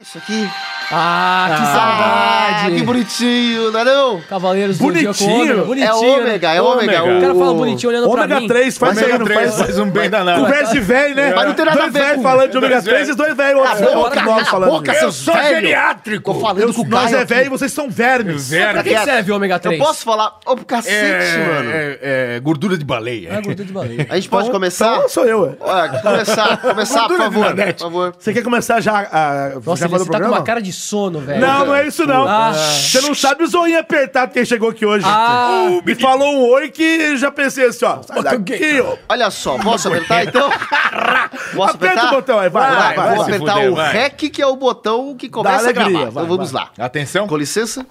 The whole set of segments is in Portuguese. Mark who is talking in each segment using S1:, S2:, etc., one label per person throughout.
S1: Isso aqui.
S2: Ah, que
S1: Ah,
S2: saudade!
S1: que bonitinho, não é não?
S2: Cavaleiros do Zodíaco
S3: Bonitinho.
S2: Ômega,
S1: É
S2: bonitinho.
S1: ômega, é ômega.
S3: Ômega.
S2: né? O cara fala bonitinho olhando pra
S3: Ômega
S2: mim.
S3: 3, faz
S1: Mas
S3: bem,
S1: ômega
S3: não
S1: três
S3: faz.
S4: faz um bem danado.
S2: é
S3: Conversa de velho, né?
S1: Mas não tem nada a
S3: Dois
S1: ver
S3: velhos
S1: com-
S3: falando de ômega
S4: Dois
S3: 3 e dois velhos
S1: Cala a boca,
S3: outro
S1: cala
S3: nós
S1: a
S3: falando.
S1: boca,
S3: Eu
S1: seus
S3: sou
S1: velho.
S3: geriátrico.
S1: Tô falando com o
S3: Nós
S1: Caio
S3: é
S1: aqui.
S3: velho e vocês são vermes.
S2: Pra
S4: Zero.
S2: que, que serve o ômega 3?
S1: Eu posso falar? Ô, pro
S4: É,
S1: cacete, mano.
S4: é, é, gordura de baleia.
S2: Ah, gordura de baleia.
S1: A gente pode começar?
S3: Então sou eu. é.
S1: Olha, começar, começar, por
S4: Gordura de
S1: favor. Por
S4: Nanete.
S1: favor.
S3: Você quer começar já a
S2: Nossa,
S3: já falar do
S2: ele, você tá com
S3: programa?
S2: uma cara de sono, velho.
S3: Não, não é isso não.
S2: Ah.
S3: Você não sabe o zoinho apertado quem chegou aqui hoje.
S2: Ah.
S3: Me falou um oi que já pensei assim, ó. Sai daqui, ó.
S1: Olha só, posso apertar então? Posso
S3: Aperta
S1: apertar?
S3: o botão aí, vai, vai, vai,
S1: Vou
S4: vai.
S1: apertar
S4: Se fuder,
S1: o
S4: vai.
S1: REC, que é o botão que começa a
S3: Dá alegria,
S1: gravar.
S3: vai,
S1: então vamos
S3: vai.
S2: É.
S3: Tá,
S1: lá.
S4: Atenção.
S1: Com licença.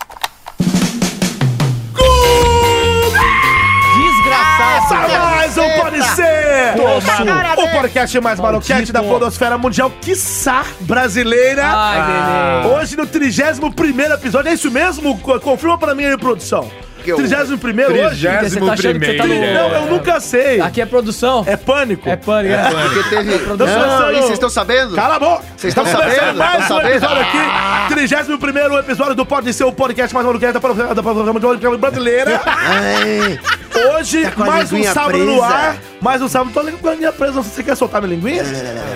S2: Desgraçado.
S3: Tá mais um
S1: Eita.
S3: Pode Ser!
S1: Toma.
S3: O podcast mais maroquete
S2: Maldito.
S3: da Podosfera Mundial, quiçá, brasileira.
S2: Ai,
S3: Ah.
S2: neném.
S3: Hoje no 31 episódio, é isso mesmo? Co- Confirma pra mim aí, produção.
S1: Que eu-
S3: 31 hoje?
S2: Você tá achando que você tá no-
S3: Não, eu nunca sei.
S2: Aqui é produção.
S3: É pânico.
S2: É pânico. É
S1: Porque teve.
S3: Tá produção.
S1: Não, e vocês estão sabendo?
S3: Cala a boca!
S1: Vocês estão
S3: Começando
S1: sabendo?
S3: Mais
S1: Estão
S3: um
S1: sabendo? Ah.
S3: episódio aqui, 31 episódio do Pode Ser, o podcast mais maluco da programa da programa de hoje, brasileira. Hoje,
S1: Tá com a
S3: mais um
S1: linguinha
S3: sábado no
S1: presa.
S3: ar, mais um sábado. Tô ali com a linha presa, você quer soltar minha linguinha?
S1: É.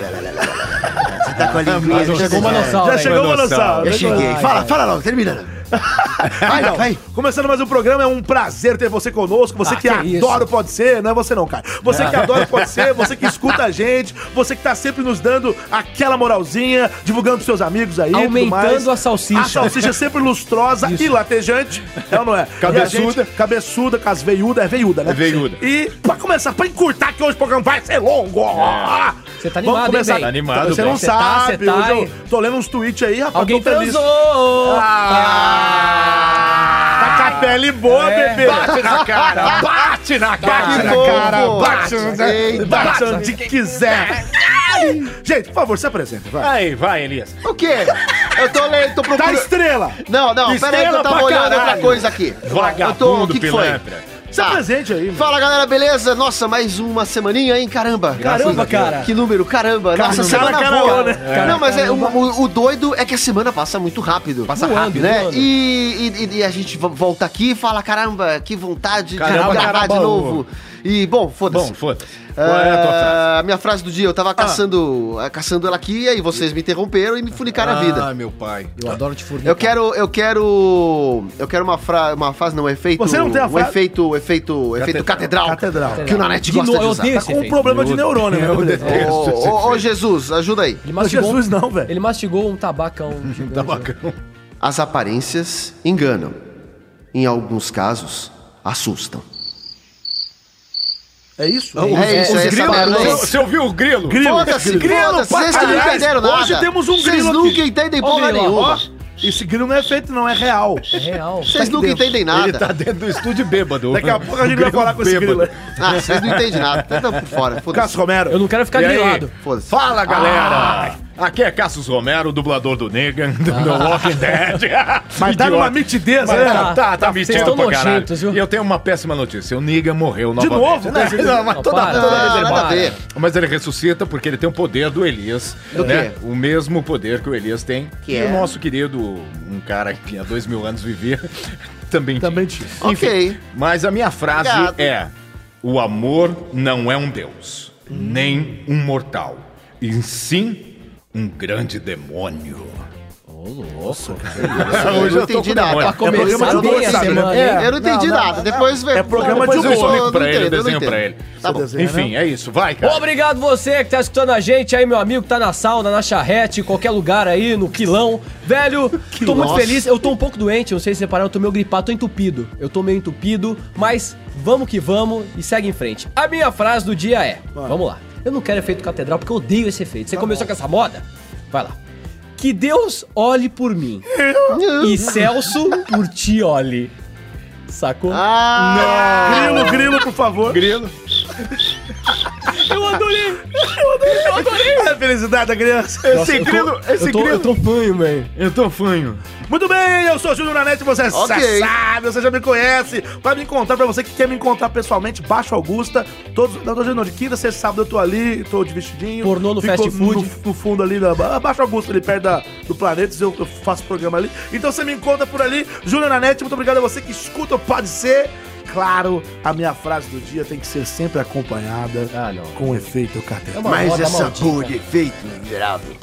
S1: Tá com a linguinha.
S4: um
S2: Já chegou o
S3: Já
S2: Manossauro. aí.
S3: chegou o
S4: Manossauro.
S3: Manossauro.
S1: Eu cheguei.
S2: Ai,
S1: Fala,
S2: ai.
S1: fala logo,
S3: né?
S1: termina. Vai,
S3: Então,
S1: vai.
S3: começando mais um programa, é um prazer ter você conosco. Você
S2: Ah,
S3: que,
S2: que isso. Ah.
S3: adora o Pode Ser, não é você não, cara. Você que adora o Pode Ser, você que escuta a gente, você que tá sempre nos dando aquela moralzinha, divulgando pros seus amigos aí. tudo
S2: Aumentando
S3: mais.
S2: a salsicha.
S3: A salsicha sempre lustrosa e latejante. É ou não é?
S4: Cabeçuda.
S3: E a gente, cabeçuda, com as veiudas. É veiuda, né?
S4: É veiuda.
S3: E pra começar, pra encurtar que hoje o programa vai ser longo.
S2: Você tá
S3: Vamos
S2: animado, hein,
S3: começar.
S2: bem?
S4: Tá animado,
S3: Você
S4: bem.
S3: não
S2: Você tá,
S3: sabe.
S2: você tá,
S3: hoje eu
S2: hein?
S3: tô lendo uns tweets aí, rapaz.
S2: Alguém
S3: tô feliz.
S2: transou.
S3: Tá com a pele boa,
S2: É.
S3: bebê.
S4: Bate na cara, bate na
S3: Bate na
S4: cara.
S3: cara,
S1: bobo.
S3: bate,
S1: Eita.
S3: bate onde quiser. Ai. Gente, por favor, se apresenta, vai.
S4: Aí, vai, Elias.
S1: O quê? Eu tô lendo, tô
S3: Da
S1: procurando.
S3: estrela.
S1: Não, não,
S3: Tá Estrela
S1: peraí que eu tava
S3: pra
S1: olhando
S3: caralho.
S1: outra coisa aqui. Eu tô, o
S4: Vagabundo,
S1: que que foi?
S4: pilantra.
S1: Tá.
S3: Se apresente aí, mano.
S1: Fala galera, beleza? Nossa, mais uma semaninha, hein? Caramba!
S2: Caramba, cara.
S1: Que número, caramba! Nossa,
S3: Caramba.
S1: semana
S3: Cara,
S1: voa.
S3: cara,
S2: né?
S1: Não, mas é, o, o- o doido é que a semana passa muito rápido. Passa
S2: Voando,
S1: né?
S2: voando.
S1: E, e- e a gente vo- volta aqui e fala, caramba, que vontade
S4: Caramba,
S1: de gravar
S4: caramba,
S1: de
S4: ô.
S1: novo. E, bom, foda-se.
S4: Bom, foda-se.
S1: Ah,
S4: Qual é a tua frase?
S1: minha frase do dia, eu tava caçando, ah, caçando ela aqui, e aí vocês me interromperam e me funicaram a vida.
S4: Ai, Ah, meu pai.
S2: Eu adoro te
S3: Então.
S2: furnicar.
S1: Eu quero, eu quero, eu quero uma frase, uma frase não, um efeito.
S3: Você não tem a
S1: um
S3: frase?
S1: efeito, efeito, um efeito catedral.
S3: Catedral.
S1: Que o Nanete
S2: De
S1: gosta
S2: novo,
S1: de
S2: eu
S1: usar.
S2: odeio
S1: Tá
S2: esse
S3: Com um
S2: efeito.
S3: problema de neurônio, né?
S4: Eu
S3: meu beleza?
S4: odeio.
S1: Ô,
S4: Esse
S1: ô, ô, Jesus, ajuda aí.
S2: Ele mastigou,
S3: Jesus não, velho.
S2: Ele mastigou um tabacão. gigante.
S4: Tá Tabacão.
S1: As aparências enganam. Em alguns casos, assustam.
S3: É isso?
S1: É isso, é essa
S4: grilos-
S1: merda aí.
S4: Você- Você ouviu o grilo?
S3: Grilo.
S1: Foda-se,
S3: Grilo
S1: foda-se,
S3: pra
S1: vocês que não
S3: caralho.
S1: entenderam nada.
S3: Hoje temos um
S1: Vocês
S3: grilo
S1: nunca
S3: aqui.
S1: entendem
S2: Ô,
S1: porra
S2: grilo,
S1: nenhuma.
S2: ó.
S3: Esse grilo não é feito, não, é real.
S2: É real.
S1: Vocês
S3: Tá
S1: nunca
S3: dentro.
S1: entendem
S4: Ele tá
S1: nada.
S4: dentro do estúdio bêbado.
S3: Daqui a pouco a
S4: O
S3: gente vai falar com esse grilo.
S4: bêbado.
S1: Ah, vocês não entendem nada. Tenta por fora. Foda-se.
S3: Cássio Romero.
S2: Eu não quero ficar
S4: E aí?
S2: grilado.
S1: Foda-se.
S4: Fala, galera!
S3: Ah.
S4: Aqui é Cassius Romero, dublador do Negan, do do Walking Dead.
S3: Mas dá
S4: Idiota.
S3: numa mitidez,
S4: Mas
S3: né?
S4: tá, tá, tá
S2: Vocês
S4: mentindo
S2: tão
S4: pra caralho.
S2: nojentos, viu?
S4: E eu tenho uma péssima notícia. O Negan morreu
S3: De
S4: novamente.
S3: novo? Né?
S4: Não, mas toda,
S2: para.
S4: toda vez
S1: Ah,
S4: ele
S1: nada a
S4: morre.
S1: ver.
S4: Mas ele ressuscita porque ele tem o poder do Elias.
S1: Do
S4: né?
S1: quê?
S4: O mesmo poder que o Elias tem.
S1: Que
S4: e
S1: é?
S4: o nosso querido, um cara que há dois mil anos vivia, também tinha.
S3: Também tinha.
S4: Enfim,
S1: Ok.
S4: mas a minha frase
S1: Obrigado.
S4: é: o amor não é um deus, nem um mortal, e sim um grande demônio.
S1: Eu não entendi nada.
S2: Pra
S3: programa de
S2: começar bem
S3: humor,
S2: a
S3: sabe, né?
S2: semana,
S3: É.
S2: hein?
S1: Eu não entendi
S3: Não, não,
S1: nada. Depois vai.
S3: É programa
S1: Ah, depois
S4: Mas
S3: de
S4: eu
S3: humor.
S1: sou-
S4: explico
S1: não
S4: pra ele,
S1: entendo, eu não
S4: desenho
S1: entendo.
S4: pra ele.
S1: Tá bom.
S3: desenha,
S4: Enfim, é isso, vai, cara.
S2: Obrigado você que tá escutando a gente aí, meu amigo, que tá na sauna, na charrete, em qualquer lugar aí, no quilão. Velho, tô muito
S1: Nossa.
S2: feliz. Eu tô um pouco doente, não sei se separaram, eu tô meio gripado, tô entupido. Eu tô meio entupido, mas vamos que vamos e segue em frente. A minha frase do dia é: Vamos lá. Eu não quero efeito catedral porque eu odeio esse efeito. Você começou com essa moda? Vai lá. Que Deus olhe por mim e Celso por ti olhe. Sacou?
S1: Ah,
S3: Grilo, grilo, por favor.
S4: Grilo.
S2: Eu adorei! Eu Eu adorei.
S3: A felicidade da criança.
S2: Nossa, eu tô-
S3: grilo,
S2: eu tô, eu
S3: grilo.
S2: tô fanho, velho.
S4: Eu tô fanho.
S3: Muito bem, eu sou o Júlio Nanete, você
S5: Ok.
S3: já sabe, você já me conhece. Pra me encontrar, pra você que quer me encontrar pessoalmente, Baixo Augusta. Todos, não, todo dia não, de quinta, sexta, sábado eu tô ali, tô de vestidinho.
S2: Pornô no
S3: Fico
S2: fast food.
S3: No, no fundo ali, na, ah, Baixo Augusta, ali perto da- do Planetas, eu, eu faço programa ali. Então você me encontra por ali. Júlio Nanete, muito obrigado a você que escuta o Pode Ser. Claro, a minha frase do dia tem que ser sempre acompanhada
S2: Ah, não.
S3: com efeito catedral.
S2: É uma
S5: Mas
S2: roda
S5: essa
S2: maldita.
S5: porra de efeito miserável.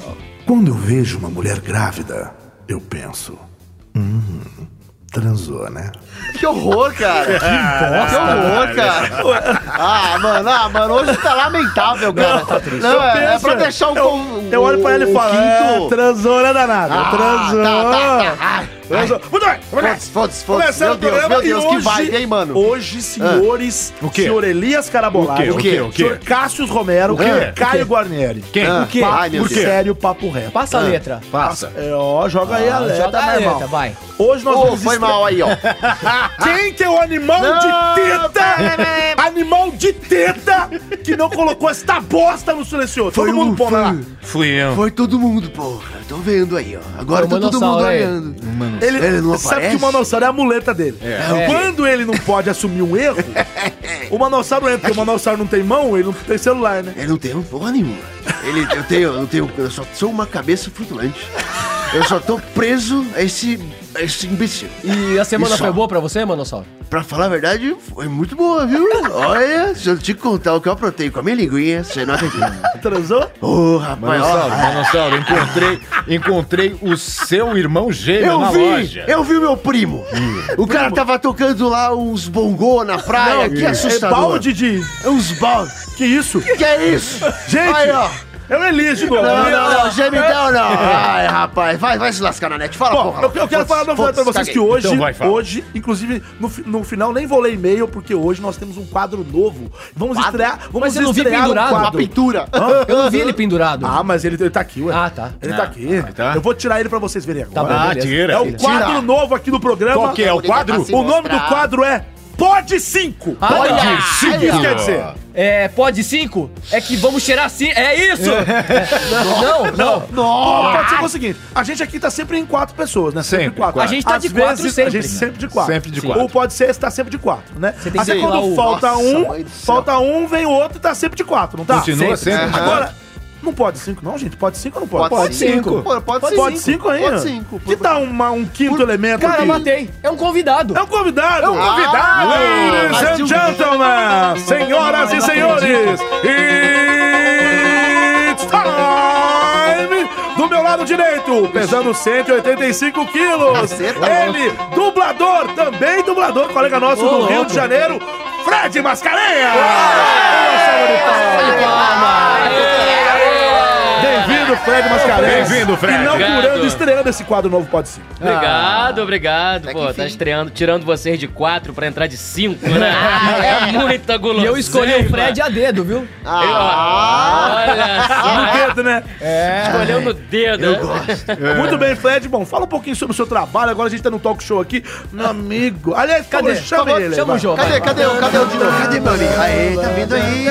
S3: Quando eu vejo uma mulher grávida, eu penso. Hum, transou, né?
S5: Que horror, cara. que horror, cara. Ah, mano, ah, mano, hoje tá lamentável, cara.
S1: tá
S3: tá
S5: Não, é, é pra deixar o...
S3: Eu,
S5: o-
S3: eu olho pra ele e
S5: o
S3: falo. É,
S5: quinto-
S3: transou, né, danado?
S5: Ah,
S3: transou.
S5: tá, tá, tá. Ai,
S3: Transou. Muito bem, vamos
S5: Foda-se,
S3: nessa.
S5: foda-se, foda-se.
S3: Começando
S5: Meu
S3: o
S5: Deus,
S3: programa
S5: meu
S3: e
S5: Deus, que
S3: hoje-
S5: vibe, hein, mano? Ah.
S3: Hoje, senhores,
S4: O quê?
S3: senhor Elias Carabolado,
S4: O quê? O quê?
S3: senhor
S4: O quê?
S3: Cássio Romero,
S5: O quê?
S3: Caio Guarnieri.
S4: Quem?
S5: Ah,
S4: O quê?
S5: ai, meu Ah.
S3: Papo
S4: Por quê?
S3: sério, papo reto.
S2: Passa a letra.
S4: Passa.
S3: É, ó, joga aí a letra,
S2: joga a
S3: meu
S2: letra,
S3: irmão.
S2: Ah, vai.
S3: Hoje nós
S5: Ô,
S3: vamos
S5: foi
S3: estrear-
S5: mal aí, ó.
S3: Quem que é o animal
S5: Não,
S3: de
S5: pera, pera.
S3: teta? Animal de teta que não colocou esta bosta no silencioso.
S5: Foi
S3: Todo mundo
S5: um,
S3: põe
S5: foi
S3: lá.
S5: um.
S4: Fui eu.
S5: Foi todo mundo, porra. Tô vendo aí, ó. Agora
S3: É
S2: Foi o
S5: tá todo mundo
S2: Manossauro aí.
S5: olhando.
S4: Mano,
S3: Ele,
S5: Ele não
S3: sabe
S5: aparece?
S3: que o Manossauro é a muleta dele.
S2: É.
S3: Quando ele não pode assumir um erro, o Manossauro entra. Porque o Manossauro não tem mão, ele não tem celular, né?
S5: Eu não tenho porra nenhuma. Ele, eu tenho, eu não tenho, eu só sou uma cabeça flutuante. Eu só tô preso a esse, a esse imbecil.
S2: E a semana
S5: Isso.
S2: foi boa pra você, Manossauro?
S5: Pra falar a verdade, foi muito boa, viu? Olha, se eu te contar o que eu aprontei com a minha linguinha, você não acredita.
S3: Transou?
S5: Ô, rapaz,
S4: Manossauro,
S5: ó.
S4: Manossauro, encontrei, encontrei o seu irmão gêmeo
S5: Eu
S4: na
S5: vi,
S4: loja.
S5: eu vi meu primo. O cara tava tocando lá uns bongô na praia, que
S3: é
S5: assustador.
S3: balde de...
S5: Uns balde.
S3: Que isso? É
S5: Que é isso?
S3: Gente,
S5: Aí, ó.
S3: eu Elias de novo.
S5: Não, não, não, gemidão não. Ai, rapaz, vai, vai se lascar na
S1: Tá
S5: net. Fala,
S3: Bom,
S5: porra.
S3: eu, eu quero
S5: Foda-se,
S3: falar pra,
S5: foda-se,
S3: pra vocês
S5: caguei.
S3: que hoje,
S4: Então vai, fala.
S3: hoje, inclusive, no, fi- no final nem vou ler e-mail, porque hoje nós temos um quadro novo. Vamos
S5: Quadro?
S3: estrear. Vamos
S2: Mas eu não vi
S3: estrear
S2: pendurado.
S5: Uma
S1: Tá
S5: pintura.
S2: Eu não vi ele pendurado.
S3: Ah, mas ele, ele tá aqui, ué.
S2: Ah, tá.
S3: Ele
S4: Ah,
S3: tá aqui.
S4: ah, tá.
S3: Eu vou tirar ele pra vocês verem
S2: Tá
S3: agora.
S2: bom,
S4: Ah,
S2: beleza.
S4: tira.
S3: É o
S4: filho.
S3: quadro
S5: Tira.
S3: novo aqui do programa.
S4: Qual que é? O quadro?
S5: Se
S3: O nome do
S5: mostrar.
S3: quadro é Pode 5.
S2: Ah,
S4: Pode
S2: olha,
S4: sim,
S5: aí, ó.
S4: quer dizer.
S2: É, pode cinco? É que vamos cheirar sim. É isso! É. Não, não.
S5: Nossa.
S3: Pode ser Então, tipo, é o seguinte, a gente aqui tá sempre em quatro pessoas, né? Sempre,
S4: Sempre,
S3: quatro.
S4: quatro. A
S2: gente tá de quatro
S3: A
S2: sempre,
S3: gente
S2: né?
S3: sempre de quatro.
S4: Sempre de quatro.
S3: Ou pode ser, tá sempre de quatro, né?
S2: tem que
S3: Até
S2: ser
S3: quando
S2: igual o-
S3: falta
S5: Nossa, mãe
S3: um,
S5: do céu.
S3: falta um, vem o outro e tá sempre de quatro, não tá?
S4: Continua sempre de quatro.
S3: Agora, não pode cinco não, gente? Pode cinco ou não pode?
S5: Pode
S2: cinco.
S5: cinco. Pô, Pode
S3: Pode, pode cinco ainda?
S5: Pode cinco.
S3: Que tal uma- um quinto elemento
S2: Cara,
S3: aqui?
S2: matei. É um convidado.
S3: É um convidado! É um
S5: convidado.
S3: Ladies
S5: Mas
S3: and
S5: de um-
S3: gentlemen, senhoras e senhores, it's time! Do meu lado direito, pesando 185 quilos,
S5: Caceta,
S3: ele, dublador, também dublador, colega nosso
S2: Ô,
S3: do Rio
S2: louco.
S3: de Janeiro, Fred Mascarenha! Bem-vindo, Fred Mascarenha!
S4: Bem-vindo, Fred.
S3: Inaugurando,
S6: Obrigado.
S3: estreando esse quadro novo Pode Ser.
S6: Obrigado, obrigado.
S5: até que
S6: Pô,
S5: enfim.
S6: tá estreando, tirando vocês de quatro pra entrar de cinco, né? é muita
S2: E
S6: guloseima.
S2: eu escolhi o Fred a dedo, viu?
S5: Ah.
S6: Eu- Olha
S3: No
S6: só,
S3: dedo, né?
S6: escolheu no dedo. né?
S2: É.
S3: Muito bem, Fred. Bom, fala um pouquinho sobre o seu trabalho. Agora a gente tá no talk show aqui. Meu amigo. Aliás, por
S2: Cadê?
S3: favor, Tá chama
S2: Por favor,
S3: ele.
S2: chama
S3: vai.
S2: o João.
S5: Cadê, cadê, o- cadê o Dino? Cadê meu amigo? Aê, tá vindo aí.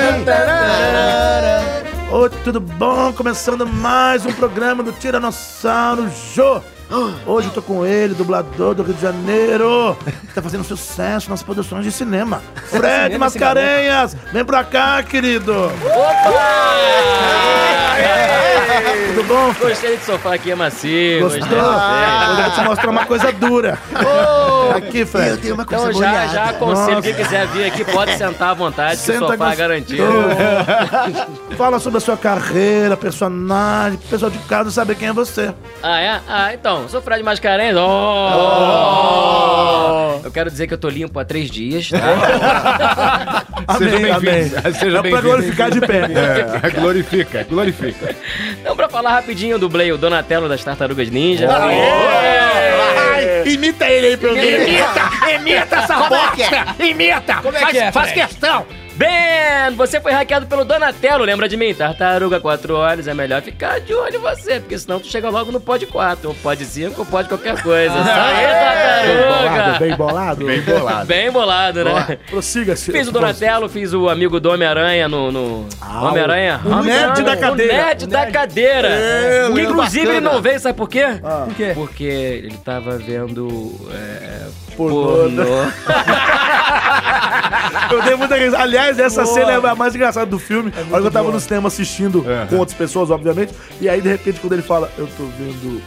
S3: Oi, tudo bom? Começando mais um programa do Tiranossauro Jô.
S2: Ah.
S3: Hoje eu tô com ele, dublador do Rio de Janeiro, que tá fazendo sucesso nas produções de cinema. Fred
S2: cinema,
S3: Mascarenhas, vem pra cá, querido. Tudo bom, Fred?
S6: Ah, é. Gostei desse sofá aqui, é macio.
S3: Gostou? Ah,
S6: Gostei. gostei.
S3: Eu vou te mostrar uma coisa dura. Aqui, Fred.
S5: Eu tenho uma coisa
S6: Então já,
S5: molhada.
S6: já aconselho, quem quiser vir aqui, pode sentar à vontade, que o
S3: Senta
S6: sofá é
S3: gostoso.
S6: garantido.
S3: Fala sobre a sua carreira, personagem, pro pessoal de casa saber quem é você.
S6: Ah, é? Ah, então, sou Fred Mascarenhas. Oh! Eu quero dizer que eu tô limpo há três dias, tá?
S4: Seja
S3: Amém,
S4: bem-vindo. Seja
S3: É pra
S4: bem-vindo.
S3: glorificar de pé.
S4: É, glorifica, glorifica.
S6: Então, pra falar rapidinho, eu dublei o Donatello das Tartarugas Ninja.
S3: Ai, imita ele aí pra mim.
S6: Imita, imita essa
S5: Como é que é?
S6: Imita!
S2: Como é que é, Fred?
S6: questão! Bem, Man, você foi hackeado pelo Donatello, lembra de mim? Tartaruga, quatro olhos, é melhor ficar de olho em você, porque senão tu chega logo no pod 4, ou pod 5, ou pod um qualquer coisa. Sai, tartaruga!
S3: Bem Ah, é. bolado, bem bolado.
S4: Bem bolado.
S6: Bem bolado, né?
S3: Prossiga-se.
S6: Fiz o Donatello, fiz o amigo do Homem-Aranha no. no- Homem-Aranha?
S3: Ah, o nerd da cadeira.
S6: O nerd da cadeira.
S3: É,
S6: que inclusive
S5: bacana.
S6: ele não veio, sabe por quê?
S3: Ah.
S2: Por quê?
S6: Porque ele tava vendo. É,
S3: Pornô.
S6: pornô.
S3: Eu dei muita risada. Aliás, essa cena é a mais engraçada do filme. A hora que eu tava no cinema assistindo
S4: É.
S3: com outras pessoas, obviamente. E aí, de repente, quando ele fala, eu tô vendo.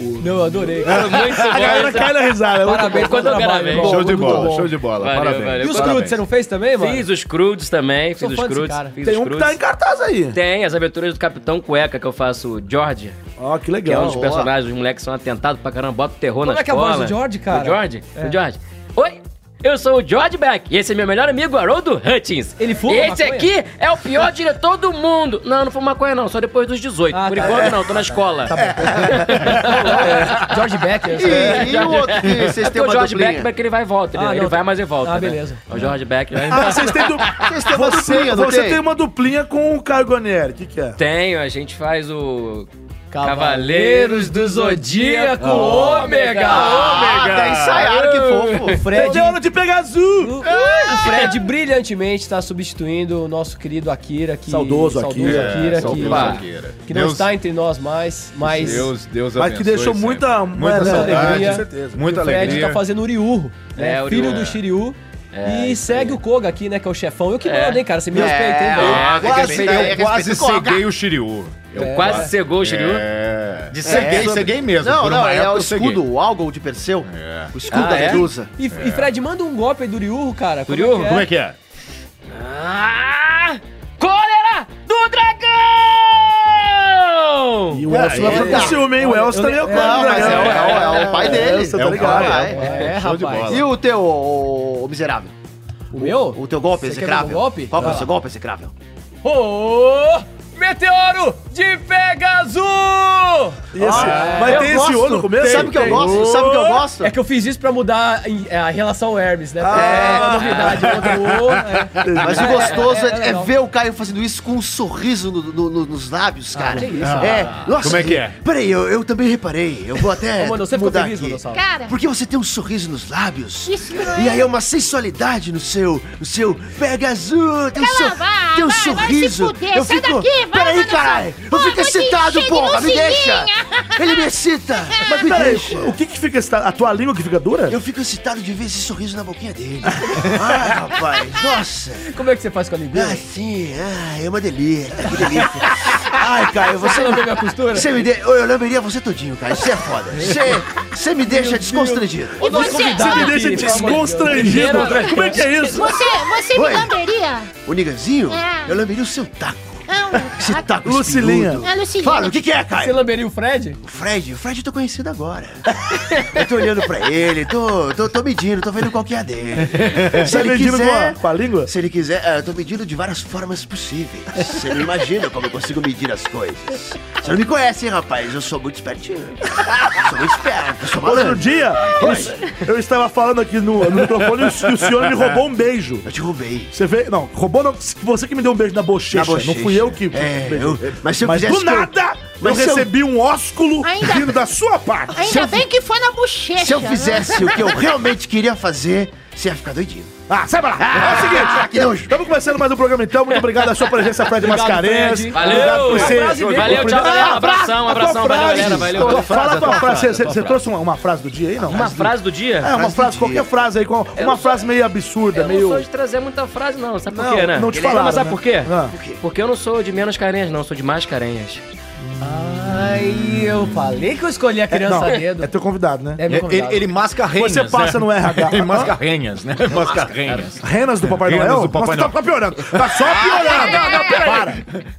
S3: o-"
S2: Não, eu adorei.
S6: Foi Muito
S3: A
S6: bom.
S3: galera
S6: essa-
S3: cai na risada. é muito
S2: Parabéns
S6: bom. Quando eu gravei.
S2: bom,
S4: Show de
S2: é? muito
S4: bola,
S2: bom.
S4: show de bola.
S6: Valeu,
S4: parabéns.
S6: valeu.
S2: E os
S4: parabéns.
S2: crudes, você não fez também, mano?
S6: Fiz os crudes também,
S2: Sou
S6: fiz os
S2: fã desse
S6: crudes.
S2: cara.
S6: Fiz
S3: Tem
S6: os
S3: um que tá
S6: crudes.
S3: em cartaz aí.
S6: Tem as aventuras do Capitão Cueca que eu faço, o George,
S3: Ó, que
S6: que é um
S3: legal.
S6: dos personagens, os moleques são atentados pra caramba, bota o terror
S2: Como
S6: na
S2: é que é a
S6: escola.
S2: voz do George, cara?
S6: O George?
S2: É.
S6: O George. Oi! Eu sou o George Beck e esse é meu melhor amigo, Haroldo Hutchins.
S2: Ele fuma
S6: Esse
S2: maconha?
S6: aqui é o pior diretor do mundo. Não, não fumo maconha não, só depois dos 18.
S2: Ah,
S6: Por
S2: tá.
S6: enquanto não, tô na escola. É,
S2: George É, Becker. assim.
S5: E, e o outro que vocês
S6: É porque
S5: têm
S6: o
S5: uma
S6: George
S5: duplinha?
S6: Beck, ele vai e volta. Ele,
S2: Ah,
S6: ele
S2: não,
S6: vai,
S2: tá.
S6: mas e volta.
S2: Ah,
S6: né?
S2: beleza.
S6: O George Beck vai e
S3: Ah,
S6: volta.
S3: vocês têm, du...
S5: Vocês têm uma
S3: você,
S5: duplinha, não
S3: você
S5: tem?
S3: tem uma duplinha com o Caio Guarnieri. O que, que é?
S6: Tenho, a gente faz o...
S2: Cavaleiros do Zodíaco Ômega!
S5: Ah, até ensaiaram, que fofo.
S2: Fred,
S3: Deu hora de pegar azul.
S2: o Fred brilhantemente está substituindo o nosso querido Akira. Que,
S3: Saudoso Akira.
S2: Akira,
S4: É,
S2: que,
S4: saudoso Akira.
S2: que não
S4: Deus-
S2: está entre nós mais, mas
S4: Deus, Deus
S3: Mas que deixou
S4: abençoe
S3: muita- né,
S4: sempre. muita
S3: muita
S4: saudade,
S2: alegria.
S4: com certeza. tá muita
S2: o Fred
S4: alegria.
S2: está fazendo Uriurro, né?
S6: É, o
S2: filho
S6: Uriurro.
S2: do Shiryu. e segue o Koga aqui, né? Que é o chefão. Eu que mando, hein, cara? Você me respeita, hein,
S6: É, tem
S4: eu
S2: velho?
S6: que
S4: quase,
S6: respeitar-
S4: eu quase
S5: respeita o Koga.
S4: ceguei o Shiryu. Eu
S2: É.
S6: Quase cegou o Shiryu.
S4: É.
S6: De
S4: Ceguei,
S6: cegueiro.
S4: ceguei mesmo.
S5: Não,
S4: Por
S5: não,
S4: uma
S5: é
S4: época
S5: o
S4: eu ceguei.
S5: escudo, o álgol de Perseu.
S4: É.
S5: O escudo
S6: Ah,
S5: da
S6: é?
S5: Medusa.
S2: E, e Fred, manda um golpe aí do Uriurro, cara. Como
S6: Uriurro?
S2: É que
S4: Como
S2: é?
S4: é que é?
S6: Ah, cólera do dragão!
S3: E o Elcio
S4: É,
S3: vai ficar
S5: ele-
S3: com ciúme, hein? O Elcio
S2: eu-
S3: também é o
S2: eu-
S3: Caio
S5: Não, mas é, o-
S3: Guarnieri.
S5: é o- é o pai dele.
S3: Elcio, tá
S4: É o
S3: ligado?
S4: cara,
S5: é.
S2: É,
S4: Show de
S2: rapaz.
S4: bola.
S5: E o teu, ô, ô, miserável?
S2: O meu?
S5: O teu golpe é
S2: Você quer ver
S5: execrável?
S2: um golpe?
S5: Qual que é o
S2: Vai
S5: seu
S2: lá.
S5: golpe execrável?
S2: Ô, meteoro de Pegasus!
S3: E esse-
S2: Ah,
S3: Mas
S5: Eu
S3: tem esse
S5: gosto.
S3: olho no começo?
S5: Sabe o que eu
S3: Tem.
S5: gosto? Sabe o que eu gosto?
S2: É que eu fiz isso pra mudar em- é, a relação ao Hermes, né? Porque
S3: Ah.
S2: é uma novidade. outro, é.
S5: Mas
S2: É,
S5: o gostoso
S2: é,
S5: é,
S2: é, é
S5: é
S2: legal.
S5: ver o Caio fazendo isso com um sorriso no- no- no- nos lábios, cara.
S2: Ah, que isso,
S5: é, nossa,
S4: Como é que é?
S5: Peraí, eu, eu também reparei. Eu vou até.
S3: É,
S2: Ô, mano, você ficou
S5: mudar
S2: feliz,
S5: aqui.
S2: Manossauro?
S7: Cara,
S5: Porque você tem um sorriso nos lábios.
S7: Isso não é.
S5: E aí é uma sensualidade no seu. No seu. Pega azul! Tem um,
S7: Cala,
S5: sor-
S7: vai,
S5: tem um
S7: vai, vai
S5: sorriso.
S7: se fuder,
S5: eu
S7: sai
S5: fico.
S7: daqui, vai,
S5: peraí,
S7: Manossauro.
S5: caralho! Eu
S7: Pô, vou
S5: fico
S7: te
S5: excitado,
S7: encher de
S5: porra! Me deixa!
S7: luzinha.
S5: Ele me excita! Mas me
S3: Peraí,
S5: deixa!
S3: o que que fica... esta- A tua língua que fica dura?
S5: Eu fico excitado de ver esse sorriso na boquinha dele. Ai, rapaz, nossa!
S2: Como é que você faz com a linguiça?
S5: Ah, sim, ah, é uma delícia, que delícia. Ai, Caio,
S2: Você
S5: você
S2: não vê minha costura?
S5: Você me de... Eu eu lamberia você todinho, Caio. Você é foda. Você, você me deixa desconstrangido.
S7: e você,
S3: Você me
S7: ó,
S3: deixa
S2: Pelo amor de Deus.
S3: desconstrangido. Como é que é isso?
S7: você, você
S5: Oi.
S7: me lamberia?
S5: O Niganzinho,
S7: Ah.
S5: eu lamberia o seu taco. Esse
S8: tá-
S7: Não,
S5: taco
S3: Lucilinha.
S5: espinhudo.
S7: Ah, Lucilinha.
S5: Fala, o que, que é,
S2: Você
S5: Caio?
S2: lamberia o Fred?
S5: O Fred, o Fred eu tô conhecendo agora. Eu tô olhando pra ele, tô, tô, tô medindo, tô vendo qual que é a dele. Se
S3: Tá
S5: ele
S3: medindo com a-
S5: quiser...
S3: com a língua?
S5: Se ele quiser, é, eu tô medindo de várias formas possíveis. Você não imagina como eu consigo medir as coisas. Você não me conhece, hein, rapaz? Eu sou muito espertinho. Eu sou muito esperto, eu sou
S3: Outro
S5: malandro.
S3: dia, eu, eu estava falando aqui no, no microfone e o, e o senhor me roubou um beijo.
S5: Eu te roubei.
S3: Você veio. Não, roubou não. Você que me deu um beijo na bochecha.
S5: Na bochecha.
S3: Não fui eu que. um
S5: É, eu- mas se eu
S3: mas
S5: quisesse
S3: do
S5: que eu-
S3: nada,
S5: mas
S3: eu
S5: se eu-
S3: recebi um ósculo
S7: Ainda-
S3: vindo da sua parte.
S7: Ainda bem que foi na bochecha.
S8: né?
S5: Se eu fizesse o que eu realmente queria fazer, você ia ficar doidinho. Ah,
S3: Ah, sai pra lá. é o
S6: Ah,
S3: seguinte,
S5: que nojo.
S3: estamos começando mais um programa então. Muito obrigado a sua presença, Fred
S2: Obrigado,
S3: Mascarenhas.
S2: Fred.
S6: Valeu.
S3: Obrigado por
S6: Um
S3: ser.
S2: abraço e beijo.
S6: Valeu, tchau, galera.
S3: Ah,
S6: Abração,
S3: a
S6: abração,
S3: tua
S6: valeu,
S3: frase.
S6: galera. Valeu.
S3: Tua-
S6: Tua
S3: Fala
S6: frase,
S3: tua
S6: tua
S3: frase.
S6: frase,
S3: Você-
S6: tua
S3: Você
S6: frase.
S3: trouxe uma, uma frase do dia aí, não?
S6: Uma frase do
S3: É,
S6: dia?
S3: uma
S5: Frase do
S3: frase, qualquer
S5: dia.
S3: frase aí, com-
S6: Eu
S3: uma
S6: não sou-
S3: frase meio absurda,
S6: Eu não sou
S3: meio.
S6: de trazer muita frase, não. Sabe por
S3: Não,
S6: quê, né?
S3: não te
S6: Guilherme,
S3: falaram,
S6: Mas sabe
S3: né?
S6: por quê?
S3: Ah.
S6: Porque eu não sou de menos carenhas, não. Eu sou de mais carenhas.
S2: Ai, eu falei que eu escolhi a
S6: um
S2: criança
S3: Não,
S2: a dedo.
S3: é teu convidado, né?
S2: É meu
S4: Ele,
S2: convidado.
S4: ele masca renhas.
S3: Você passa
S4: né?
S3: no RH.
S4: Ele masca renhas, né? Masca renhas.
S3: Renas do Papai
S6: É.
S4: Renas
S3: Noel?
S4: do Papai
S3: Nossa,
S4: Noel.
S3: Tá, tá piorando. Tá só piorando. Não, não, para!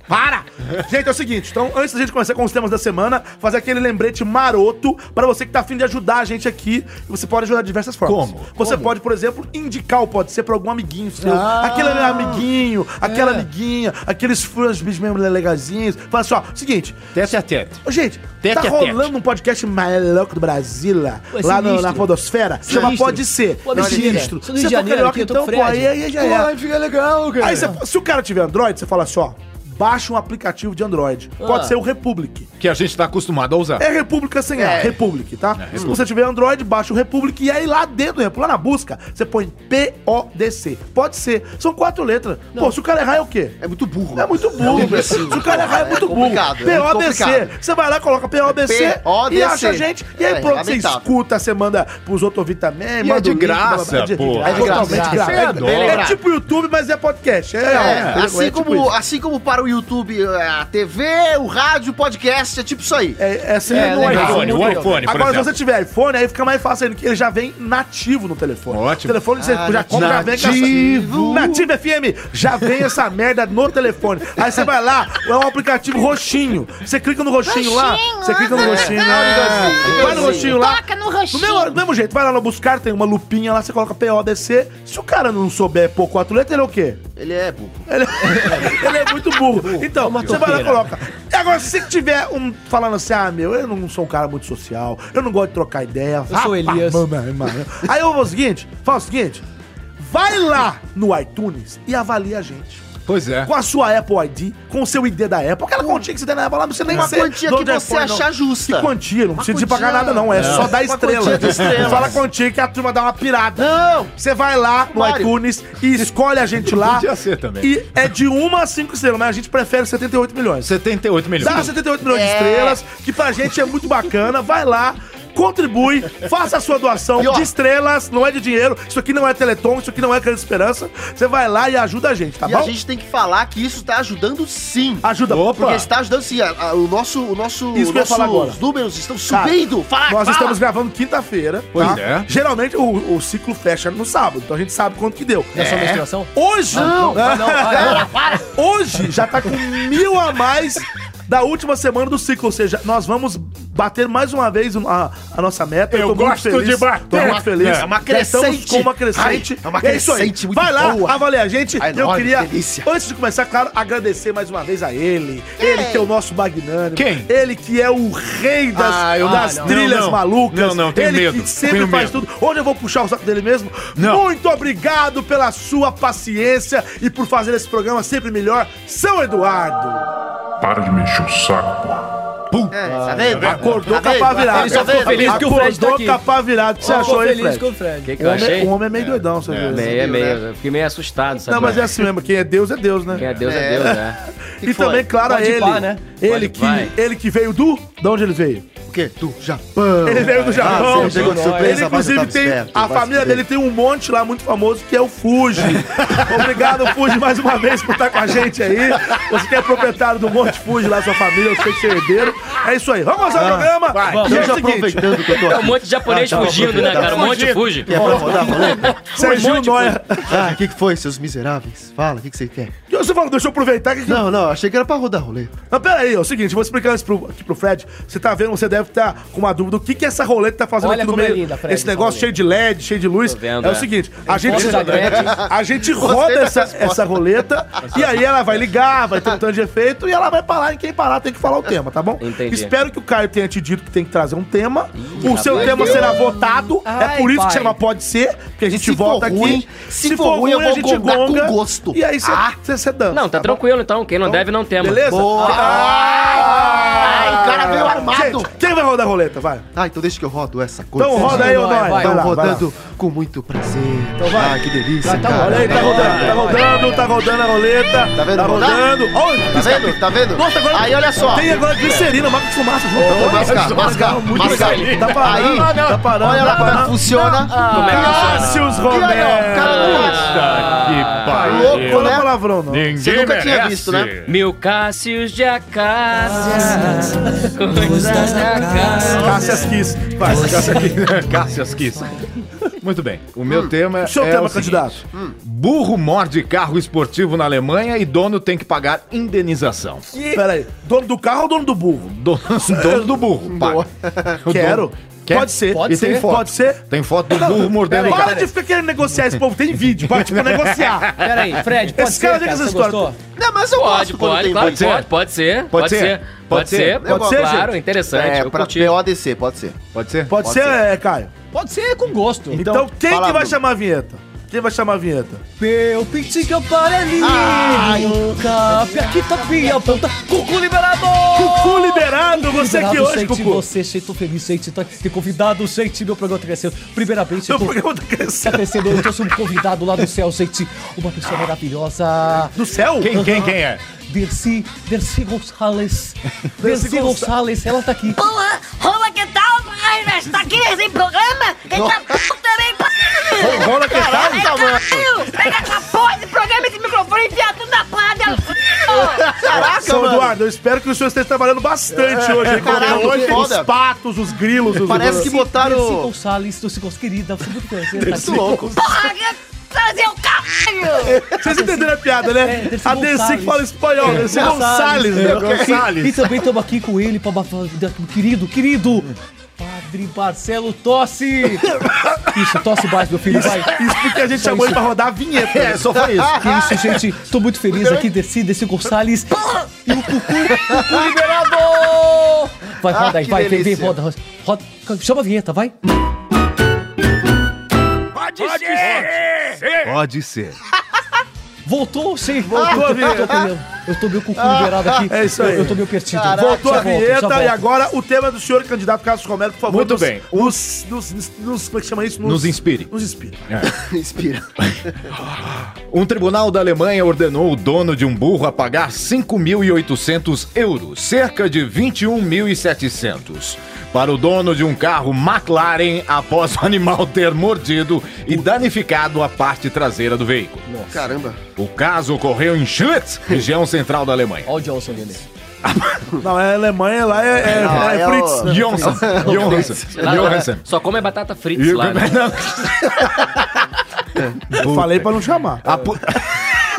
S3: Para! Gente, é o seguinte, então, antes da gente começar com os temas da semana, fazer aquele lembrete maroto pra você que tá afim de ajudar a gente aqui. E Você pode ajudar de diversas formas.
S4: Como?
S3: Você pode, por exemplo, indicar o Pode Ser pra algum amiguinho seu.
S8: Ah.
S3: aquele amiguinho, aquela
S8: É.
S3: amiguinha, aqueles fãs mesmo legazinhos. Fala assim, ó, seguinte,
S8: Tete a tete.
S3: Ô, Gente,
S8: Tete
S3: tá
S8: a tete.
S3: rolando um podcast mais louco do Brasil, lá,
S2: Pô, é
S3: lá no-
S2: sinistro.
S3: na Podosfera, chama
S2: Sinistro.
S3: Pode Ser.
S2: Pô, mentira. Sou do Rio
S3: Você
S2: de
S3: for
S2: Janeiro
S3: carioca,
S2: aqui, eu tô
S3: então,
S2: com
S3: pô,
S2: Fred.
S3: aí, aí já é.
S8: Ai, fica legal, cara.
S3: Aí você- se o cara tiver Android, você fala assim, ó, baixa um aplicativo de Android. Pode ser o Republic.
S4: Que a gente tá acostumado a usar.
S3: É República sem A, Republic, tá? Se você tiver Android, baixa o Republic e aí lá dentro, do Republic, lá na busca, você põe P-O-D-C. Pode ser. São quatro letras. Pô, se o cara errar, é o quê?
S5: É muito burro.
S3: É muito burro,
S5: É um
S3: velho. Se
S5: imbecil.
S3: o cara errar, é muito burro.
S5: complicado, é muito
S3: PODC.
S5: complicado.
S3: Você vai lá, coloca PODC
S5: PODC.
S3: e acha a gente. E aí,
S5: É,
S3: pronto, você
S5: lamentável.
S3: escuta, você manda pros outros ouvir também.
S4: E
S3: manda
S4: é de
S3: o link,
S4: graça,
S3: blá, blá, blá,
S4: pô.
S3: É
S4: É
S5: de
S3: totalmente
S5: graça.
S3: de graça.
S5: Você é
S3: É,
S5: doido.
S3: é tipo YouTube, mas é podcast. É,
S5: É,
S3: é,
S5: assim,
S3: é tipo
S5: como,
S3: isso.
S5: assim como para o YouTube, é, a TV, o rádio, o podcast, é tipo isso aí.
S3: É, é assim,
S2: É,
S3: não é
S2: legal.
S3: isso.
S4: iPhone, o iPone, por
S3: Agora, se
S4: exemplo.
S3: você tiver iPhone, aí fica mais fácil ainda, que ele já vem nativo no telefone.
S4: Ótimo.
S3: O telefone você já compra, já vem
S5: nativo.
S3: com essa... Nativo FM, já vem essa merda no telefone. Aí você vai lá, é um aplicativo roxinho. Você clica no
S8: assim
S3: roxinho, lá,
S7: Roxinho,
S3: você clica no
S7: ah,
S3: roxinho.
S8: né?
S7: ah,
S3: lá, vai no roxinho lá.
S7: Toca no
S3: Do
S7: roxinho.
S3: mesmo, do mesmo jeito, vai lá no buscar, tem uma lupinha lá, você coloca PODC. Se o cara não souber pôr quatro letras, ele é o quê?
S5: Ele é burro.
S3: Ele, ele é muito burro. Então, você vai lá e coloca. E agora, se tiver um falando assim, ah, meu, eu não sou um cara muito social, eu não gosto de trocar ideia.
S2: Eu
S3: rapaz,
S2: sou Elias.
S3: mano, mano, mano. Aí eu vou o seguinte, fala o seguinte, vai lá no iTunes e avalia a gente.
S4: Pois é.
S3: Com a sua Apple ID, com o seu ID da Apple. Aquela quantia que você tem na Apple lá, não precisa nem
S5: Uma
S3: ser
S5: quantia
S3: dono
S5: que
S3: de
S5: você
S3: iPhone, não.
S5: achar justa.
S3: Que quantia, não precisa de pagar
S5: quantia-
S3: nada, não. É só
S5: Uma
S3: dar estrela.
S5: quantia de estrelas.
S3: Fala quantia que a turma dá uma pirada.
S5: Não!
S3: Você vai lá no
S5: Mário.
S3: iTunes e escolhe a gente lá.
S4: Podia ser também.
S3: E é de uma a cinco estrelas, mas a gente prefere 78 milhões.
S4: 78 milhões.
S3: Dá 78 milhões de
S5: É.
S3: estrelas, que pra gente é muito bacana. Vai lá, contribui, faça a sua doação
S5: E, ó,
S3: de estrelas, não é de dinheiro. Isso aqui não é Teleton, isso aqui não é Grande Esperança. Você vai lá e ajuda a gente, tá
S5: e
S3: bom?
S5: a gente tem que falar que isso tá ajudando sim.
S3: Ajuda.
S5: Porque está ajudando sim. a- a- o nosso, o nosso,
S3: Isso que eu ia
S5: nossos
S3: falar agora.
S5: números estão
S3: Cara,
S5: subindo. Fala,
S3: Nós
S5: fala.
S3: estamos gravando quinta-feira. tá?
S4: Pois é.
S3: Geralmente o, o ciclo fecha no sábado, então a gente sabe quanto que deu.
S2: É só menstruação?
S3: Hoje,
S2: Não, não, não, ah,
S3: hoje já tá com mil a mais da última semana do ciclo, ou seja, nós vamos bater mais uma vez a, a nossa meta.
S4: Eu gosto de bater.
S3: Tô muito feliz.
S5: É uma
S3: Já estamos
S5: crescente.
S3: com uma crescente.
S5: Ai, é uma crescente muito
S3: Vai lá,
S5: boa.
S3: avalia a gente.
S5: Ai,
S3: eu
S5: olha,
S3: queria,
S5: que delícia.
S3: antes de começar, claro, agradecer mais uma vez a ele. Ele que é o nosso magnânimo.
S4: Quem?
S3: Ele que é o rei das,
S4: Ah, eu-
S3: das
S4: ah, não.
S3: trilhas
S4: Não, não.
S3: malucas.
S4: Não, não, tenho
S3: ele
S4: medo.
S3: que sempre
S4: Tenho
S3: faz
S4: medo.
S3: tudo tudo. Hoje eu vou puxar o saco dele mesmo.
S4: Não.
S3: Muito obrigado pela sua paciência e por fazer esse programa sempre melhor, São Eduardo.
S9: Para de me encher o saco, porra.
S5: É, tá vendo?
S3: Acordou
S5: Tá
S3: com a
S5: vendo?
S3: pá virada.
S2: Ele só
S5: Tá
S2: ficou
S5: vendo?
S2: feliz que o Fred tá
S3: Acordou
S2: aqui.
S3: com a pá virada. O que você
S2: Eu tô
S3: achou aí,
S2: feliz
S3: Fred?
S2: com o Fred.
S6: que, que eu
S3: O homem-
S6: achei?
S3: O homem é meio doidão, você viu?
S6: Meio, é
S5: viu,
S6: meio.
S5: né?
S6: Eu fiquei meio assustado, sabe?
S3: Não, mas é assim mesmo. Quem é Deus, é Deus, né?
S6: Quem é Deus é,
S5: É.
S6: Deus, né?
S5: Que
S3: E
S5: foi?
S3: também, claro,
S2: Pode ir
S3: ele.
S2: pá, né?
S3: Ele
S6: Pode
S3: que,
S6: vai.
S3: ele que veio do. De onde ele veio?
S5: O quê? Do Japão.
S3: Ele veio do Japão.
S5: você chegou de surpresa,
S3: ele,
S5: mas eu
S3: inclusive,
S5: tava
S3: tem.
S5: esperto,
S3: a
S5: vai se
S3: família
S5: fuder.
S3: dele tem um monte lá muito famoso que é o Fuji. Obrigado, Fuji, mais uma vez por estar com a gente aí. Você que é proprietário do Monte Fuji lá, sua família, eu sei que você é herdeiro. É isso aí. Vamos ao programa.
S2: Vamos.
S3: E é
S5: Ah, Deixa eu
S3: o seguinte,
S5: aproveitando que eu tô
S6: É um
S5: aqui.
S6: monte de japonês
S5: Ah, tá,
S6: fugindo, né,
S5: tá,
S6: cara? Um monte
S4: fugindo.
S6: fugindo.
S5: Que é pra rodar, falou?
S3: Serginho
S6: monte de
S3: Noia.
S5: Ah, o que, que foi, seus miseráveis? Fala, o que, que você quer?
S3: E você falou, deixa eu aproveitar que
S5: Não, não, achei que era pra rodar rolê.
S3: Mas peraí, é o seguinte, eu vou explicar isso pro, aqui pro Fred. Você tá vendo, você deve estar com uma dúvida. O que, que essa roleta tá fazendo
S2: Olha
S3: aqui no
S2: como é
S3: meio?
S2: linda, Fred,
S3: esse
S2: essa
S3: negócio cheio
S2: roleta.
S3: de LED, cheio de luz.
S6: Tô vendo,
S3: é, o
S6: é.
S3: seguinte, a gente,
S2: foto da Gretchen.
S3: a gente
S5: Gostei
S3: roda
S5: da
S3: essa,
S5: resposta.
S3: essa roleta e aí ela vai ligar, vai ter um tanto de efeito e ela vai parar. E quem parar tem que falar o tema, tá bom?
S6: Entendi.
S3: Espero que o Caio tenha te dito que tem que trazer um tema. o seu
S6: rapaz.
S3: tema será votado. é
S2: Ai,
S3: por isso
S2: pai.
S3: que chama Pode Ser, porque a gente
S5: se for
S3: volta aqui.
S5: ruim- se for ruim, eu vou gongar com gosto.
S3: E É aí você dança.
S6: Não, tá
S3: bom?
S6: tranquilo então. Quem não deve, não tema.
S3: Beleza?
S5: Ah. Boa.
S3: Ah!
S5: Ai, o cara veio armado.
S3: Gente, quem vai rodar a roleta? Vai.
S5: Ah, então deixa que eu rodo essa coisa.
S3: Então roda aí, ô
S2: Vai,
S3: Noia.
S2: vai,
S3: Vai
S5: Estão
S3: lá, vai lá.
S5: rodando com muito prazer. Então
S3: vai.
S5: Ah, que delícia,
S2: Vai, tá
S5: cara.
S2: bom.
S3: Olha aí, tá
S2: Vai,
S3: rodando, tá
S2: vai,
S3: rodando, tá rodando a roleta.
S5: Tá vendo
S3: Tá
S5: rodar?
S3: rodando.
S5: Tá
S3: Olha,
S5: vendo? Tá vendo?
S3: Nossa, agora-
S5: Aí, olha só.
S3: tem agora glicerina, marca de fumaça junto.
S5: Ô, mascar, mascar, mascar.
S3: Tá parando,
S5: Aí,
S3: tá parando,
S5: olha
S3: tá
S5: lá como é que
S3: parando.
S5: funciona. Como é que funciona?
S3: Cássius
S5: E aí, ó, o
S3: Romero.
S5: cara
S4: Puta que
S5: louco,
S4: pariu.
S3: Fala
S5: né?
S3: palavrão, não.
S4: Ninguém
S5: Você nunca tinha
S4: merece.
S5: visto, né?
S6: Mil Cássios de Acácias, coisas da Acácia.
S3: Cássias Kiss. Vai, Cássias Kiss.
S4: Cássias Kiss. Muito bem. O meu tema é.
S3: O seu
S4: é
S3: tema,
S4: o seguinte.
S3: candidato.
S4: Burro morde carro esportivo na Alemanha e dono tem que pagar indenização.
S3: Pera aí. Dono do carro ou dono do burro?
S4: Dono, dono do burro. Paga. O
S3: Quero.
S4: dono- Quer?
S3: Pode ser.
S4: Pode
S3: E tem
S4: ser.
S3: foto. Pode ser.
S4: Tem foto do burro mordendo o
S3: Para
S4: carro.
S3: de ficar querendo negociar esse povo. Tem vídeo. Para, tipo, negociar.
S2: Pera aí, Fred, pode
S3: Esse
S2: ser,
S3: cara
S2: cara,
S3: tem essa
S2: você
S3: história.
S2: gostou?
S5: Não, mas eu
S6: Pode,
S5: gosto quando
S6: pode,
S5: tem
S6: claro,
S5: dois.
S4: ser?
S6: pode, pode ser. Pode ser. Pode ser.
S5: Eu
S6: Pode
S5: gosto.
S6: ser, claro,
S3: gente.
S6: interessante.
S5: É,
S6: Eu
S5: pra
S6: curti.
S5: PODC, pode ser.
S4: Pode ser?
S3: Pode ser, é, Caio?
S2: Pode ser com gosto.
S3: Então, quem
S5: fala,
S3: que vai
S5: Bruno.
S3: chamar a vinheta? Quem vai chamar a vinheta?
S2: Meu pintinho amarelinho, cap, Um aqui tapinha, ponta, cucu liberador!
S3: Cucu liberado, você aqui
S2: Liberado,
S3: hoje,
S2: sente
S3: Cucu.
S2: você, sinto feliz, sente tá, ter convidado, sente meu programa tá crescendo. Primeiramente,
S3: Seu
S2: eu tô,
S3: programa tá
S2: tá
S3: crescendo.
S2: crescendo, eu trouxe um convidado lá do céu, gente, uma pessoa maravilhosa.
S3: Do céu?
S4: Quem, quem, quem é?
S2: Dercy, Dercy Gonçalves, Dercy Gonçalves, ela tá aqui.
S8: Olá, olá, que tal? Ai, Está aqui esse programa? Que tá puta bem parido!
S3: Rola que tal?
S8: Ai, caralho! Pega essa porra de programa, esse microfone enfiado tudo na porra dela!
S3: São Eduardo, eu espero que o senhor esteja trabalhando bastante hoje. hein?
S5: É. Caraca,
S3: Porque hoje
S5: que foda.
S3: os patos, os grilos, os...
S5: Parece que
S2: Dercy
S5: botaram.
S2: Gonçalves, Dercy Gonçalves, querida, foi muito prazer tá
S5: Isso louco.
S8: Porra, que trazer o caralho!
S3: Vocês entenderam a piada, né?
S2: É, Dercy
S3: a Dercy que
S2: Gonçalves. É.
S3: fala espanhol, Dercy Gonçalves,
S2: Gonçalves,
S3: né?
S2: E também estamos aqui com ele para querido, querido Padre Marcelo Tosse. Isso, tosse mais, meu filho, vai.
S3: Isso porque a gente
S2: Só
S3: chamou
S2: isso.
S3: ele pra rodar a vinheta. né?
S4: É, só foi isso.
S2: Que isso, gente. Tô muito feliz aqui desse, desse Gonçalves. E o Cucu, Cucu liberador. Vai, roda aí,
S5: que
S2: vai, vem, vem,
S5: delícia.
S2: roda, roda. roda. Chama a vinheta, vai.
S4: Pode ser.
S2: Voltou, sim. Voltou
S3: a
S2: eu, tô, eu,
S3: vinheta.
S2: tô, meio- eu tô meio cucu liberado aqui.
S3: É isso aí.
S2: Eu, eu tô meio perdido.
S3: Voltou a
S2: Já volto, já
S3: vinheta
S2: volto.
S3: e agora o tema do senhor candidato Carlos Romero, por favor.
S4: Muito
S3: nos-
S4: bem.
S3: Nos, nos, nos- como é que chama isso?
S4: Nos inspire.
S3: Nos inspire.
S5: Inspira.
S4: Um tribunal da Alemanha ordenou o dono de um burro a pagar 5.800 euros, cerca de 21.700, para o dono de um carro McLaren após o animal ter mordido e danificado a parte traseira do veículo.
S5: Caramba.
S4: O caso ocorreu em Schlitz, região central da Alemanha.
S2: Olha o Johnson ali. né?
S3: Não, é Alemanha, lá é, é,
S5: Não,
S3: é
S5: é o-
S3: Fritz. né?
S4: Johnson, Johnson,
S3: É
S6: Lá- lá-
S4: Johnson.
S6: Só come batata frita lá. né?
S3: Eu Falei pra não chamar.
S4: A po-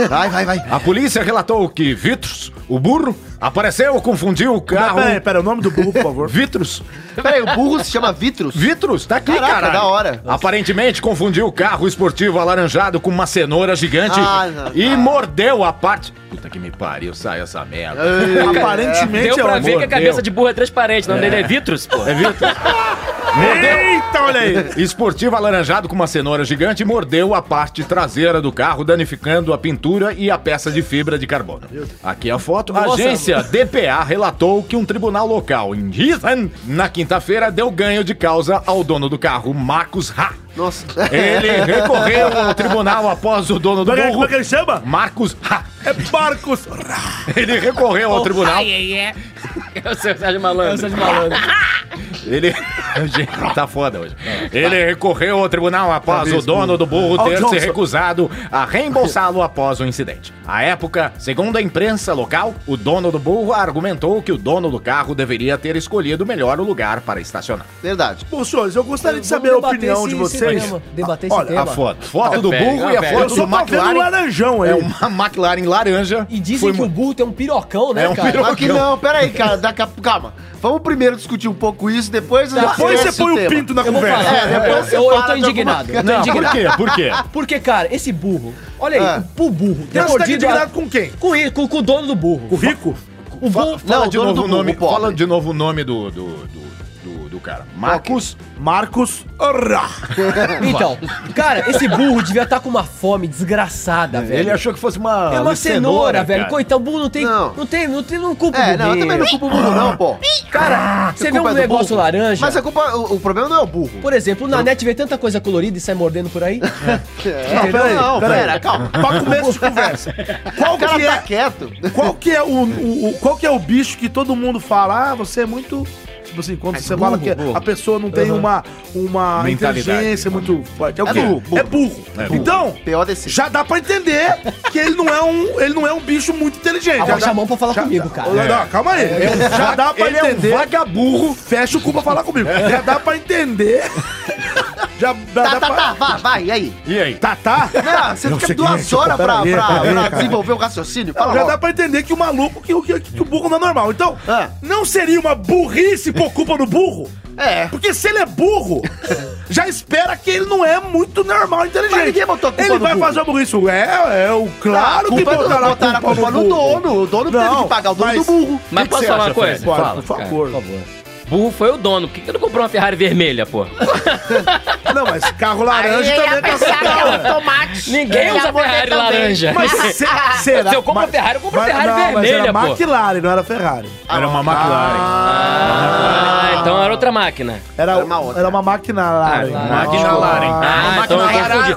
S5: Vai, vai, vai.
S4: A polícia relatou que Vitrus, o burro, apareceu, confundiu o
S3: Não,
S4: carro.
S3: pera aí, É, pera aí, o nome do burro, por favor.
S4: Vitrus,
S5: Peraí, o burro se chama Vitrus?
S4: Vitrus, tá aqui,
S5: Caraca,
S4: caralho.
S5: da hora.
S4: Aparentemente confundiu o carro esportivo alaranjado com uma cenoura gigante
S5: Ah, não.
S4: e mordeu a parte. Puta que me pariu, sai essa merda.
S3: Aparentemente
S6: Deu
S3: é
S6: pra
S3: o
S6: ver que a cabeça
S4: Deu.
S6: de burro é transparente. O nome dele é Vitrus, pô.
S4: É Vitrus.
S3: Eita, olha aí.
S4: Esportivo alaranjado com uma cenoura gigante mordeu a parte traseira do carro, danificando a pintura e a peça de fibra de carbono. Aqui a foto. A
S2: Nossa.
S4: agência DPA relatou que um tribunal local em Gießen, na quinta-feira, deu ganho de causa ao dono do carro, Marcos Ha.
S5: Nossa.
S4: Ele recorreu ao tribunal após o dono do
S3: Como é que- como é que
S4: burro,
S3: ele chama?
S4: Marcos Ha.
S3: É Marcos.
S4: Ele recorreu ao tribunal.
S6: É o seu Sérgio Malandro.
S4: Ele. Gente, tá foda hoje. Ele recorreu ao tribunal após o dono do burro
S3: Ó,
S4: ter
S3: Johnson.
S4: se recusado a reembolsá-lo após o incidente. À época, segundo a imprensa local, o dono do burro argumentou que o dono do carro deveria ter escolhido melhor o lugar para estacionar.
S5: Verdade.
S3: Bom, senhores, eu gostaria de
S2: Vamos
S3: saber a
S2: debater
S3: opinião
S2: esse-
S3: de
S2: esse
S3: vocês.
S2: tema, debater esse
S3: Olha,
S2: tema.
S4: A foto. Foto
S6: Tá
S4: do
S6: velho,
S4: burro
S6: tá
S4: e a
S6: velho.
S3: Eu
S4: foto do
S3: só tô vendo um
S4: É, McLaren.
S3: laranjão aí.
S4: É uma McLaren laranja.
S2: E dizem
S4: Foi
S2: que
S4: mu-
S2: o burro tem um pirocão, né,
S4: É um
S2: cara?
S4: pirocão.
S5: Aqui não, peraí, cara. Daqui a... Calma. Vamos primeiro discutir um pouco isso, depois a gente
S3: Depois você
S5: esquece
S3: põe o
S5: tema.
S3: pinto na
S2: Eu vou
S3: conversa.
S2: falar.
S5: É, depois
S2: eu,
S5: você
S2: eu- eu
S5: fala de
S2: tô
S5: alguma
S2: indignado. Eu tô
S4: Não, por
S2: tá indignado.
S4: quê? Por quê?
S2: Porque, cara, esse burro. Olha aí,
S5: Ah.
S2: o burro.
S3: Tem
S2: Tem
S3: você tá
S2: mordido a...
S3: indignado com quem?
S2: com, ele- com, com o dono do burro.
S3: Com o Rico?
S2: O burro.
S5: Não,
S4: Fala
S5: o
S4: de
S5: dono
S4: novo
S5: do
S4: o nome.
S5: burro, pobre.
S4: Fala de novo o nome do. do, do... Do, do cara. Marcos.
S3: Marcos. Orra.
S2: Então, cara, esse burro devia estar com uma fome desgraçada, velho.
S4: Ele achou que fosse uma.
S2: É uma cenoura, velho.
S4: cara.
S2: Coitado, o burro não tem. Não,
S5: Não.
S2: tem, não tem, não culpa
S5: É,
S2: o
S5: não, eu também não culpo o burro, não, pô.
S2: Cara, você vê
S5: culpa
S2: um
S5: é do
S2: negócio
S5: burro.
S2: laranja.
S5: Mas a culpa, o, o problema não é o burro.
S2: Por exemplo, na net vê tanta coisa colorida e sai mordendo por aí.
S5: É,
S3: Não, peraí,
S5: não,
S3: peraí.
S5: pera, calma.
S3: Pra começo de conversa. Qual
S5: O cara
S3: que
S5: tá
S3: é,
S5: quieto.
S3: qual que é o, o- o- qual que é o bicho que todo mundo fala? Ah, você é muito Tipo assim, quando você fala que a pessoa não tem uma, uma
S4: Mentalidade.
S3: inteligência muito forte. É o
S5: É
S3: quê?
S5: burro, burro.
S3: É burro.
S4: É burro.
S3: Então,
S5: PODC.
S3: já dá pra entender que ele não é um, ele não é um bicho muito inteligente.
S5: Tá,
S3: Já
S2: Abaixa
S3: dá-
S2: a mão pra falar
S3: já-
S2: comigo,
S3: Ô,
S2: cara.
S5: É.
S3: Leandro, calma aí. já dá pra
S4: Ele é um
S3: entender.
S4: vagaburro.
S3: Fecha o cu pra falar comigo. Já dá pra entender Já dá,
S5: É. Tá,
S3: dá
S5: tá, tá,
S3: pra-
S5: vai, vai, e aí?
S4: E aí?
S3: Tá, tá?
S5: Não, você
S3: Não,
S5: fica
S3: é você
S5: duas
S3: deixa,
S5: horas pra,
S3: pera aí,
S5: pra-
S3: pera aí,
S5: pra
S3: cara.
S5: desenvolver o raciocínio? Fala
S3: Já tá-
S5: logo.
S3: dá pra entender que o maluco, que, o- que, que o burro não é normal. Então,
S5: Ah.
S3: não seria uma burrice por culpa do burro?
S5: É.
S3: Porque se ele é burro, já espera que ele não é muito normal, inteligente.
S5: Mas ninguém botou a culpa
S3: Ele
S5: no
S3: vai
S5: burro.
S3: fazer uma burrice. É, é, o claro
S5: Não, a
S3: que
S5: culpa é do-
S3: botaram a
S5: botaram
S3: culpa,
S5: a culpa no dono. O dono teve que pagar o dono
S3: mas-
S5: do burro.
S6: Mas posso
S4: você
S6: falar
S4: acha,
S6: uma coisa?
S3: Fora,
S6: Fala,
S3: por favor.
S6: cara. Burro foi o dono. Por que que ele não comprou uma Ferrari vermelha, pô?
S3: Não, mas carro
S7: Aí
S3: laranja
S7: eu ia
S3: também tá
S7: pensar que é um tomate.
S6: Ninguém
S7: Eu ia
S6: usa
S7: morder
S6: Ferrari
S7: também.
S6: laranja.
S3: Mas se- será?
S6: Se eu compro
S3: Mas-
S6: Ferrari, eu compro
S3: mas-
S6: Ferrari
S3: não, mas
S6: vermelha,
S3: era
S6: pô.
S3: McLaren, não era Ferrari.
S4: Era uma McLaren.
S6: Ah, então era outra máquina.
S3: Era,
S5: Era uma outra.
S3: Era uma McLaren.
S4: McLaren.
S6: Ah, então eu confundi.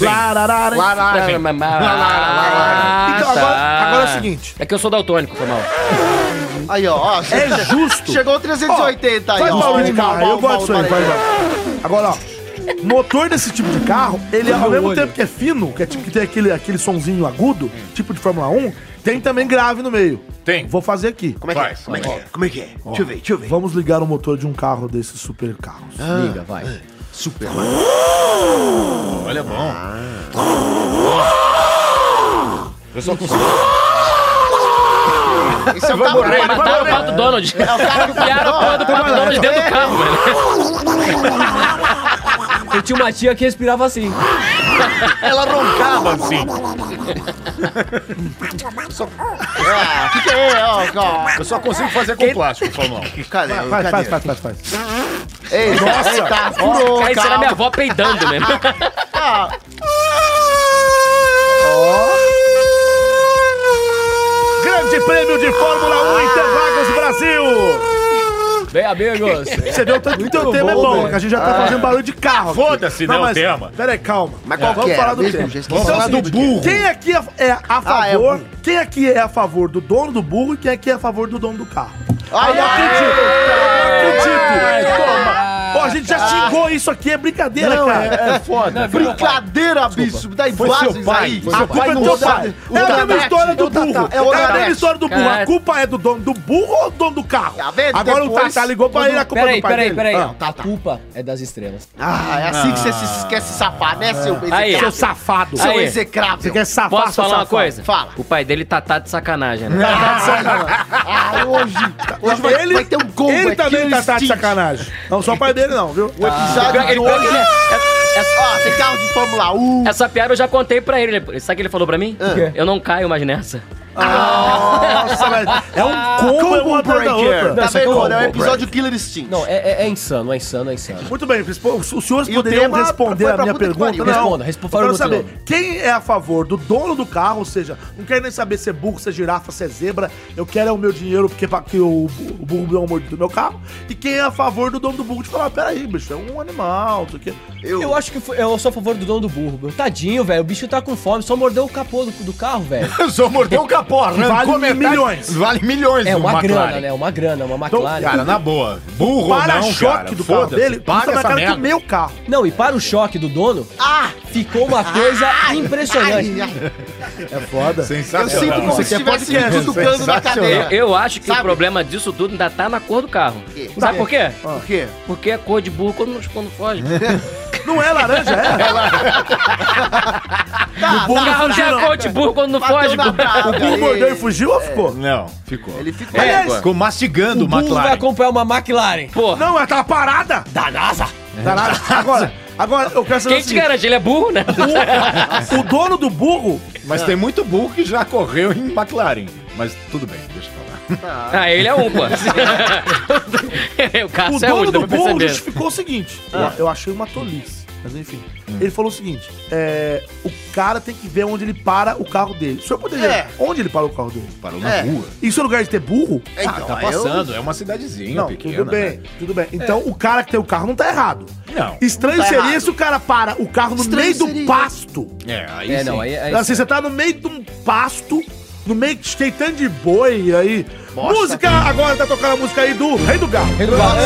S3: Lararara.
S6: Lararara. Ah,
S3: Então, agora,
S6: tá.
S3: agora é o seguinte.
S6: É que eu sou daltônico, foi mal.
S5: Aí, ó, ó.
S3: É
S5: che-
S3: justo.
S5: Chegou o 380 Tá aí,
S3: Faz
S5: ó. um
S3: barulho de
S5: Mal,
S3: carro, eu
S5: mal,
S3: gosto disso aí,
S5: mal,
S3: faz
S5: mal.
S3: barulho. Agora, ó. Motor desse tipo de carro, ele ao mesmo tempo que é fino, que é tipo que tem aquele, aquele sonzinho agudo,
S6: Hum.
S3: tipo de Fórmula 1, tem também grave no meio.
S4: Tem.
S3: Vou fazer aqui.
S5: Como é que é?
S4: Vai,
S5: Como é que é? Como é que é? Deixa eu ver, deixa eu ver.
S3: Vamos ligar o motor de um carro desses super carros.
S2: Liga, vai.
S5: Super.
S4: Olha, é bom. Eu só consigo.
S5: Esse é o
S4: Vai
S5: carro
S4: morrer,
S5: pra
S4: vai
S5: matar
S6: Mataram o
S5: o
S6: Pato Donald.
S3: É,
S5: cara do
S6: Enfiaram a porra do Pato Donald dentro do carro, velho.
S2: Eu tinha uma tia que respirava assim.
S4: Ela roncava assim.
S5: Ah, que que é? Ó, ó.
S4: Eu só consigo fazer com plástico, Paulão.
S5: Cadê?
S3: Faz,
S5: Cadê?
S3: faz, faz, faz, faz.
S5: Ei, nossa, eita, furou,
S6: Aí será
S5: calma.
S6: minha avó peidando mesmo.
S5: Ah,
S3: Grande prêmio de Fórmula 1 Interlagos Brasil!
S2: Bem, amigos.
S3: Você vê o tanto que teu tema é
S2: bom,
S3: bom,
S2: velho. Ah.
S3: que a gente já tá fazendo barulho de carro. aqui.
S4: Foda-se, né, o
S3: mas-
S4: tema.
S3: Pera aí, calma.
S5: Mas qual que é?
S3: Vamos
S5: era
S3: falar do
S5: mesmo?
S3: tema.
S5: Já esqueci.
S4: Vamos
S5: Então,
S4: falar do
S5: seguinte,
S4: burro.
S3: Quem aqui é, é a
S5: Ah, é o
S3: favor?
S5: burro.
S3: quem aqui é a favor do dono do burro e quem aqui é a favor do dono do carro?
S5: Ai,
S3: eu não
S5: ai,
S3: acredito! Eu não acredito! Toma! Ó, a gente já xingou isso aqui, é brincadeira, cara.
S4: É foda.
S5: Brincadeira, bicho. Dá
S4: Foi seu
S5: embases
S4: pai,
S5: aí.
S4: foi
S5: A
S4: seu
S5: culpa
S4: pai,
S5: é
S4: não
S5: do teu
S4: foi
S5: pai.
S3: É a mesma história do
S5: O Tatá,
S3: burro.
S5: É o
S3: É a mesma
S5: Tatá.
S3: história do burro. A
S6: Caraca.
S3: culpa é do dono do burro ou do dono do carro?
S5: Tá vendo?
S3: Agora o
S5: Depois-
S3: Tatá ligou pra ele, a culpa é
S2: Peraí,
S3: do pai
S2: peraí,
S3: dele.
S2: peraí.
S3: Ah.
S2: A culpa é das estrelas.
S5: tá, Ah, é assim que você se esquece de safar, né, seu
S6: Aí.
S5: execrável?
S3: Seu safado.
S5: Seu
S6: Aí.
S5: execrável.
S3: Você quer safar,
S6: Posso
S3: seu
S6: falar uma
S3: safado.
S6: coisa?
S5: Fala.
S6: O pai dele tá, tá de sacanagem, né?
S5: Ah, hoje. Hoje vai,
S3: Ele,
S5: vai ter um gol.
S3: ele
S5: é
S3: também
S5: Killer
S3: tá, tá de
S5: Instinct.
S3: sacanagem. Não, só o pai dele não, viu?
S5: O
S1: Tá
S5: episódio de
S6: Ele pior que
S5: hoje.
S6: ele é- é-
S5: Ó, tem carro de Fórmula 1.
S6: Essa piada eu já contei pra ele. né? Sabe o que ele falou pra mim?
S2: quê?
S6: Eu não caio mais nessa.
S3: Nossa, mas é
S5: Ah,
S3: um combo, é uma atrás da outra.
S5: Tá
S2: isso aqui é
S5: vendo?
S2: um
S5: mano? É um
S2: combo
S5: episódio Killer Instinct.
S2: Não, é, é- é insano, é insano, é insano.
S3: Muito bem, os os senhores
S5: E o
S3: poderiam
S5: tema
S3: responder
S5: foi
S3: a
S5: pra
S3: minha
S5: puta que
S3: pergunta?
S5: pariu.
S3: Não.
S2: Responda, responda,
S3: Eu quero
S2: fala do
S3: saber,
S2: outro
S3: quem é a favor do dono do carro, ou seja, não quero nem saber se é burro, se é girafa, se é zebra, eu quero é o meu dinheiro porque pra que o, o burro deu uma mordida do meu carro, e quem é a favor do dono do burro de falar, peraí, bicho, é um animal, não sei o quê.
S2: Eu,
S5: Eu
S2: acho que foi- eu sou a favor do dono do burro, meu. Tadinho, velho. O bicho tá com fome, só mordeu o capô do, do carro, velho.
S4: Só mordeu o um capô, arrancou
S3: Vale
S4: metade-
S3: milhões.
S4: Vale milhões
S2: É
S4: o
S2: uma grana,
S4: McLaren.
S2: né? Uma grana, uma
S3: Então,
S2: McLaren.
S4: Cara, na boa. Burro ou não, cara.
S3: Para-choque do carro
S4: Foda-se.
S3: dele,
S4: Paga
S3: na
S4: essa
S3: cara
S4: merda.
S3: do meu carro.
S2: Não, e para o choque do dono,
S5: Ah!
S2: ficou uma coisa
S5: Ai,
S2: impressionante.
S5: ai.
S3: É foda.
S5: Eu sinto
S4: Sensacional.
S5: como se
S3: Isso aqui é
S5: estivesse me
S3: podcast,
S5: cutucando na
S1: É.
S4: sensacional.
S5: cadeira.
S6: Eu acho que
S5: Sabe?
S6: o problema disso tudo ainda tá na cor do carro.
S5: quê?
S6: Sabe por quê?
S5: Por quê?
S6: Porque é cor de burro quando, quando foge.
S3: Não é laranja, é?
S5: Tá,
S6: O carro já é cor de burro quando não
S5: Bateu
S6: foge.
S5: na
S6: pô.
S5: trave
S3: O burro
S5: ali.
S3: mordeu e fugiu ou ficou?
S4: Não, ficou.
S5: Ele ficou.
S6: É,
S5: Aliás,
S6: agora.
S4: Ficou mastigando o
S2: O burro É, vai
S4: McLaren.
S2: acompanhar uma McLaren.
S6: Pô,
S3: Não, ela tava parada.
S2: Da NASA.
S3: Tá lá- Agora, agora eu quero saber
S6: quem
S3: o
S6: te
S3: seguinte,
S6: garante? Ele é burro, né?
S3: o, o dono do burro,
S4: Mas tem muito burro que já correu em McLaren. Mas tudo bem, deixa eu falar.
S6: Ah, ele é um, pô. o
S3: o
S6: carro é
S3: dono
S6: um, deu
S3: do
S6: pra
S3: burro
S6: perceber.
S3: justificou o seguinte. Eu, eu achei uma tolice, mas enfim. Ele falou o seguinte, é, o cara tem que ver onde ele para o carro dele. O senhor poderia...
S5: É.
S3: Onde ele parou o carro dele?
S4: Parou na
S5: É.
S4: rua.
S3: Isso é lugar de ter burro?
S5: então,
S4: tá
S5: aí
S4: passando, é uma cidadezinha
S3: Não,
S4: pequena.
S3: tudo bem,
S4: né?
S3: tudo bem. Então o cara que tem o carro não tá errado.
S4: Não.
S3: Estranho
S5: Não tá
S3: seria
S5: errado.
S3: se o cara para o carro no
S5: Estranho
S3: meio do
S5: seria.
S3: pasto.
S4: É, aí
S2: É,
S4: sim.
S2: não, aí é.
S3: assim, você tá no meio de um pasto, no meio de tem tanto de boi aí.
S5: Nossa.
S3: Música, agora tá tocando a música aí do Rei do Galo.
S2: Rei do Galo.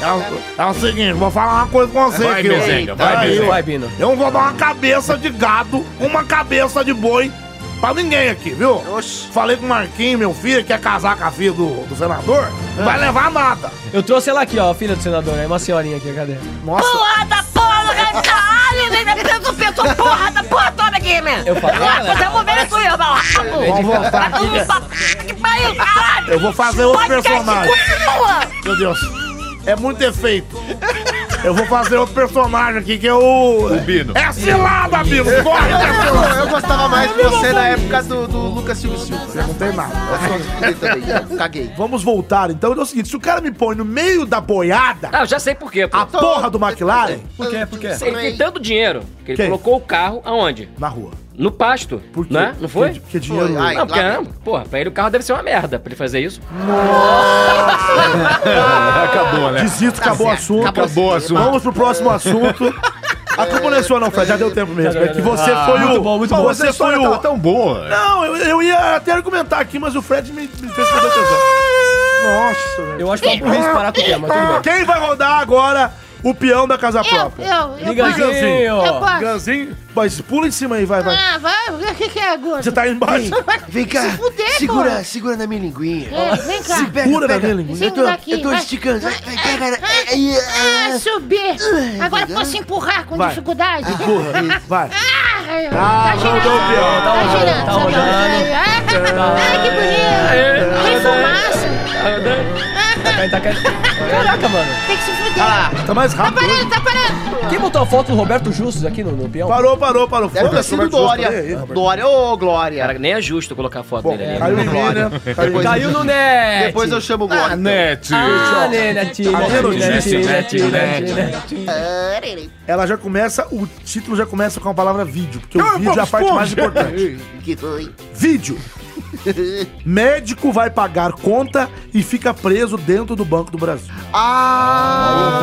S3: É o, é o seguinte, vou falar uma coisa com você
S4: Vai,
S3: aqui.
S4: Mezenga,
S3: ó.
S4: vai,
S3: Aí,
S4: Mezenga.
S3: ó.
S2: Vai, Bino.
S3: Eu vou dar uma cabeça de gado, uma cabeça de boi pra ninguém aqui, viu?
S5: Oxe.
S3: Falei com o Marquinhos, meu filho, que quer casar com a filha do, do senador, não vai levar nada.
S2: Eu trouxe ela aqui, ó, a filha do senador, é uma senhorinha aqui, cadê?
S3: Nossa,
S8: Porra da porra do caralho, né? Tu pensou porra da porra toda aqui, né?
S2: Eu falei, né?
S8: Você é um velho tu, irmão. Rabo.
S3: vamos
S8: Vai
S3: voltar
S8: todo
S3: aqui.
S8: mundo pra p- que pariu, caralho.
S3: Eu vou fazer outro
S8: Podcast
S3: personagem.
S8: continua.
S3: Meu Deus, é muito efeito. Eu vou fazer outro personagem aqui, que é o...
S4: O Bino.
S3: É cilada, amigo, corre, né?
S1: Eu, eu gostava mais de você na época do, do Lucas Silva e Silva.
S3: Não tem nada.
S1: Eu sou também, eu caguei.
S3: Vamos voltar, então, é o seguinte, se o cara me põe no meio da boiada,
S6: Ah, eu já sei por quê, pô.
S3: a porra do McLaren,
S2: Por quê? Por quê?
S6: Ele tem tanto dinheiro que ele
S3: Quem?
S6: colocou o carro aonde?
S3: na rua.
S6: No pasto.
S3: Por quê?
S6: Né? Não foi?
S3: Que, que dinheiro...
S1: Foi, ai.
S6: Não, porque, é,
S1: Lá-
S6: porra, pra ele o carro deve ser uma merda pra ele fazer isso.
S4: Acabou, né?
S3: Desisto, acabou o assunto.
S4: Acabou o assunto.
S3: Vamos pro próximo assunto. A culpa não é sua, não, Fred. Já deu tempo mesmo. É que você foi o.
S2: muito bom, muito
S3: Pô,
S2: bom.
S3: Você foi o. Então-
S4: Tá tão boa.
S3: Não, eu, eu ia até argumentar aqui, mas o Fred me, me fez perder tesão. Nossa, velho.
S2: Eu acho que é burrice parar com o tema, tudo bem.
S3: Quem vai rodar agora o peão da casa
S7: Eu,
S3: própria?
S7: eu, eu
S8: assim,
S2: Ligazinho!
S7: posso. Eu posso.
S3: Ganzinho? Mas pula em cima aí, vai, vai.
S7: Ah, vai. O que que é, gordo?
S3: Você tá aí embaixo.
S7: Vai
S5: Vem cá,
S7: se fuder,
S5: tá segura,
S7: porra.
S5: segura na minha linguinha.
S7: É, vem cá.
S5: Se pega,
S3: Segura na
S5: pega.
S3: minha linguinha.
S5: Eu tô,
S7: Segura aqui,
S5: eu tô
S7: vai.
S5: esticando. Vai, vai, pega.
S7: Ah,
S5: Ai, ai,
S7: ah,
S5: ai.
S7: subir. Agora posso empurrar com
S3: Vai.
S7: dificuldade.
S3: Vai.
S7: Ah,
S3: Ah,
S7: tá girando.
S3: rodou o peão, tá
S7: Tá
S2: rodando,
S7: girando.
S2: tá
S7: sabe?
S2: rodando.
S7: Ah, Ai, que bonito. Tem fumaça.
S2: Tá- tá- tá- Caraca, mano.
S7: Tem que se fuder.
S3: Tá mais
S7: Tá
S3: rápido.
S7: parando, tá parando.
S2: Quem botou a foto do Roberto Justus aqui no, no peão?
S3: Parou, parou, parou. É,
S1: Deve ter sido Dória. Dória, ô Glória.
S6: Cara, nem é justo colocar a foto dele ali.
S3: Caiu em mim, né? Caiu em mim.
S2: Caiu no net!
S1: Depois eu chamo o Glória.
S4: Net.
S2: Ah, net, net, net, net, net, net.
S3: Ela já começa, o título já começa com a palavra vídeo, porque o vídeo é a parte mais importante.
S1: Que foi?
S3: Vídeo. Médico vai pagar conta e fica preso dentro do Banco do Brasil.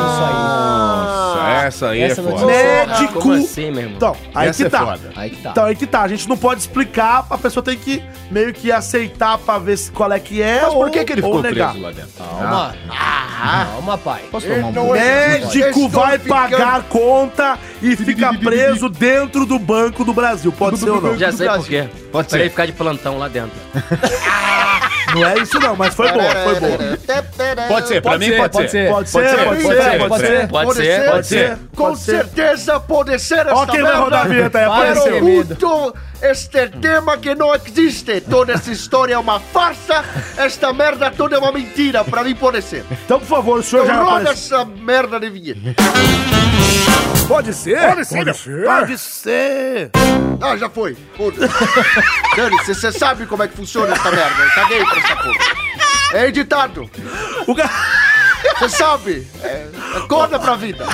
S1: Ah!
S4: Nossa, essa aí
S2: Essa
S4: é
S2: não
S4: foda.
S2: tinha-
S3: Médico.
S6: Como assim, meu irmão?
S3: Então, aí
S4: Essa
S3: que
S4: é
S3: tá.
S4: foda.
S2: Aí que tá.
S3: Então, aí que tá. A gente não pode explicar, a pessoa tem que meio que aceitar pra ver se- qual é que é.
S4: Mas por
S3: ou-
S4: que, que ele
S3: ou
S4: ficou
S3: negar.
S4: preso lá dentro?
S2: Calma. Calma, pai.
S4: Posso tomar um pouco?
S3: Médico vai pagar conta e fica preso dentro do Banco do Brasil. Pode ser ou não.
S6: Já sei por quê.
S4: Pode
S6: pra
S4: ser.
S6: ele ficar de plantão lá dentro.
S3: Não é isso não, mas foi boa, foi boa.
S4: Pode ser, pra mim pode, ser.
S3: Pode ser, pode ser, pode ser.
S6: Pode
S1: Pode
S6: ser,
S1: ser.
S6: pode ser.
S1: Com certeza pode ser esta
S3: Ó quem vai
S1: merda.
S3: rodar a vinheta aí,
S2: Para
S3: apareceu.
S2: ser
S1: Muito este tema que não existe. Toda essa história é uma farsa. Esta merda toda é uma mentira. Pra mim pode ser.
S3: Então, por favor, o senhor
S1: Eu
S3: já
S1: rodo
S3: apareceu.
S1: essa merda de vinheta.
S3: Pode ser? Pode ser. Pode ser.
S1: Ah, já foi. Foda-se. Dane-se, você sabe como é que funciona essa merda. Eu caguei pra essa porra. É editado.
S3: O ga-
S1: Você sabe. É, acorda pra vida.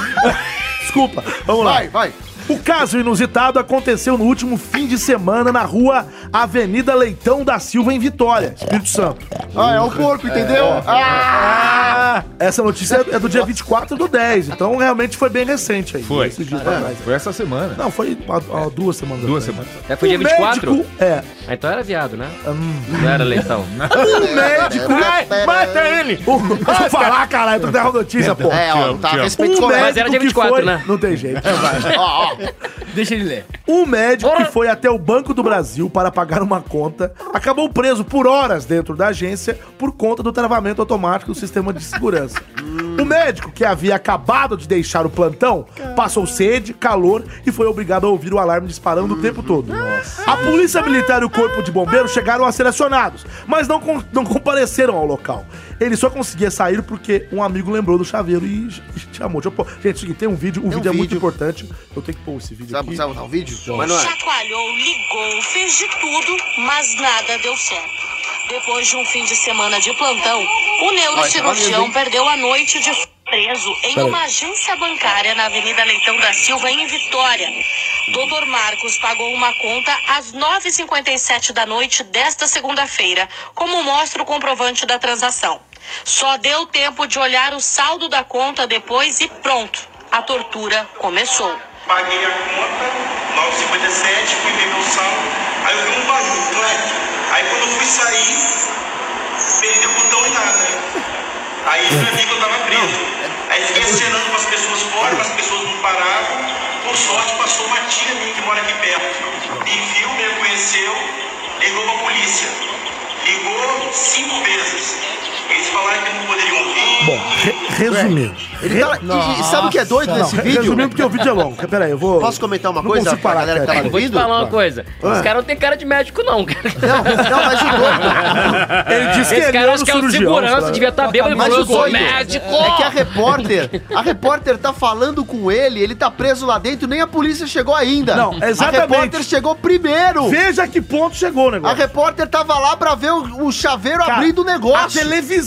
S3: Desculpa, vamos lá.
S1: Vai, vai.
S3: O caso inusitado aconteceu no último fim de semana na rua Avenida Leitão da Silva, em Vitória, Espírito Santo.
S1: Ah, é o porco, entendeu? Ah,
S3: Ah, essa notícia é do dia 24 do 10, então realmente foi bem recente aí.
S4: Foi.
S3: Esses dias atrás.
S4: Foi essa semana.
S3: Não, foi há- há duas semanas.
S4: Duas
S3: atrás.
S4: semanas.
S6: Até É, foi dia
S3: O
S6: 24?
S3: Um médico- é.
S6: Ah, então era viado, né? Não era leitão.
S3: O médico...
S1: Ai, mata
S3: ele! Deixa eu falar, caralho, eu tô dando notícia, pô.
S1: é,
S4: Te
S1: ó,
S4: amo,
S1: tá.
S4: te amo.
S1: Respeito
S3: Um
S1: com
S3: médico
S6: Mas era dia 24,
S3: que foi...
S6: né?
S3: Não tem jeito.
S1: Ó, ó.
S2: Deixa ele ler.
S3: Um médico que foi até o Banco do Brasil para pagar uma conta acabou preso por horas dentro da agência por conta do travamento automático do sistema de segurança. o médico, que havia acabado de deixar o plantão, passou sede, calor e foi obrigado a ouvir o alarme disparando o tempo todo. A polícia militar e o corpo de bombeiros chegaram a ser acionados, mas não, com- não compareceram ao local. Ele só conseguia sair porque um amigo lembrou do chaveiro e ch- chamou. Deixa eu pôr- Gente, é o seguinte, tem um vídeo, o vídeo, é muito
S1: vídeo.
S3: importante. Eu tenho que pôr esse vídeo
S1: Sabe,
S3: aqui.
S1: sabe o vídeo? Mas não é.
S10: Chacoalhou, ligou, fez de tudo, mas nada deu certo. Depois de um fim de semana de plantão, o
S1: tá valendo, hein?
S10: neurocirurgião perdeu a noite de f- preso em uma agência bancária na Avenida Leitão da Silva, em Vitória. Doutor Marcos pagou uma conta às 9h57 da noite desta segunda-feira, como mostra o comprovante da transação. Só deu tempo de olhar o saldo da conta depois e pronto, a tortura começou.
S11: Paguei a conta, 9,57, fui ver meu saldo, aí eu vi um barulho, clack. Aí quando eu fui sair, perdi o botão e nada. né? Aí eu vi que eu tava preso. Aí fiquei acenando para as pessoas fora, para as pessoas não paravam. Por sorte, passou uma tia minha que mora aqui perto. Me viu, me reconheceu,
S12: ligou pra polícia. Ligou cinco vezes. Eles falaram que não poderiam vir.
S3: Bom, re- resumindo.
S1: Ele tá- e- e sabe o que é doido
S3: Nossa,
S1: nesse
S3: não,
S1: vídeo?
S3: Resumindo porque o vídeo é longo. Peraí, eu vou...
S1: Posso comentar uma
S3: não
S1: coisa
S3: consigo
S1: pra
S3: parar,
S1: galera que tá
S3: cara.
S1: lá
S6: Vou te falar uma coisa. Esse cara não tem cara de médico, não, cara.
S1: Não, mas o doido.
S3: Ele disse que
S6: Esse
S3: ele
S6: cara
S3: era
S6: acho que é o
S3: cirurgião,
S6: segurança,
S3: sabe?
S6: devia estar bêbado e
S1: Mas
S6: falou,
S1: o
S6: eu sou
S1: doido
S6: médico.
S1: é que a repórter, a repórter tá falando com ele, ele tá preso lá dentro, nem a polícia chegou ainda.
S3: Não,
S1: A
S3: exatamente.
S1: repórter chegou primeiro.
S3: Veja que ponto chegou o
S1: A
S3: negócio.
S1: repórter tava lá pra ver o, o chaveiro
S3: Cara,
S1: abrindo o
S3: A
S1: negócio.
S3: televisão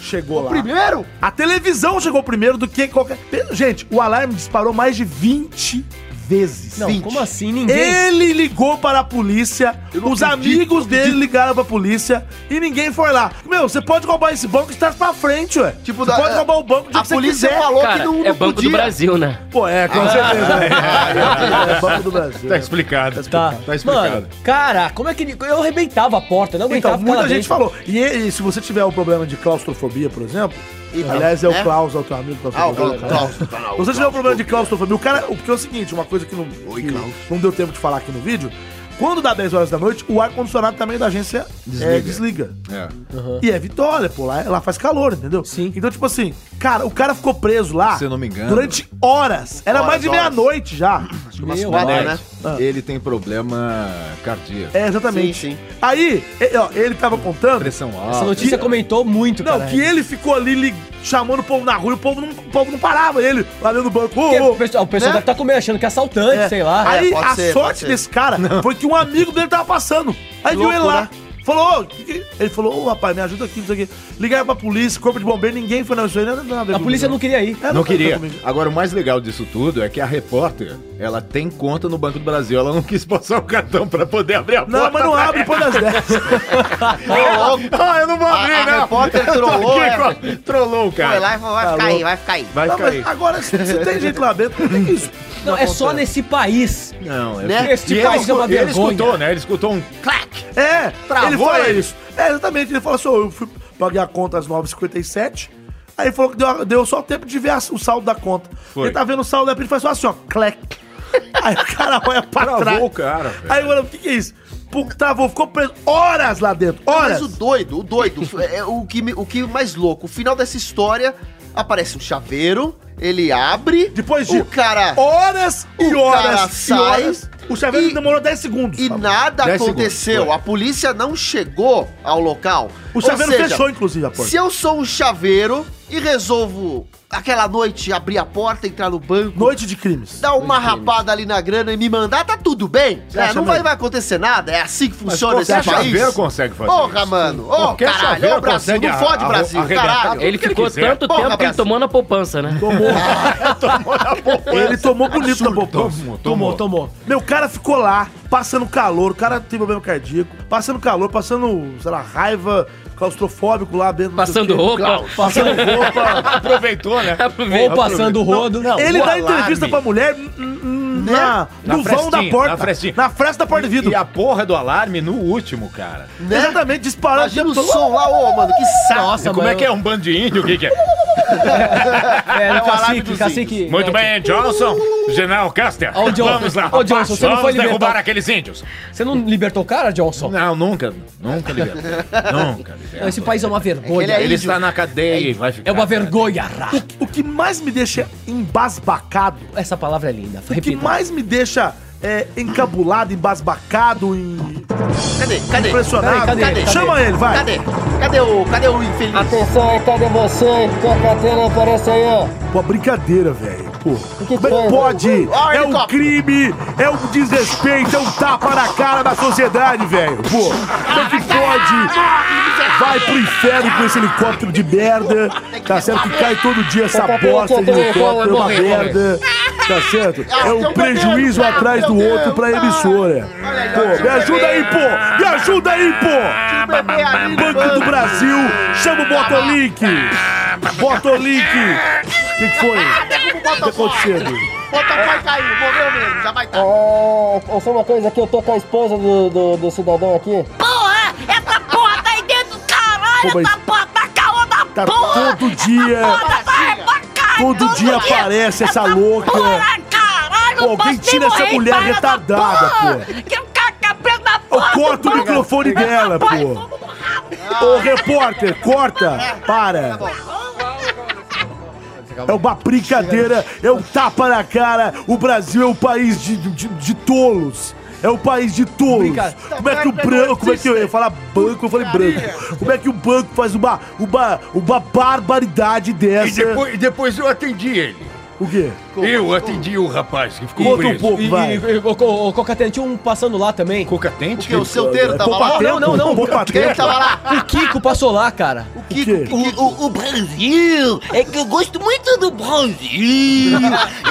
S3: chegou lá.
S1: Primeiro?
S3: A televisão chegou primeiro do que qualquer. Gente, o alarme disparou mais de 20 vezes.
S2: Não,
S1: 20.
S2: como assim? Ninguém.
S3: Ele ligou para a polícia, os amigos dele ligaram para a polícia e ninguém foi lá. Meu, você pode roubar esse banco de trás para frente, ué.
S1: Tipo,
S3: você
S1: da-
S3: pode roubar o banco de
S1: A
S3: que você
S1: polícia
S3: quiser.
S1: falou que
S6: Cara,
S1: não, não
S6: é Banco do
S1: podia.
S6: Brasil, né?
S3: Pô, é, com certeza. é, é Banco do Brasil.
S4: Tá explicado.
S2: Tá.
S4: Tá explicado.
S2: Mano, cara, como é que. ele- Eu arrebentava a porta, eu não aguentava
S3: Então,
S2: ficar lá
S3: muita gente
S2: dentro.
S3: falou. E, e se você tiver um problema de claustrofobia, por exemplo, aliás, é o
S1: é?
S3: Klaus, é o teu amigo
S1: Ah, o
S3: claustrofobia.
S1: Cláudio, Cláudio, tá lá, o
S3: Se você tiver um
S1: Cláudio.
S3: problema de claustrofobia, o cara. o- Porque é o seguinte, uma coisa que não,
S1: Oi,
S3: que
S1: Klaus.
S3: não deu tempo de falar aqui no vídeo. Quando dá 10 horas da noite, o ar-condicionado também da agência é, desliga.
S4: É.
S3: E é vitória, pô. Lá, lá faz calor, entendeu?
S2: Sim.
S3: Então, tipo assim, cara, o cara ficou preso lá.
S4: Se eu não me engano.
S3: Durante horas. Era
S1: Horas,
S3: mais de
S1: horas.
S3: meia-noite já.
S1: Acho que umas
S2: Meu
S1: quatro,
S2: Deus.
S1: né?
S4: É. Ele tem problema cardíaco.
S3: É, exatamente.
S1: Sim, sim.
S3: Aí, e- ó, ele tava contando.
S4: Pressão
S2: Essa
S4: alta.
S2: notícia
S3: que-
S2: comentou muito,
S3: Não,
S2: cara.
S3: que ele ficou ali lig- chamando o povo na rua e o povo não, o povo não parava. Ele lá dentro do banco.
S2: Porque
S3: Ô,
S2: o
S3: ô.
S2: pessoal, o pessoal
S1: Né?
S2: deve estar comendo, achando que é assaltante,
S3: É.
S2: sei lá.
S3: Aí
S1: É, pode
S3: a
S1: ser, pode
S3: sorte
S1: ser.
S3: desse cara foi que um amigo dele tava passando. Aí viu
S1: Louco,
S3: ele lá.
S1: né?
S3: Falou, ô, que que- ele falou, ô rapaz, me ajuda aqui, não sei o quê. Ligaram pra polícia, corpo de bombeiro, ninguém foi na isso aí, não, é não,
S2: A polícia não queria ir.
S4: Não queria. Agora, o mais legal disso tudo é que a repórter, ela tem conta no Banco do Brasil. Ela não quis passar o cartão pra poder abrir a porta.
S3: Não, mas não abre depois das 10.
S1: Ô, louco.
S4: Ah, eu não vou
S1: A-
S4: abrir,
S1: a
S4: não.
S1: repórter
S4: Eu tô
S1: trollou,
S4: aqui com- Trollou o
S1: Vai
S4: cara.
S1: lá e vai ficar aí,
S3: tá
S1: vai ficar aí.
S4: Vai
S3: Não, mas
S4: cair.
S3: agora, se, se tem gente lá dentro, tem que isso.
S2: Não, é só nesse país.
S4: Não, é
S1: Né?
S4: porque-
S2: Este
S4: E
S2: país
S4: ele,
S2: é uma
S4: escu- ele
S2: vergonha.
S4: escutou, né? Ele escutou um...
S3: É, ele fala
S4: ele.
S3: isso. É, exatamente. Ele fala assim: "Ô, eu fui pagar a conta às 9h57. Aí ele falou que deu, deu só o tempo de ver a- o saldo da conta.
S4: Foi.
S3: Ele tá vendo o saldo da ele faz só assim, ó, clec. Aí o cara olha pra
S4: Travou
S3: trás.
S4: o cara, velho.
S3: Aí eu falo, o que, que é isso? Puta, travou, ficou preso horas lá dentro.
S1: Mas
S3: Horas!
S1: o doido, o doido, é o que, me- o que mais louco, o final dessa história, aparece um chaveiro, ele abre,
S3: Depois de
S1: o cara...
S3: horas e
S1: o cara
S3: horas e
S1: sai
S3: horas. O chaveiro
S1: e-
S3: demorou 10 segundos.
S1: E
S3: Tá bom.
S1: nada
S4: Dez
S1: aconteceu,
S4: segundos, foi.
S1: a polícia não chegou ao local.
S3: O
S1: Ou
S3: chaveiro
S1: seja,
S3: fechou, inclusive, a porta.
S1: Se eu sou um chaveiro e resolvo, aquela noite, abrir a porta, entrar no banco...
S3: Noite de crimes.
S1: Dar uma rapada ali na grana e me mandar, tá tudo bem.
S3: Você
S1: É,
S3: acha
S1: não vai,
S3: mesmo?
S1: vai acontecer nada. É assim que funciona esse
S4: qualquer
S1: país.
S4: chaveiro consegue fazer
S1: Porra,
S4: isso.
S1: mano. Ô,
S4: Qualquer
S1: caralho.
S4: chaveiro
S1: Ô, Brasil.
S4: consegue
S1: Não fode,
S4: arro-
S1: Brasil.
S4: arrebentar
S1: Caralho.
S6: Ele
S4: que ele
S6: ficou
S4: quiser.
S6: tanto
S1: Porra,
S6: tempo que ele
S1: Brasil.
S6: tomou na poupança, né?
S3: Ele tomou bonito na poupança.
S4: tá Tomou, tomou.
S2: Tomou, tomou.
S3: Meu cara ficou lá, passando calor, o cara tem problema cardíaco, passando calor, passando, sei lá, raiva, claustrofóbico lá dentro. não sei
S6: Passando
S3: o quê.
S6: roupa.
S3: Passando roupa.
S4: Aproveitou, né?
S2: Ou
S6: Aproveita.
S2: passando o rodo. Não,
S3: Ele
S1: o
S3: dá
S1: alarme.
S3: entrevista pra mulher n- n- na,
S4: Né? Na
S3: no vão da
S4: frestinha,
S3: porta.
S4: na frestinha.
S3: Na fresta da porta de vidro.
S4: E a né? porra do alarme no último, cara.
S3: Exatamente, disparou
S1: Imagina o som lá, ô, mano. Que saco.
S2: Nossa,
S4: Como
S2: mano.
S4: é que é um bando de índio? O que, que é?
S2: É, no
S1: alarme
S2: cacique,
S1: dos
S2: cacique.
S4: Muito bem, Johnson, General Caster.
S2: Ó, o Johnson.
S4: Vamos lá.
S2: Ó, Johnson, você não
S4: Vamos
S2: foi libertar-
S4: derrubar aqueles índios.
S2: Você não libertou o cara, Johnson?
S4: Não, nunca. Nunca libertou. nunca libertou.
S2: Esse país é uma
S1: ele
S2: vergonha.
S1: é
S4: Ele
S1: índio.
S4: está na cadeia e vai ficar.
S2: É uma vergonha. Ra.
S3: O que mais me deixa embasbacado,
S2: Essa palavra é linda.
S3: o que
S2: Repita.
S3: mais me deixa é, encabulado, embasbacado, em...
S1: Cadê? Cadê?
S3: impressionado.
S2: Cadê, cadê, cadê?
S3: Chama ele, vai.
S1: Cadê? Cadê o, cadê o infeliz?
S13: Atenção, cadê você? Tua carteira aparece aí.
S3: Pô, brincadeira, velho. Pô,
S13: que
S3: como é que
S13: foi,
S3: pode?
S1: Ó,
S3: É um
S1: helicóptero.
S3: crime, é um desrespeito, é um tapa na cara da sociedade, velho. Pô, como é que pode? Vai pro inferno com esse helicóptero de merda. Tá certo que cai todo dia essa bosta de helicóptero, é uma merda. Tá certo? É um prejuízo atrás do outro
S1: Ah.
S3: pra emissora. Pô, me ajuda aí, pô! Me ajuda aí, pô!
S1: Bebê ali no
S3: Banco do
S1: banco.
S3: Brasil, chama o Botolink! Botolink! O que, que foi?
S1: Bota
S3: O que tá acontecendo?
S1: Botafogo caiu. Morreu mesmo. Já vai tá. estar.
S13: É, é só uma coisa que eu tô com a esposa do, do, do cidadão aqui.
S10: Porra! Essa porra tá aí dentro do caralho!
S3: Pô, mas-
S10: Essa porra tá caô da
S3: Tá
S10: porra!
S3: todo dia,
S10: Porra, tá rebacado!
S3: todo dia aparece essa louca.
S10: Porra, caralho!
S3: Pô, alguém
S10: posso nem
S3: tira essa
S10: morrer em
S3: mulher
S10: paz dessa
S3: retardada,
S10: Que o cara preso na porra
S3: Ô, corta o microfone dela, pô. Ô, repórter, corta. Para. É uma brincadeira, é um tapa na cara. O Brasil é um país de, de, de tolos. É um país de tolos.
S11: Brinca-
S3: Como é que o branco, como é que eu ia falar banco, eu falei branco. Como é que o banco faz uma, uma, uma barbaridade dessa?
S14: E depois, e depois eu atendi ele.
S3: O quê?
S14: Eu atendi o rapaz que ficou
S2: Conta
S14: preso.
S2: um pouco, vai. O Cocatente, tinha um passando lá também.
S14: Cocatente?
S2: O
S3: É
S2: solteiro
S14: tava lá?
S2: Não, não, não.
S14: O Poupa-tempo
S1: é
S2: tava lá. O Kiko passou lá, cara.
S15: O Kiko, o, o, o Brasil, é que eu gosto muito do Brasil. E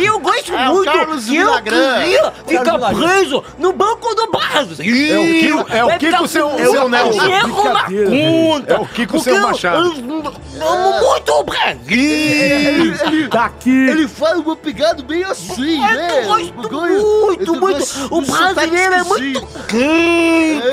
S15: eu gosto
S11: É, o
S15: muito
S11: Carlos
S15: que eu
S11: Villagrán.
S15: queria
S11: O
S15: ficar
S11: Carlos Villagrán.
S15: preso no banco do Brasil.
S11: É o Kiko- é o
S15: Vai
S11: Kiko
S15: ficar
S11: seu- seu
S15: com
S11: Nelson.
S15: dinheiro na
S11: Brincadeira, gente.
S15: conta.
S11: É o Kiko
S15: Porque
S11: seu
S15: eu-
S11: Machado.
S1: É.
S15: eu Amo muito o Brasil.
S3: Daqui.
S1: Ele fala uma pegada bem assim,
S15: É Eu
S1: né?
S15: gosto
S1: Ganha-
S15: muito, muito.
S1: ele gosta
S15: O
S1: do sotaque
S15: brasileiro é muito
S1: esquisito. É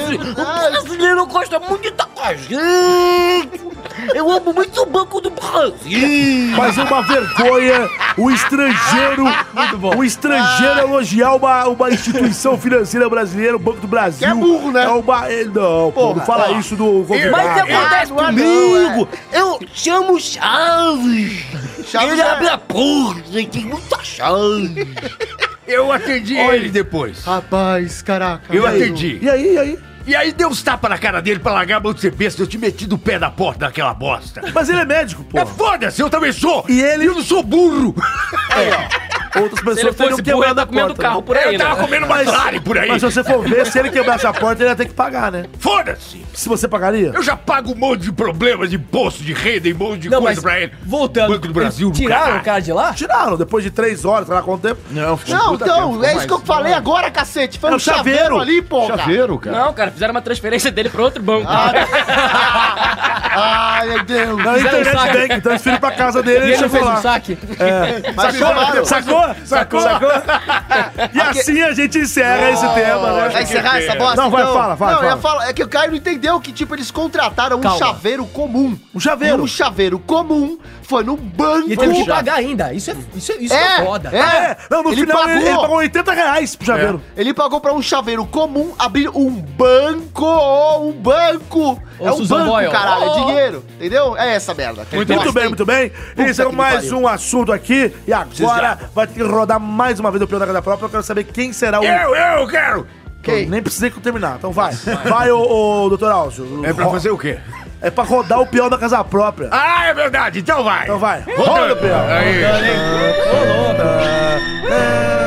S15: quente. O brasileiro gosta muito de estar com a gente. Eu amo muito o Banco do Brasil.
S3: Mas é uma vergonha o estrangeiro, o
S1: Ah.
S3: estrangeiro elogiar uma, uma instituição financeira brasileira, o Banco do Brasil. é burro, né? É uma, é, não, pô, não
S1: Ah.
S3: fala isso do
S15: Mas
S3: convidado.
S15: acontece
S1: é
S14: um
S15: comigo. Eu chamo Chaves.
S14: Chaves
S15: Ele
S14: é-
S15: abre a porta e tem muita chave.
S14: Eu atendi
S15: Olha.
S14: ele depois.
S1: Rapaz, caraca.
S14: Eu
S1: E aí?
S14: atendi.
S3: É. E aí, e aí?
S14: E aí deu uns tapas na cara dele pra largar a mão de ser besta. Eu te meti do pé da porta daquela bosta.
S3: Mas ele é médico, pô.
S14: É foda-se, eu também sou.
S3: E ele...
S14: Eu não sou burro. Tá
S3: Outras pessoas
S14: ele fosse
S3: teriam
S14: burro,
S3: quebrado
S14: ele tá
S3: a
S14: comendo
S3: porta,
S14: carro
S3: né?
S14: por aí, né? Ele né? tava comendo
S3: Mas-
S14: McLaren por aí.
S3: Mas se você for ver, se ele quebrasse a porta, ele ia ter que pagar, né?
S14: Foda-se.
S3: Se você pagaria?
S14: Eu já pago um monte de problemas, de imposto, de renda, e um monte de
S3: Não,
S14: coisa
S3: mas
S14: pra ele.
S2: Voltando.
S14: Banco do Brasil, do caralho.
S2: cara de lá?
S3: Tiraram, depois de três horas, sei lá quanto tempo. Não,
S1: Não, então, é isso que eu falei agora, cacete. Foi
S3: É
S1: um
S3: o chaveiro.
S1: chaveiro, ali, pô.
S6: Não, cara, fizeram uma transferência dele pra outro banco.
S1: Ai, meu Deus.
S3: Não,
S6: Fizeram
S3: internet
S6: um saque.
S3: bank, transfiro pra casa dele
S6: E ele não
S3: chegou
S6: fez um
S3: lá.
S6: saque?
S3: É.
S6: Mas
S3: Sacou?
S6: chamaram.
S3: Sacou? Sacou? Sacou? E assim a gente encerra esse tema, né?
S1: Vai encerrar essa bosta?
S3: Não, vai,
S1: então?
S3: fala, vai,
S1: Não, eu
S3: fala.
S1: ia falar- é que o Caio não entendeu que, tipo, eles contrataram
S3: Calma.
S1: um chaveiro comum. Um
S3: chaveiro?
S1: um chaveiro comum foi num banco.
S2: E teve que pagar ainda. Isso é, isso é, isso é, foda.
S1: É,
S3: Ah, Não, no final ele- ele pagou 80 reais pro chaveiro.
S1: Ele pagou pra um chaveiro comum abrir um banco, um banco.
S3: Ô,
S1: é um
S3: Susan
S1: banco,
S3: Boyle.
S1: caralho,
S3: Ô,
S1: é
S3: ô, ô.
S1: dinheiro, entendeu? É essa merda. Aquele
S3: Muito,
S1: bosta,
S3: bem,
S1: hein?
S3: muito bem.
S1: Puta
S3: Esse é
S1: que
S3: mais
S1: pariu.
S3: um assunto aqui. E agora
S1: Desgraça.
S3: vai ter que rodar mais uma vez o Pio da Casa Própria. Eu quero saber quem será o.
S4: É,
S14: Eu, eu quero!
S3: Quem? Nem precisei que eu terminar. Então vai. Vai, ô, ô, doutor Alcio.
S14: É pra fazer o quê?
S3: É pra rodar o peão da casa própria.
S14: Ah, é verdade. Então vai.
S3: Então vai.
S14: Roda o peão.
S4: É.
S14: Aí.
S3: É.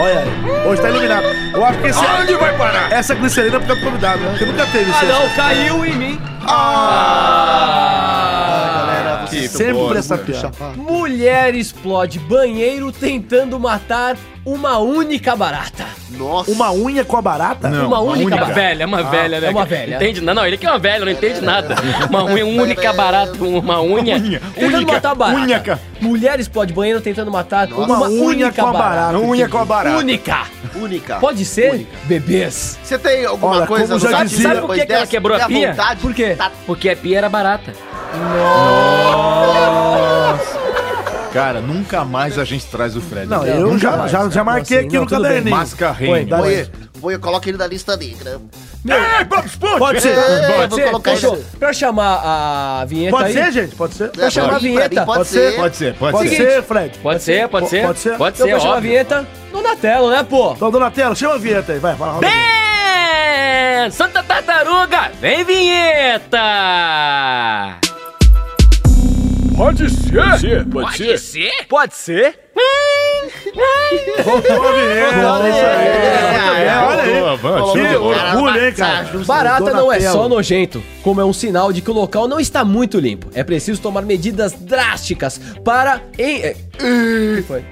S3: Olha aí. Hoje tá iluminado. Eu acho que esse.
S14: Onde vai parar?
S3: Essa glicerina é por causa do convidado, né? Porque nunca teve
S2: Ah,
S3: isso.
S2: não, caiu em mim.
S1: galera,
S3: vocês são sempre bons, essa né? piada.
S2: Mulher explode banheiro tentando matar uma única barata.
S1: Nossa.
S3: Uma unha com a barata?
S6: Não,
S2: uma, única,
S6: É uma
S2: barata.
S6: velha, é uma
S2: Ah,
S6: velha, né?
S2: É uma
S6: cara?
S2: velha.
S6: Entende? Não, não, ele que é uma velha, não entende nada. Uma unha um única, barata, é uma unha. Unha.
S2: Tentando matar a barata. Mulher explode banheiro tentando matar uma, única barata. Única.
S1: Única.
S2: Pode ser bebês.
S1: Você tem alguma
S2: Olha,
S1: coisa
S2: como já
S1: sabe-
S2: dizia-
S1: sabe
S6: Por que, que ela
S1: dessa?
S6: quebrou
S1: Tem
S6: a pia?
S1: vontade? Tá,
S6: Por quê? Porque a pia era barata.
S4: Cara, nunca mais a gente traz o Fred.
S3: Não, assim, eu já- já- já marquei aqui no caderninho. Põe, dá
S4: Mascarrinho.
S3: aí.
S1: Vou colocar ele na lista negra.
S14: É, Bob Esponja!
S2: Pode ser.
S1: É, vou
S2: Pode ser.
S1: colocar
S2: Deixa eu-
S1: isso.
S2: Pra eu chamar a vinheta
S3: Pode
S2: aí.
S3: ser, gente? Pode ser?
S2: Pra chamar a vinheta.
S3: Pode
S2: Seguinte,
S3: ser, Fred.
S6: Pode ser, pode ser.
S3: Pode ser?
S6: Pode
S2: Então
S6: ser,
S2: pra chamar a
S6: óbvio.
S2: vinheta, Donatello, né, pô?
S3: Então, Donatello, chama a vinheta aí. Vai, fala. roda a vinheta.
S6: É, Santa Tartaruga, vem vinheta!
S11: Pode ser.
S6: Pode ser. ser?
S2: Pode ser.
S3: Voltou a vinheta, é isso aí.
S2: É,
S3: É, olha aí.
S2: boa, boa,
S3: Que
S2: show.
S3: orgulho, hein, cara.
S2: Barata não é só
S3: Donatello.
S2: nojento, como é um sinal de que o local não está muito limpo. É preciso tomar medidas drásticas para. Em... é- que foi?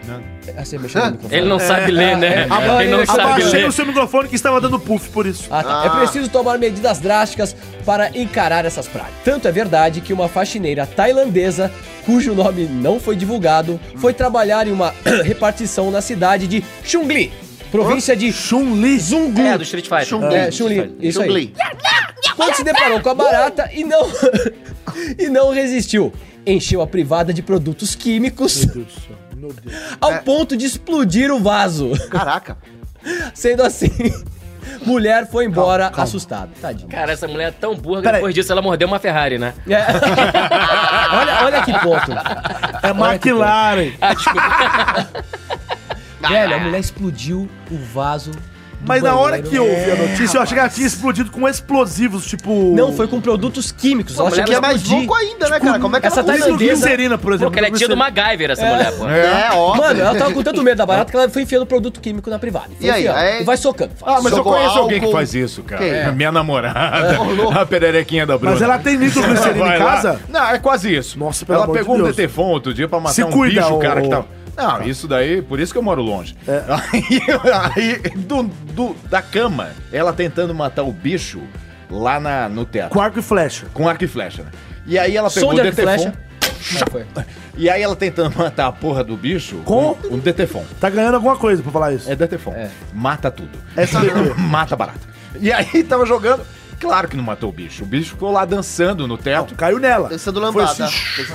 S2: Ah, você mexeu no microfone.
S6: Ele não sabe ler, né?
S2: é, é.
S6: Ele não sabe
S3: Abaixei
S6: ler.
S3: o seu microfone que estava dando puff por isso.
S2: Ah, tá. É preciso tomar medidas drásticas para encarar essas pragas. Tanto é verdade que uma faxineira tailandesa, cujo nome não foi divulgado, foi trabalhar em uma repartição na cidade de Chungli, província de
S3: Chunli.
S2: Zungu.
S6: É, do Street Fighter.
S2: Chungli. É, Chungli. Isso aí. Quando se deparou com a barata e não e não resistiu, encheu a privada de produtos químicos É. ao ponto de explodir o vaso.
S1: Caraca.
S2: Sendo assim, Mulher foi embora assustada. Tadinho.
S6: Cara, essa mulher é tão burra que depois disso ela mordeu uma Ferrari, né?
S2: É. olha, olha que ponto. É
S3: McLaren.
S2: Velho, a mulher explodiu o vaso. do
S3: Mas na hora
S2: banheiro.
S3: que houve
S2: É,
S3: a notícia, eu achei que ela tinha explodido com explosivos, tipo.
S2: Não, foi com produtos químicos.
S3: Pô,
S2: ela
S3: mas
S2: achou que
S3: ela
S2: ia
S3: é mais
S2: explodir.
S3: louco ainda, né, cara? Como é que
S6: Tá
S2: Essa
S3: ela usa
S2: tailandesa...
S3: glicerina, por exemplo?
S6: Porque ela é tia do MacGyver, essa mulher, pô.
S2: É, óbvio. Mano, ela tava com tanto medo da barata que ela foi enfiando produto químico na privada. Foi
S4: E aí?
S2: enfiando.
S4: Aí-
S2: E vai socando.
S4: Ah, mas eu
S2: Socou
S4: conheço alguém que
S2: álcool.
S4: faz isso, cara.
S2: Quem?
S4: É. Minha namorada. a pererequinha da Bruna.
S3: Mas ela tem nitroglicerina
S4: Vai
S3: em
S4: lá.
S3: casa?
S4: Não, é quase isso.
S3: Nossa, pelo
S4: Ela
S3: amor de
S4: pegou um
S3: Deus.
S4: Detefon outro dia pra matar
S3: Se
S4: um
S3: cuida,
S4: bicho,
S3: ô- É.
S4: cara, que tava... Não, isso daí, por isso que eu moro longe. Aí, aí, do, do- da cama, ela tentando matar o bicho lá na, no teatro.
S3: Com arco e flecha.
S4: Com arco e flecha, né? E aí ela
S2: Som
S4: pegou o
S2: de arco e
S4: Detefon.
S2: flecha. Não, foi.
S4: E aí ela tentando matar a porra do bicho com um Detefon.
S3: Tá ganhando alguma coisa pra falar isso.
S4: É Detefon. Mata tudo.
S3: Essa é
S4: Mata barato. E aí tava jogando. Claro que não matou o bicho. O bicho ficou lá dançando no teto.
S3: caiu nela.
S4: Dançando
S2: lambada.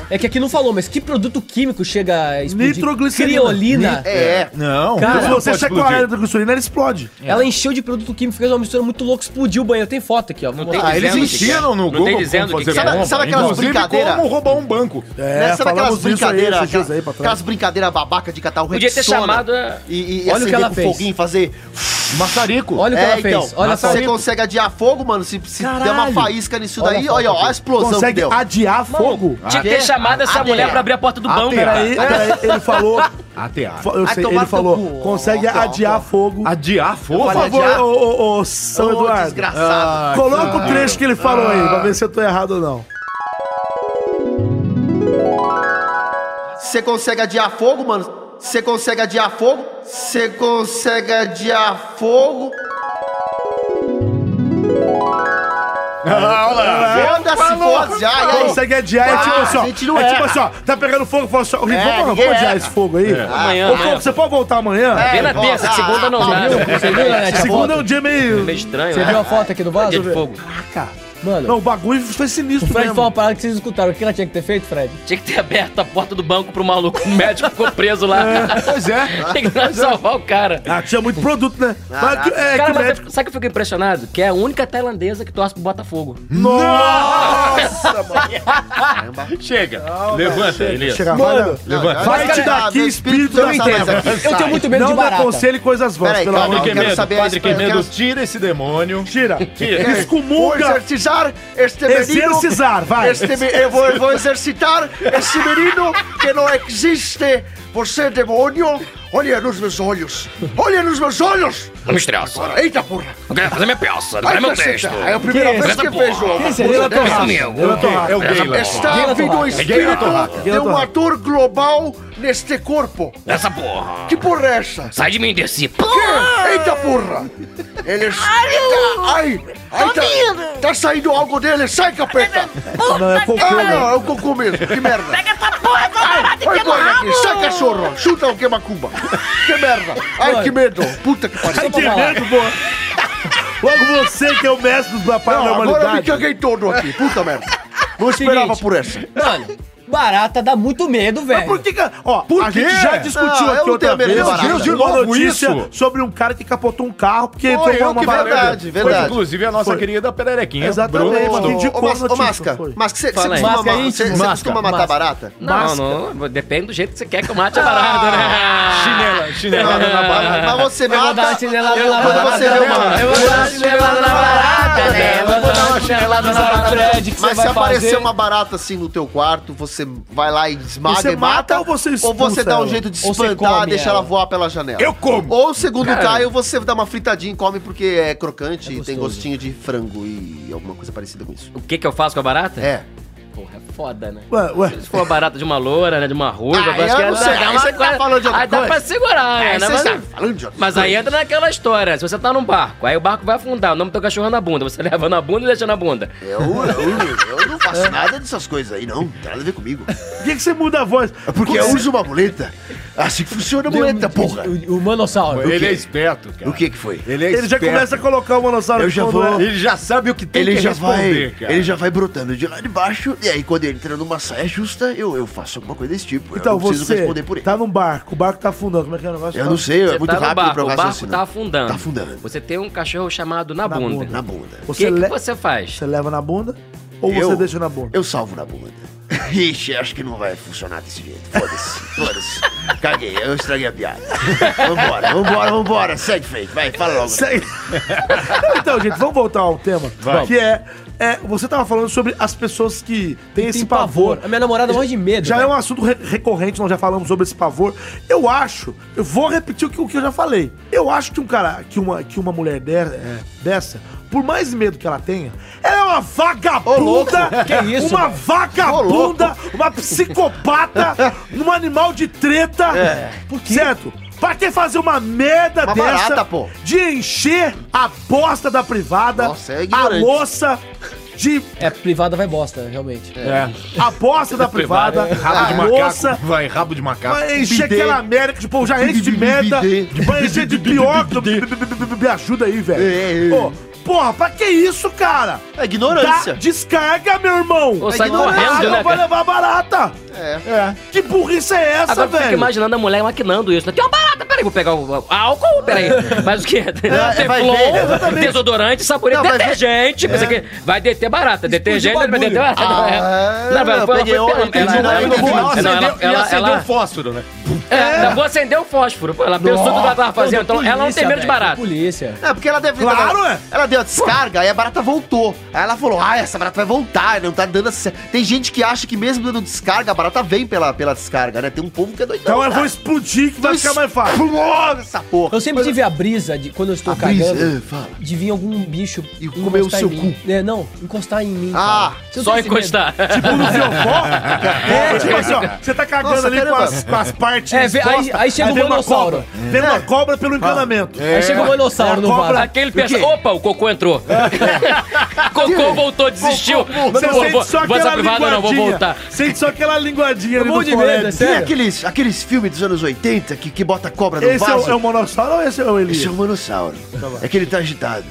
S2: É que aqui não falou, mas que produto químico chega a explodir?
S3: Nitroglicerina.
S2: Criolina.
S3: Ni- é.
S4: Não.
S2: Cara,
S3: se
S2: não
S3: você
S2: pode
S3: chacoalhar a
S2: explodir.
S3: nitroglicerina, ela explode.
S2: Ela encheu de produto químico, fez uma mistura muito louca, explodiu o banheiro. Tem foto aqui, ó. Vou
S4: tem
S2: mostrar.
S4: Ah, eles dizendo o que que é. ensinam no Não tem Google dizendo como o que fazer que é. bomba.
S1: Sabe aquelas
S4: Inclusive,
S1: brincadeiras?
S4: como roubar um banco.
S2: É,
S1: né? Sabe aquelas
S3: É, falamos isso aí
S1: brincadeiras,
S3: esses dias
S1: aquelas,
S3: aí pra trás.
S1: aquelas brincadeiras babaca de catar o
S6: Podia ter
S1: Rexona
S6: chamado, né?
S1: E, e
S2: Olha o
S1: acender
S2: que ela
S1: com
S2: fez.
S1: foguinho, fazer... É, então,
S4: Maçarico.
S2: Olha o que ela fez, olha só.
S1: Você consegue adiar fogo, mano? Se, se der uma
S2: Caralho.
S1: faísca nisso
S2: Olha
S1: daí,
S2: a
S1: olha,
S2: foto
S1: ó, a
S2: aqui.
S1: explosão que
S3: Consegue
S1: deu.
S3: adiar fogo?
S1: Tinha que ter chamado essa mulher pra abrir a porta do
S3: Ah,
S1: banco,
S3: peraí,
S1: cara.
S3: peraí, Ele falou.
S4: ATA.
S3: fa- Eu
S1: Vai
S3: sei,
S1: tomar
S3: ele
S1: teu
S3: falou. Consegue adiar fogo.
S4: Adiar fogo?
S3: Por
S1: falei
S3: favor,
S1: Ah, adiar? Ah,
S3: ô, ô, ô, São Eduardo.
S2: Ah.
S1: desgraçado.
S3: Coloca o trecho que ele falou aí, pra ver se eu tô errado ou não.
S1: Você consegue adiar fogo, mano? Você consegue adiar fogo? Você consegue adiar fogo?
S2: Ah, Tá
S1: Foda-se, foda-se. ai, ai.
S3: Consegue adiar, é
S1: Tá Ah,
S3: tipo assim,
S1: a gente não
S3: ó. É tipo
S1: erra.
S3: assim, ó. Tá pegando fogo, fala assim, ó. Rick,
S1: É,
S3: vamos, vamos
S1: ninguém
S3: adiar
S1: erra.
S3: esse fogo aí?
S1: É.
S6: Amanhã,
S3: Ô, Coco,
S6: amanhã.
S3: você pode voltar amanhã?
S6: Vem na terça, que segunda não dá.
S3: Você viu, né? Segunda é um dia meio.
S6: Meio estranho,
S2: Você
S6: né?
S2: viu a foto aqui do vaso?
S6: Dia de fogo.
S3: Caraca.
S2: Mano.
S3: Não, o bagulho foi
S2: O
S3: sinistro
S2: Fred
S3: mesmo.
S2: foi uma parada que vocês escutaram. O que ela tinha que ter feito, Fred?
S6: Tinha que ter aberto a porta do banco pro maluco. O médico ficou preso lá.
S4: Pois é.
S6: Tinha que salvar o cara.
S3: Ah, tinha muito produto, né? Mas, que- é,
S6: cara,
S3: que
S6: mas
S3: médico...
S6: sabe que eu fico impressionado? Que é a única tailandesa que torce pro Botafogo.
S3: Nossa,
S4: Chega. Levanta, Elias.
S3: Chega,
S4: Mano,
S3: mano.
S4: levanta.
S3: Vai
S1: Mas,
S3: te
S1: cara,
S3: daqui,
S1: meu
S3: espírito
S1: espírito
S3: da
S1: não
S3: natureza.
S1: sabe daqui.
S2: Eu tenho muito medo de
S3: Não me
S2: barata.
S3: aconselhe coisas vãs,
S1: Peraí,
S3: pelo
S1: calma,
S3: amor de
S4: Padre
S1: eu quero
S4: Quemedo,
S1: saber a
S4: Padre
S1: história, eu
S4: Quemedo,
S1: quero-
S4: tira esse demônio.
S3: Tira.
S4: Tira.
S1: Vou
S3: Excomulga.
S1: exercitar este menino.
S3: Exercizar, vai.
S1: Este me- eu, vou, eu vou exercitar este menino que não existe. Você, demônio, olha nos meus olhos. Olha nos meus olhos.
S6: Não me estressa.
S1: Agora, eita porra.
S6: Eu quero fazer minha peça,
S1: Ai, caceta, É a primeira
S2: Que
S1: vez
S6: esse?
S1: que
S6: Essa
S1: vejo
S6: porra.
S1: uma
S2: Esse é
S1: coisa
S2: Leila
S1: dessa.
S2: Torraca.
S4: É o gay, é o gay lá.
S1: Está
S2: Leila
S1: vindo o
S2: Torraca.
S4: Leila
S1: espírito
S4: Torraca.
S1: de um ator global neste corpo.
S6: Essa porra.
S1: Que porra é essa?
S6: Sai de mim desse.
S1: Que? Eita porra! Ele está... Ai, ai tá,
S8: Amigo!
S1: tá saindo algo dele. Sai, capeta!
S3: Não, é cocô,
S1: Ah,
S3: né?
S1: não, é o cocô mesmo. Que merda.
S8: Pega essa porra da barata e
S1: Ai,
S8: queima o
S1: corre aqui.
S8: rabo!
S1: Sai, cachorro. Chuta o queima-cuba. Que merda. Ai, que medo. Puta que pariu.
S3: Que medo, pô. Logo você que é o mestre do rapaz da
S1: Não, agora eu me
S3: humanidade.
S1: caguei todo aqui. Puta merda.
S3: É
S1: Não esperava
S2: Seguinte.
S1: por essa.
S2: Mano, barata dá muito medo, velho.
S3: é, Por que, cara? Ó, a
S4: quê?
S3: gente já discutiu
S1: Não, eu
S3: aqui
S1: não
S3: outra
S1: tenho medo de
S3: vez.
S1: barata.
S4: Meu Deus, de
S3: uma
S4: novo
S3: notícia
S4: isso?
S3: sobre um cara que capotou um carro porque
S4: Foi eu que
S3: barata.
S1: verdade,
S4: Foi,
S1: verdade.
S4: inclusive, a nossa
S3: Foi.
S4: querida pererequinha.
S3: Exatamente,
S4: Bruno
S3: mas
S4: mandou.
S3: quem indicou
S1: Ô, mas,
S3: a
S1: ô,
S3: notícia,
S1: Masca,
S3: foi.
S1: Masca, você
S6: Fala aí.
S1: costuma,
S2: Masca
S1: ma-
S2: aí,
S1: cê- cê
S2: Masca.
S1: costuma matar
S2: Masca.
S1: barata?
S6: Não, não. Depende do jeito que você quer que eu mate a barata, né?
S3: Ah,
S4: Chinela,
S1: Não, não,
S4: chinela.
S1: não, barata. Mas você
S2: Eu vou dar uma
S1: mata...
S2: chinelada
S1: eu-
S2: na
S1: Quando
S2: barata
S1: você vê
S2: dela.
S1: uma...
S2: Eu vou dar uma chinelada na barata dela. Eu vou dar uma chinelada na barata Fred, que você
S1: né? Mas se
S2: vai
S1: aparecer
S2: fazer.
S1: uma barata assim no teu quarto, você vai lá e esmaga
S3: Você
S1: e mata?
S3: mata ou você
S1: Ou você
S3: expulsa
S1: dá um
S3: ela?
S1: jeito de
S2: Ou você
S1: espantar,
S2: come
S1: deixa
S2: ela? É.
S1: ela voar pela janela.
S4: Eu como.
S1: Ou, segundo o Caio, você dá uma fritadinha e come porque é crocante e tem
S2: gostoso.
S1: gostinho de frango e alguma coisa parecida com isso.
S6: O que que eu faço com a barata?
S1: É.
S6: Porra, é foda, né?
S3: Ué, ué.
S6: Se for a barata de uma loura, né? De uma ruiva,
S1: Ah, eu não
S6: dá-
S1: sei,
S6: dá
S1: aí
S6: uma
S1: você tá
S6: coisa-
S1: falando de outra
S6: Aí dá pra
S1: coisa.
S6: segurar,
S1: É,
S6: né?
S1: você
S6: Mas,
S1: tá falando de outra
S6: mas aí entra naquela história. Se você tá num barco, aí o barco vai afundar. O nome do teu cachorro é na bunda. Você leva na bunda e deixa na bunda.
S1: Eu, eu, eu não
S6: É.
S1: faço nada dessas coisas aí, não. Não tem nada a ver comigo.
S3: Por que, que você muda a voz?
S1: É porque eu uso uma muleta. Assim que funciona a
S6: um
S1: muleta, porra.
S2: O, o manossauro.
S4: Ele é esperto, cara.
S1: O que que foi?
S4: Ele é
S3: Ele já
S4: esperto.
S3: começa a colocar o monossauro
S1: Eu
S3: de
S1: já
S3: fundo,
S1: vou-
S3: né?
S4: Ele já sabe o que tem
S1: Ele
S4: que
S1: já vai,
S4: responder, cara.
S1: ele já vai brotando de lá de baixo
S5: E aí, quando ele entra numa saia justa, eu, eu faço alguma coisa desse tipo. eu
S3: Então
S5: não preciso
S3: você
S5: responder por ele.
S3: tá num barco, o barco tá afundando, como é que é o negócio?
S5: Eu não sei,
S6: Você
S5: é muito
S6: tá no
S5: rápido
S6: barco,
S5: pra eu
S6: O barco
S5: raciocinar.
S6: tá afundando.
S5: Tá afundando.
S6: Você tem um cachorro chamado na,
S3: Na
S6: bunda.
S3: bunda.
S6: Na bunda. O
S3: Você
S6: que, que
S3: le-
S6: você faz?
S3: Você leva na bunda ou
S5: Eu-
S3: você deixa na bunda?
S5: Eu salvo na bunda. Ixi, acho que não vai funcionar desse jeito. Foda-se, foda-se. Caguei, eu estraguei a piada. Vambora, vambora, vambora. Segue feito, vai, fala logo.
S3: Segue. então, gente, vamos voltar ao tema.
S5: Vai.
S3: Que é, é, Você tava falando sobre as pessoas que têm esse pavor.
S2: pavor. A minha namorada morre de medo,
S3: Já
S2: cara.
S3: é um assunto re- recorrente, nós já falamos sobre esse pavor. Eu acho, eu vou repetir o que, o que eu já falei. Eu acho que um cara, que uma, que uma mulher de- é, dessa. Por mais medo que ela tenha, ela é uma
S1: louco.
S3: vagabunda,
S1: Que isso,
S3: uma
S1: mano?
S3: vagabunda, uma psicopata, um animal de treta,
S1: É.
S3: Por quê? certo? Pra que fazer uma merda
S1: Uma
S3: dessa
S1: barata, pô.
S3: de encher a bosta da privada,
S1: é
S3: a
S2: ignorante.
S3: moça de.
S1: um-
S2: É, privada vai bosta, realmente.
S3: É. A bosta
S1: tá
S3: da privada,
S4: Rabo de
S3: a
S4: macaco.
S3: moça.
S4: Vai, rabo de macaco.
S3: É. Ah, Vai encher aquela merda que, tipo, já enche de merda. Vai encher de pior. Me ajuda aí, velho. Pô, Porra, pra que isso, cara? É
S1: ignorância.
S3: descarga, meu irmão.
S6: Ou
S3: É
S6: sai
S2: tá
S3: ignorância,
S6: correndo, né,
S3: não vai
S6: cara?
S3: levar barata.
S1: É.
S3: Que burrice é essa,
S6: Agora eu
S3: velho?
S6: fico imaginando a mulher maquinando isso. Né? Tem uma barata, peraí, vou pegar o o álcool, peraí. Mas o quê?
S1: vai
S6: Teflon,
S1: ver, exatamente.
S6: desodorante, sabonete,
S1: Não, vai ver.
S6: detergente. não sei o quê. Vai deter barata, detergente, vai deter barata. É.
S1: Ah,
S6: não, ela foi- ela
S1: peguei
S6: foi-
S1: óleo,
S6: ela- um
S1: peguei
S6: É, ela-
S1: nada,
S6: ela-
S1: peguei
S6: ela-
S1: nada.
S6: ela-
S1: Acendeu- e
S6: ela-
S1: acendeu
S6: ela-
S1: o fósforo, né?
S6: É, ela- vou acender o fósforo. Pô, ela pensou no que ela tava fazendo, então ela não tem medo de barata.
S2: Polícia.
S1: É, porque ela deve.
S6: Claro,
S1: ela, ela deu a descarga, aí a barata voltou. Aí ela falou: ah, essa barata vai voltar, não tá dando. essa- Tem gente que acha que mesmo dando descarga, a barata vem pela, pela descarga, né? Tem um povo que é doidão.
S3: Então eu
S1: cara.
S3: vou explodir que vai
S1: Então
S3: ficar mais fácil.
S1: explode essa porra.
S2: Eu sempre tive a brisa de quando eu estou
S1: brisa,
S2: cagando.
S1: é, fala.
S2: De vir algum bicho e
S1: comer o seu
S2: cu. É, não, encostar em mim.
S1: Ah,
S2: cara. Você não
S6: só
S2: tem esse
S6: encostar.
S2: medo?
S6: Tipo
S3: no fiofó? É, tipo assim, ó, você tá cagando
S2: Nossa,
S3: ali com
S2: caramba.
S3: as, com as partes.
S2: É, vê- aí-
S3: expostas,
S2: aí chega um
S3: vem uma
S2: manossauro.
S3: cobra. Vem uma cobra pelo encanamento.
S2: Aí chega um manossauro
S3: É,
S2: no
S3: cobra-
S2: vaso.
S6: Aquele
S3: O quê?
S6: pensa, opa, o cocô entrou. cocô voltou, desistiu. Vou,
S3: Você
S6: vou,
S3: sente só
S6: vou, vou essa
S3: aquela
S6: é privada, não, vou
S3: linguadinha.
S6: voltar.
S3: Sente só aquela linguadinha ali no colégio.
S5: Tem aqueles, aqueles filmes dos anos 80 que, que bota cobra no
S3: Esse é
S5: vaso?
S3: o, é o monossauro ou esse é o Elias?
S5: Esse é o manossauro. É que ele tá agitado.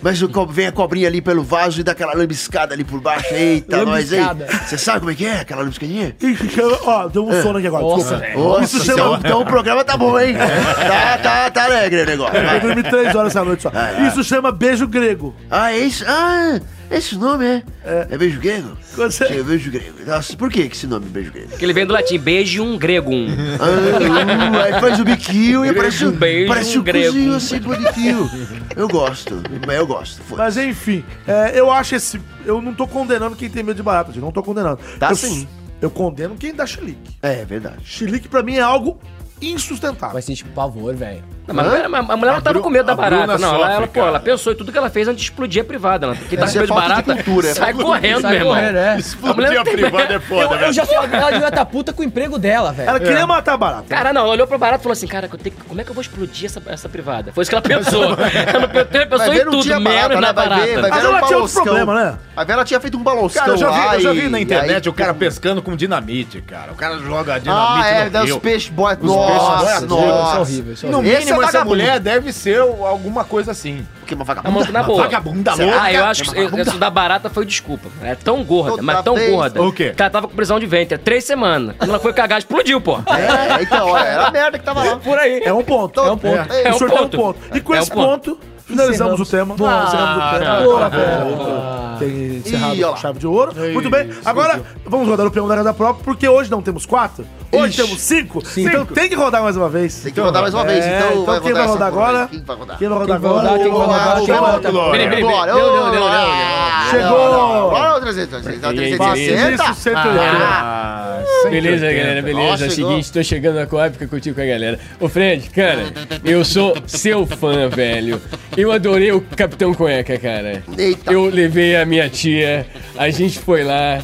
S5: Mas o co- vem a cobrinha ali pelo vaso e dá aquela lambiscada ali por baixo. Eita, nós aí.
S2: Lambiscada.
S5: Você sabe como é que é aquela lambiscadinha?
S3: Ixi, eu- ó, deu um sono aqui agora.
S5: É. Nossa,
S3: desculpa.
S5: Nossa,
S3: Isso
S5: seu-
S3: chama...
S5: então o programa tá bom, hein? Tá, tá, tá alegre o negócio.
S3: Eu dormi três horas essa noite só.
S5: Ah,
S3: Isso chama beijo grego.
S5: Ah, é isso? Ah, esse nome é? É, beijo grego?
S3: Você...
S5: É beijo grego. Nossa, por que que esse nome é beijo grego?
S6: Porque ele vem do latim, beijo um grego um.
S5: Ah, uh, aí faz o biquinho e aparece um,
S6: beijo
S5: parece um
S6: grego.
S5: cozinho assim bonitinho. Eu gosto, mas eu gosto. Foi.
S3: Mas enfim, é, eu acho esse. Eu não tô condenando quem tem medo de barata, gente. Não tô condenando.
S5: Tá
S3: eu,
S5: sim.
S3: Eu condeno quem dá xilique.
S5: É, verdade.
S3: Xilique pra mim é algo insustentável.
S2: Mas sente tipo pavor, velho.
S6: Não, mas a mulher- mas a mulher não tava com medo da
S4: a Bruna
S6: barata, não. Ela,
S4: sofre,
S6: ela, pô,
S4: cara.
S6: ela pensou em tudo que ela fez antes de explodir a privada. Ela, quem tá
S5: Isso
S6: com medo
S5: é
S6: de
S5: falta de
S6: barata,
S5: cultura,
S1: né?
S5: é
S6: sai
S5: falta de
S6: correndo, meu
S2: Sai
S6: irmão.
S2: correndo, é.
S6: mulher
S4: Explodir a
S6: tem-
S4: privada é
S2: Eu,
S4: foda,
S2: eu
S4: velho.
S2: já sei, ela devia estar puta com o emprego dela, velho.
S5: é.
S3: Ela queria matar a barata.
S6: Cara, não, ela olhou pro barato e falou assim: Cara, eu tenho que- como é que eu vou explodir essa, essa privada? Foi isso que ela pensou. ela pensou- ela pensou
S1: Vai
S6: em
S1: ver, não
S6: tudo,
S1: tinha
S6: menos
S1: barata, né?
S6: na
S1: Vai
S6: barata.
S1: ver, vai
S3: Mas
S1: ver, era
S3: ela
S1: um
S3: tinha outro
S1: baloscão.
S3: problema, né?
S1: A vela tinha feito um balãozão
S4: Cara, eu já
S1: lá
S4: vi, eu já vi
S1: e-
S4: na
S1: e aí-
S4: internet o cara pescando com dinamite, cara. O cara joga
S1: Ah,
S4: dinamite
S1: é,
S4: no
S1: daí os
S4: rio.
S1: peixes boiam.
S4: Os peixes
S1: Nossa,
S4: boiam,
S2: Isso é
S1: nossa.
S2: horrível, isso é
S4: No
S2: horrível.
S1: Esse é
S4: mínimo, essa
S1: vagabundo.
S4: mulher deve ser alguma coisa assim.
S1: Porque uma
S6: A mão
S1: vagabunda.
S6: na boa.
S4: Vagabunda
S6: Sei-
S4: louca.
S6: Ah, eu acho que
S4: Vagabunda.
S6: isso da barata foi desculpa. É tão gorda,
S1: Outra
S6: mas tão
S1: vez.
S6: gorda.
S4: O quê?
S6: Que ela tava com prisão de ventre. há Três semanas. Quando ela foi cagar, explodiu, pô.
S1: É, então, ó, era a merda que tava lá.
S6: Por aí.
S3: É um ponto.
S1: É
S3: um ponto.
S6: É
S3: o
S6: um
S3: sorteio é um
S6: ponto.
S3: ponto. E com
S6: É um
S3: esse ponto, finalizamos o tema. Bom, encerramos o tema.
S6: não,
S3: Boa,
S6: tá
S3: velho. Tem encerrado
S1: Ih, ó
S3: com
S1: lá.
S3: chave de ouro. Muito bem. Agora, vamos rodar o peão da Casa Própria, porque hoje não temos quatro. Hoje
S1: Ixi.
S3: temos cinco. Então tem que rodar mais uma vez.
S1: Tem que rodar mais uma vez.
S3: É,
S1: Então,
S3: então quem vai
S1: essa
S3: rodar
S1: porra aí?
S3: agora?
S1: Quem vai rodar?
S3: Quem vai rodar
S2: Quem vai
S3: agora?
S2: rodar, quem vai rodar, quem vai rodar.
S6: Peraí, peraí, peraí.
S1: Bora,
S6: Deu,
S1: ô,
S6: deu, deu, deu,
S1: ah,
S3: deu.
S1: não, não,
S3: Chegou.
S1: não. Bora, ô, 300, 300, 360.
S3: Isso, 180.
S4: Ah,
S16: Beleza, galera, beleza.
S1: Ó,
S16: é o
S1: chegou.
S16: seguinte, tô chegando na Coápica curtindo com a galera. Ô, Fred, cara, eu sou seu fã, velho. Eu adorei o Capitão Cueca, cara.
S1: Eita.
S16: Eu levei a minha tia, a gente foi lá.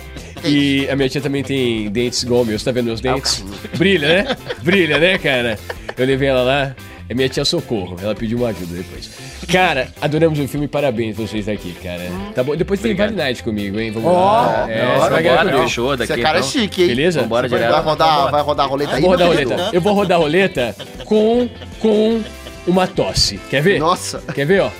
S16: E a minha tia também tem dentes igual meus, tá vendo meus dentes? Brilha, né? Brilha, né, cara? Eu levei ela lá. É minha tia Socorro, ela pediu uma ajuda depois. Cara, adoramos o filme, parabéns vocês aqui, cara. Tá bom? Depois tem Vale Night comigo, hein? Vamos lá. É,
S6: Bora,
S16: você vai ganhar
S6: bora,
S16: comigo.
S6: fechou daqui.
S1: Esse cara é
S6: então.
S1: chique, hein?
S16: Beleza?
S6: Vambora
S1: Vai,
S6: direto.
S1: vai rodar, vai rodar a roleta aí.
S16: Vou rodar a
S1: meu
S16: roleta.
S1: querido?
S16: Eu vou rodar a roleta com, com uma tosse. Quer ver?
S1: Nossa. Ah.
S16: Quer ver, ó?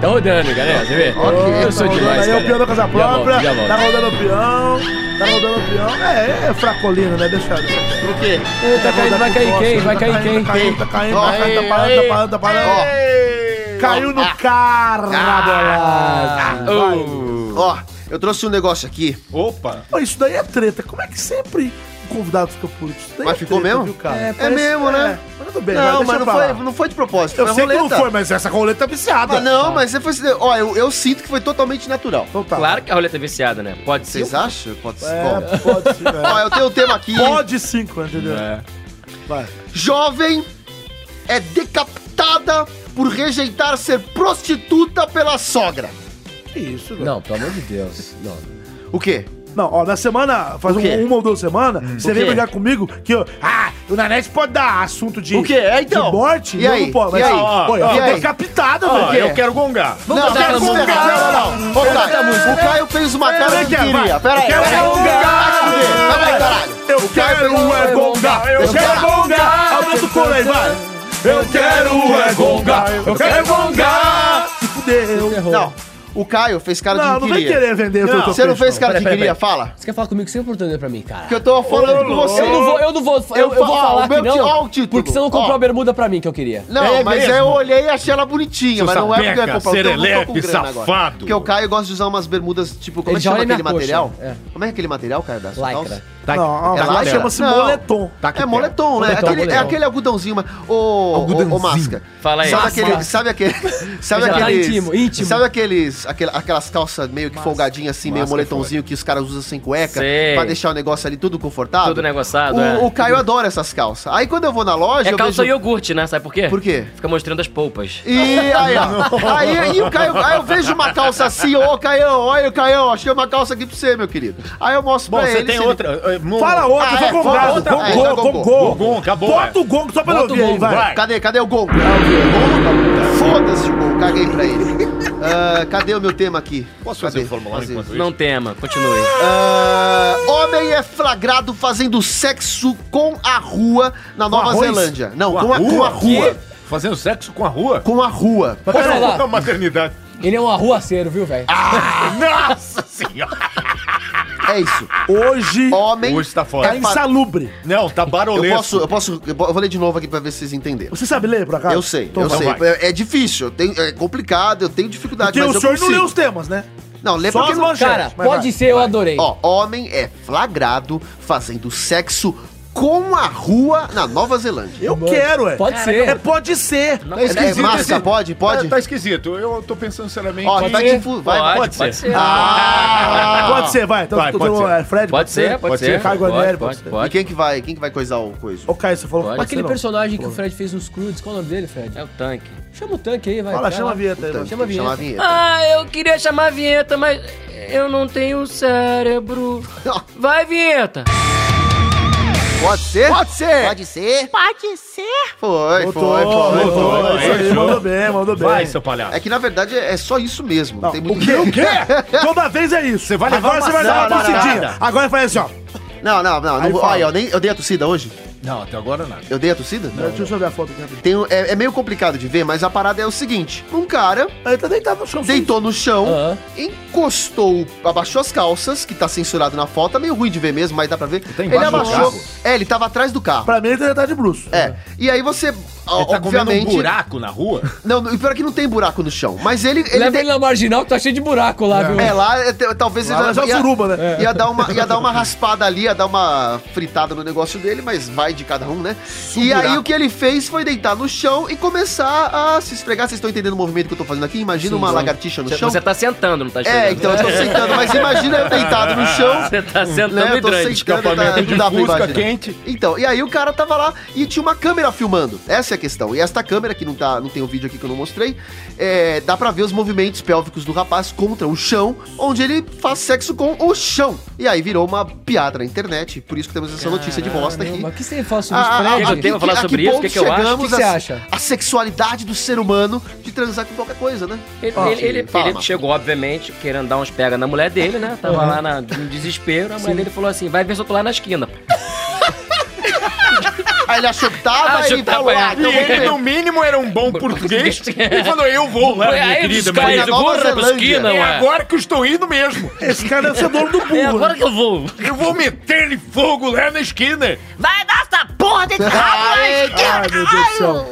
S16: Tá rodando, galera, você vê?
S1: tá
S16: Eu sou demais,
S3: Aí é o
S16: cara.
S3: peão da casa
S16: Já volto,
S3: própria,
S16: já volto.
S3: tá rodando o peão, tá rodando o peão. É, é fracolino, né? Deixa eu Por quê?
S2: Tá caindo, vai cair quem? Vai cair quem?
S3: Tá caindo, tá caindo,
S2: Ó,
S3: tá caindo, tá parando, tá parando, tá parando. Ó, Caiu no carro,
S1: Ó, eu trouxe um negócio aqui.
S4: Opa!
S3: Pô, isso daí é treta. Como é que sempre o convidado fica puto? Isso daí
S1: Mas
S3: é
S1: ficou
S3: treta,
S1: mesmo?
S3: viu, cara?
S1: É, parece- mesmo, né?
S3: Mas tudo bem,
S1: não,
S3: vai, deixa
S1: mas não
S3: pra lá.
S1: foi, não foi de propósito.
S3: Eu
S1: foi
S3: sei que não
S1: roleta.
S3: foi, mas essa roleta é viciada.
S1: Ah, não, mas você foi. Ó, eu, eu sinto que foi totalmente natural.
S3: Então tá.
S6: Claro que a roleta é viciada, né? Pode ser.
S1: Vocês acham? Pode ser.
S6: Bom.
S3: Pode sim, é.
S1: Ó, eu tenho um tema aqui.
S3: Pode cinco, entendeu?
S1: É.
S4: É.
S3: Vai.
S1: Jovem é decapitada por rejeitar ser prostituta pela sogra.
S3: Que isso, velho?
S2: Não, pelo amor de Deus. Não.
S1: O quê?
S3: Não, ó, na semana, faz
S1: O
S3: um-
S1: quê? Hum,
S3: uma ou duas semanas,
S1: O
S3: você veio
S1: quê?
S3: brigar comigo que eu. Ah, o Nanete pode dar assunto de.
S1: O quê? É, então.
S3: De morte?
S1: E
S3: Não,
S1: aí?
S3: Não pode,
S1: E
S3: mas.
S1: aí?
S3: ó, Pô,
S1: E
S3: eu
S1: aí? Ah,
S3: fui decapitada,
S4: Ó,
S3: velho.
S4: eu quero gongar.
S1: Não,
S3: eu
S1: não,
S3: quero
S1: não, não,
S3: gongar.
S1: não, não, não. Ô, Caio, o Caio fez uma cara que não queria. Pera aí.
S3: Eu
S1: pera aí.
S3: quero um
S1: Vai
S3: gongar.
S1: se fuder. Vai, vai, caralho.
S3: Eu quero é gongar. Eu quero gongar. Aumenta o coro aí, vai. Eu quero é gongar. Eu quero gongar. Se fuder.
S1: Não. O Caio fez cara
S3: Não,
S1: de
S3: não
S1: que
S3: vem
S1: queria.
S3: querer vender o que eu tô
S1: Você não
S3: fez,
S1: fez
S3: não.
S1: cara
S3: Peraí,
S1: de
S3: peraí,
S1: queria,
S3: peraí.
S1: fala.
S2: Você quer falar comigo sem oportunidade pra mim, cara?
S1: Que eu tô falando com você.
S2: Eu não vou, eu não vou, eu, eu vou
S1: ó,
S2: falar
S1: o meu
S2: que
S1: ti- ó,
S2: não,
S1: o título.
S2: porque você não comprou
S1: Ó.
S2: a bermuda pra mim que eu queria. É
S1: Não,
S6: É
S1: mas eu olhei e achei ela bonitinha,
S2: Seu
S1: mas não é porque eu ia
S2: sapeca,
S1: comprar. Então eu não tô com
S4: serelepe,
S1: grana agora.
S4: safado.
S1: Porque o Caio gosta de usar umas bermudas, tipo, como é
S2: Ele
S1: que
S2: já
S1: chama
S2: olha minha
S1: aquele
S2: coxa,
S1: material?
S2: é.
S1: Como é aquele material, Caio, da sua
S2: Lycra.
S1: calça?
S4: Tá
S3: Não,
S1: É
S3: agora
S1: lycra?
S3: chama-se
S1: Não.
S3: moletom.
S6: Tá
S1: É moletom, né? É
S3: Moletom,
S1: aquele, é
S3: moletom.
S1: aquele algodãozinho, mas. Ô, ô, ô, Masca.
S6: Fala aí.
S1: Sabe
S6: Masca.
S1: aquele. Sabe aquele. Sabe
S6: Já tá
S1: aqueles.
S6: íntimo, íntimo.
S1: Sabe aqueles. aquel- aquelas calças meio que folgadinhas assim, meio
S6: Masca é
S1: moletomzinho que os caras usam sem cueca?
S6: Sei.
S1: Pra deixar o negócio ali tudo confortável?
S6: Tudo negociado,
S1: O,
S6: é.
S1: o Caio adora essas calças. Aí quando eu vou na loja.
S6: É
S1: eu
S6: calça
S1: vejo-
S6: iogurte, né? Sabe por quê?
S1: Por quê?
S6: Fica mostrando as polpas.
S1: E aí, ó. Aí, aí o Caio, aí eu vejo uma calça assim, ô Caião, olha o Caião, achei uma calça aqui pra você, meu querido. Aí eu mostro
S4: Bom,
S1: pra
S4: você
S1: ele.
S4: tem
S1: se
S4: outra.
S1: Ele...
S4: eh, mo-
S3: Fala outra,
S1: Ah,
S3: foi
S1: é, fala
S3: gongado.
S1: outra. É,
S3: Gongou,
S1: já
S3: gongou.
S4: Gongou, acabou,
S3: Bota
S4: é.
S3: o gongo só pra ele
S4: Bota o
S3: ouvir aí,
S4: gongo,
S3: vai.
S4: vai.
S1: Cadê, cadê o Gongo? Gongo? Foda-se o Gongo, caguei pra ele. Ah, cadê o meu tema aqui? Posso fazer o
S4: um
S1: formulário enquanto
S6: Não tema, continue.
S1: Homem é flagrado fazendo sexo com a rua na Nova
S4: arroz?
S1: Zelândia. Não, com a, com a rua.
S4: Fazendo sexo com a rua?
S1: Com a rua.
S4: Mas
S2: Pera
S4: pera
S2: lá.
S4: lá. maternidade.
S2: Ele é um arruaceiro, viu, velho?
S4: Nossa senhora!
S1: É isso.
S3: Hoje.
S1: Homem.
S4: Hoje tá fora.
S1: é
S3: Tá insalubre.
S4: Não, tá
S1: Eu
S4: barulhento.
S1: posso, eu posso, eu vou ler de novo aqui pra ver se vocês entenderam.
S3: Você sabe ler, por acaso?
S1: Eu sei,
S3: Então
S1: eu
S3: vai.
S1: sei. É, é difícil, eu tenho- é complicado, eu tenho dificuldade,
S3: Porque
S1: mas
S3: o
S1: eu
S3: senhor não lê
S1: consigo.
S3: os temas, né?
S1: Não, lê
S3: Só
S1: porque
S3: as
S1: não...
S3: manchetes.
S2: Cara,
S3: Mas
S2: pode
S3: vai.
S2: ser, eu adorei.
S1: Ó, homem é flagrado fazendo sexo com a rua na Nova Zelândia.
S3: Eu
S2: Mano,
S3: quero, ué.
S2: pode
S3: É,
S2: ser.
S3: É, pode ser.
S1: É, é, Masca, pode, pode?
S4: Tá, tá esquisito. Eu tô pensando seriamente.
S1: Ó,
S4: em-
S1: tá de fu... Vai,
S6: Pode,
S1: vai.
S6: pode, ser. Ah,
S3: Pode ser, vai. Então,
S4: Vai,
S3: tu-
S4: pode
S3: tu-
S4: ser.
S3: é, Fred,
S6: Pode ser, pode ser.
S3: Caio
S6: Pode,
S3: Guarnieri,
S6: pode,
S3: pode ser.
S1: E quem que vai, quem que vai coisar o coisa?
S3: Ô, Caio, você falou que
S6: Pode.
S3: pode ser,
S2: Aquele
S3: não.
S2: personagem que o Fred fez nos crudes, qual o nome dele, Fred?
S6: É o tanque.
S2: Chama o tanque aí, vai.
S3: Fala,
S2: vai
S3: chama
S2: lá.
S3: a vinheta aí,
S1: Então,
S3: vai.
S2: Chama a
S1: tem que chamar
S6: Ah, eu queria chamar a vinheta, mas É, eu não tenho cérebro. Vai, vinheta!
S1: Pode ser? Pode ser. Pode ser?
S7: Pode ser?
S1: Foi, foi,
S3: Voltou,
S1: foi.
S3: voltou,
S4: foi,
S3: isso aí,
S4: foi.
S3: Mandou bem, mandou bem.
S4: Vai, seu palhaço.
S1: É que na verdade é é só isso mesmo. Não, tem muito...
S3: O quê? O quê? Toda vez é isso.
S4: Você vai levar
S3: Agora
S4: uma
S3: você vai dar uma
S4: sarada.
S3: tossidinha. Agora faz assim, ó.
S1: Não, não, não. não
S3: Aí
S1: vou-
S3: fala.
S1: Olha, eu, nem, eu dei a tossida hoje?
S4: Não, até agora nada.
S1: Eu dei a tossida?
S3: Deixa eu ver a foto aqui rapidinho.
S1: Tem um- é, é meio complicado de ver, mas a parada é o seguinte: um cara
S3: Ele tá deitado no chão.
S1: deitou no chão,
S2: Aham.
S1: encostou, abaixou as calças, que tá censurado na foto, é meio ruim de ver mesmo, mas dá pra ver.
S4: tá
S1: ele
S4: embaixo do
S1: abaixou.
S4: carro?
S1: É, ele tava atrás do carro.
S3: Pra mim, ele tá de bruxo.
S1: É. E aí você, ó,
S4: Ele tá comendo um
S1: obviamente.
S4: buraco na rua?
S1: Não, não, e pior que não tem buraco no chão. Mas ele. ele
S2: Leva
S1: de-
S2: ele na marginal que tá cheio de buraco lá, viu?
S1: É, lá, é, te- talvez
S3: Lá já é o suruba, né?
S1: ia, dar uma, ia dar uma raspada ali, ia dar uma fritada no negócio dele, mas vai de cada um, né? e aí o que ele fez foi deitar no chão e começar a se esfregar. Vocês estão entendendo o movimento que eu tô fazendo aqui? Imagina uma lagartixa no
S6: Você-
S1: chão.
S6: Você tá sentando, não tá
S1: É, então eu tô sentando, mas imagina eu deitado no chão.
S6: Você tá sentando
S1: né, eu tô
S6: hidrante.
S1: sentando, tá, não dá pra imaginar.
S4: quente.
S1: Então, e aí o cara tava lá e tinha uma câmera filmando. Essa é a questão. E esta câmera, que não, tá, não tem o vídeo aqui que eu não mostrei, é, dá pra ver os movimentos pélvicos do rapaz contra o chão, onde ele faz sexo com o chão. E aí virou uma piada na internet, por isso que temos essa notícia de bosta aqui.
S2: Mas o que você fala sobre isso,
S1: Ah, ah,
S2: Fred?
S1: ah,
S6: Eu tenho que falar
S1: a
S6: sobre isso, o
S1: ponto
S6: que que eu acho?
S1: chegamos
S2: O que que você
S1: a-
S2: acha?
S1: A sexualidade do ser humano de transar com qualquer coisa, né?
S6: Ele,
S1: Ó,
S6: ele- ele-
S1: fala,
S6: ele
S1: Marcos.
S6: chegou, obviamente, querendo dar uns pega na mulher dele, né? Tava lá na, no desespero, a mulher dele falou assim, vai ver se eu tô lá na esquina.
S1: Aí ele achou que tava
S4: Achou
S1: e
S4: que tava
S1: falou, ah,
S4: errado.
S1: então
S4: E ele, no mínimo, era um bom português. é. Ele falou, eu vou lá,
S1: Aí
S4: minha
S1: os
S4: querida.
S1: caras
S4: minha
S1: de burra pra esquina,
S4: é
S1: ué.
S4: agora que eu estou indo mesmo. Esse
S3: cara deve ser dono do burro.
S4: É
S15: agora que eu vou.
S4: Eu vou meter-lhe fogo lá na esquina.
S15: Vai dar essa porra desse rabo na esquerda,
S3: Ai, meu Deus do céu.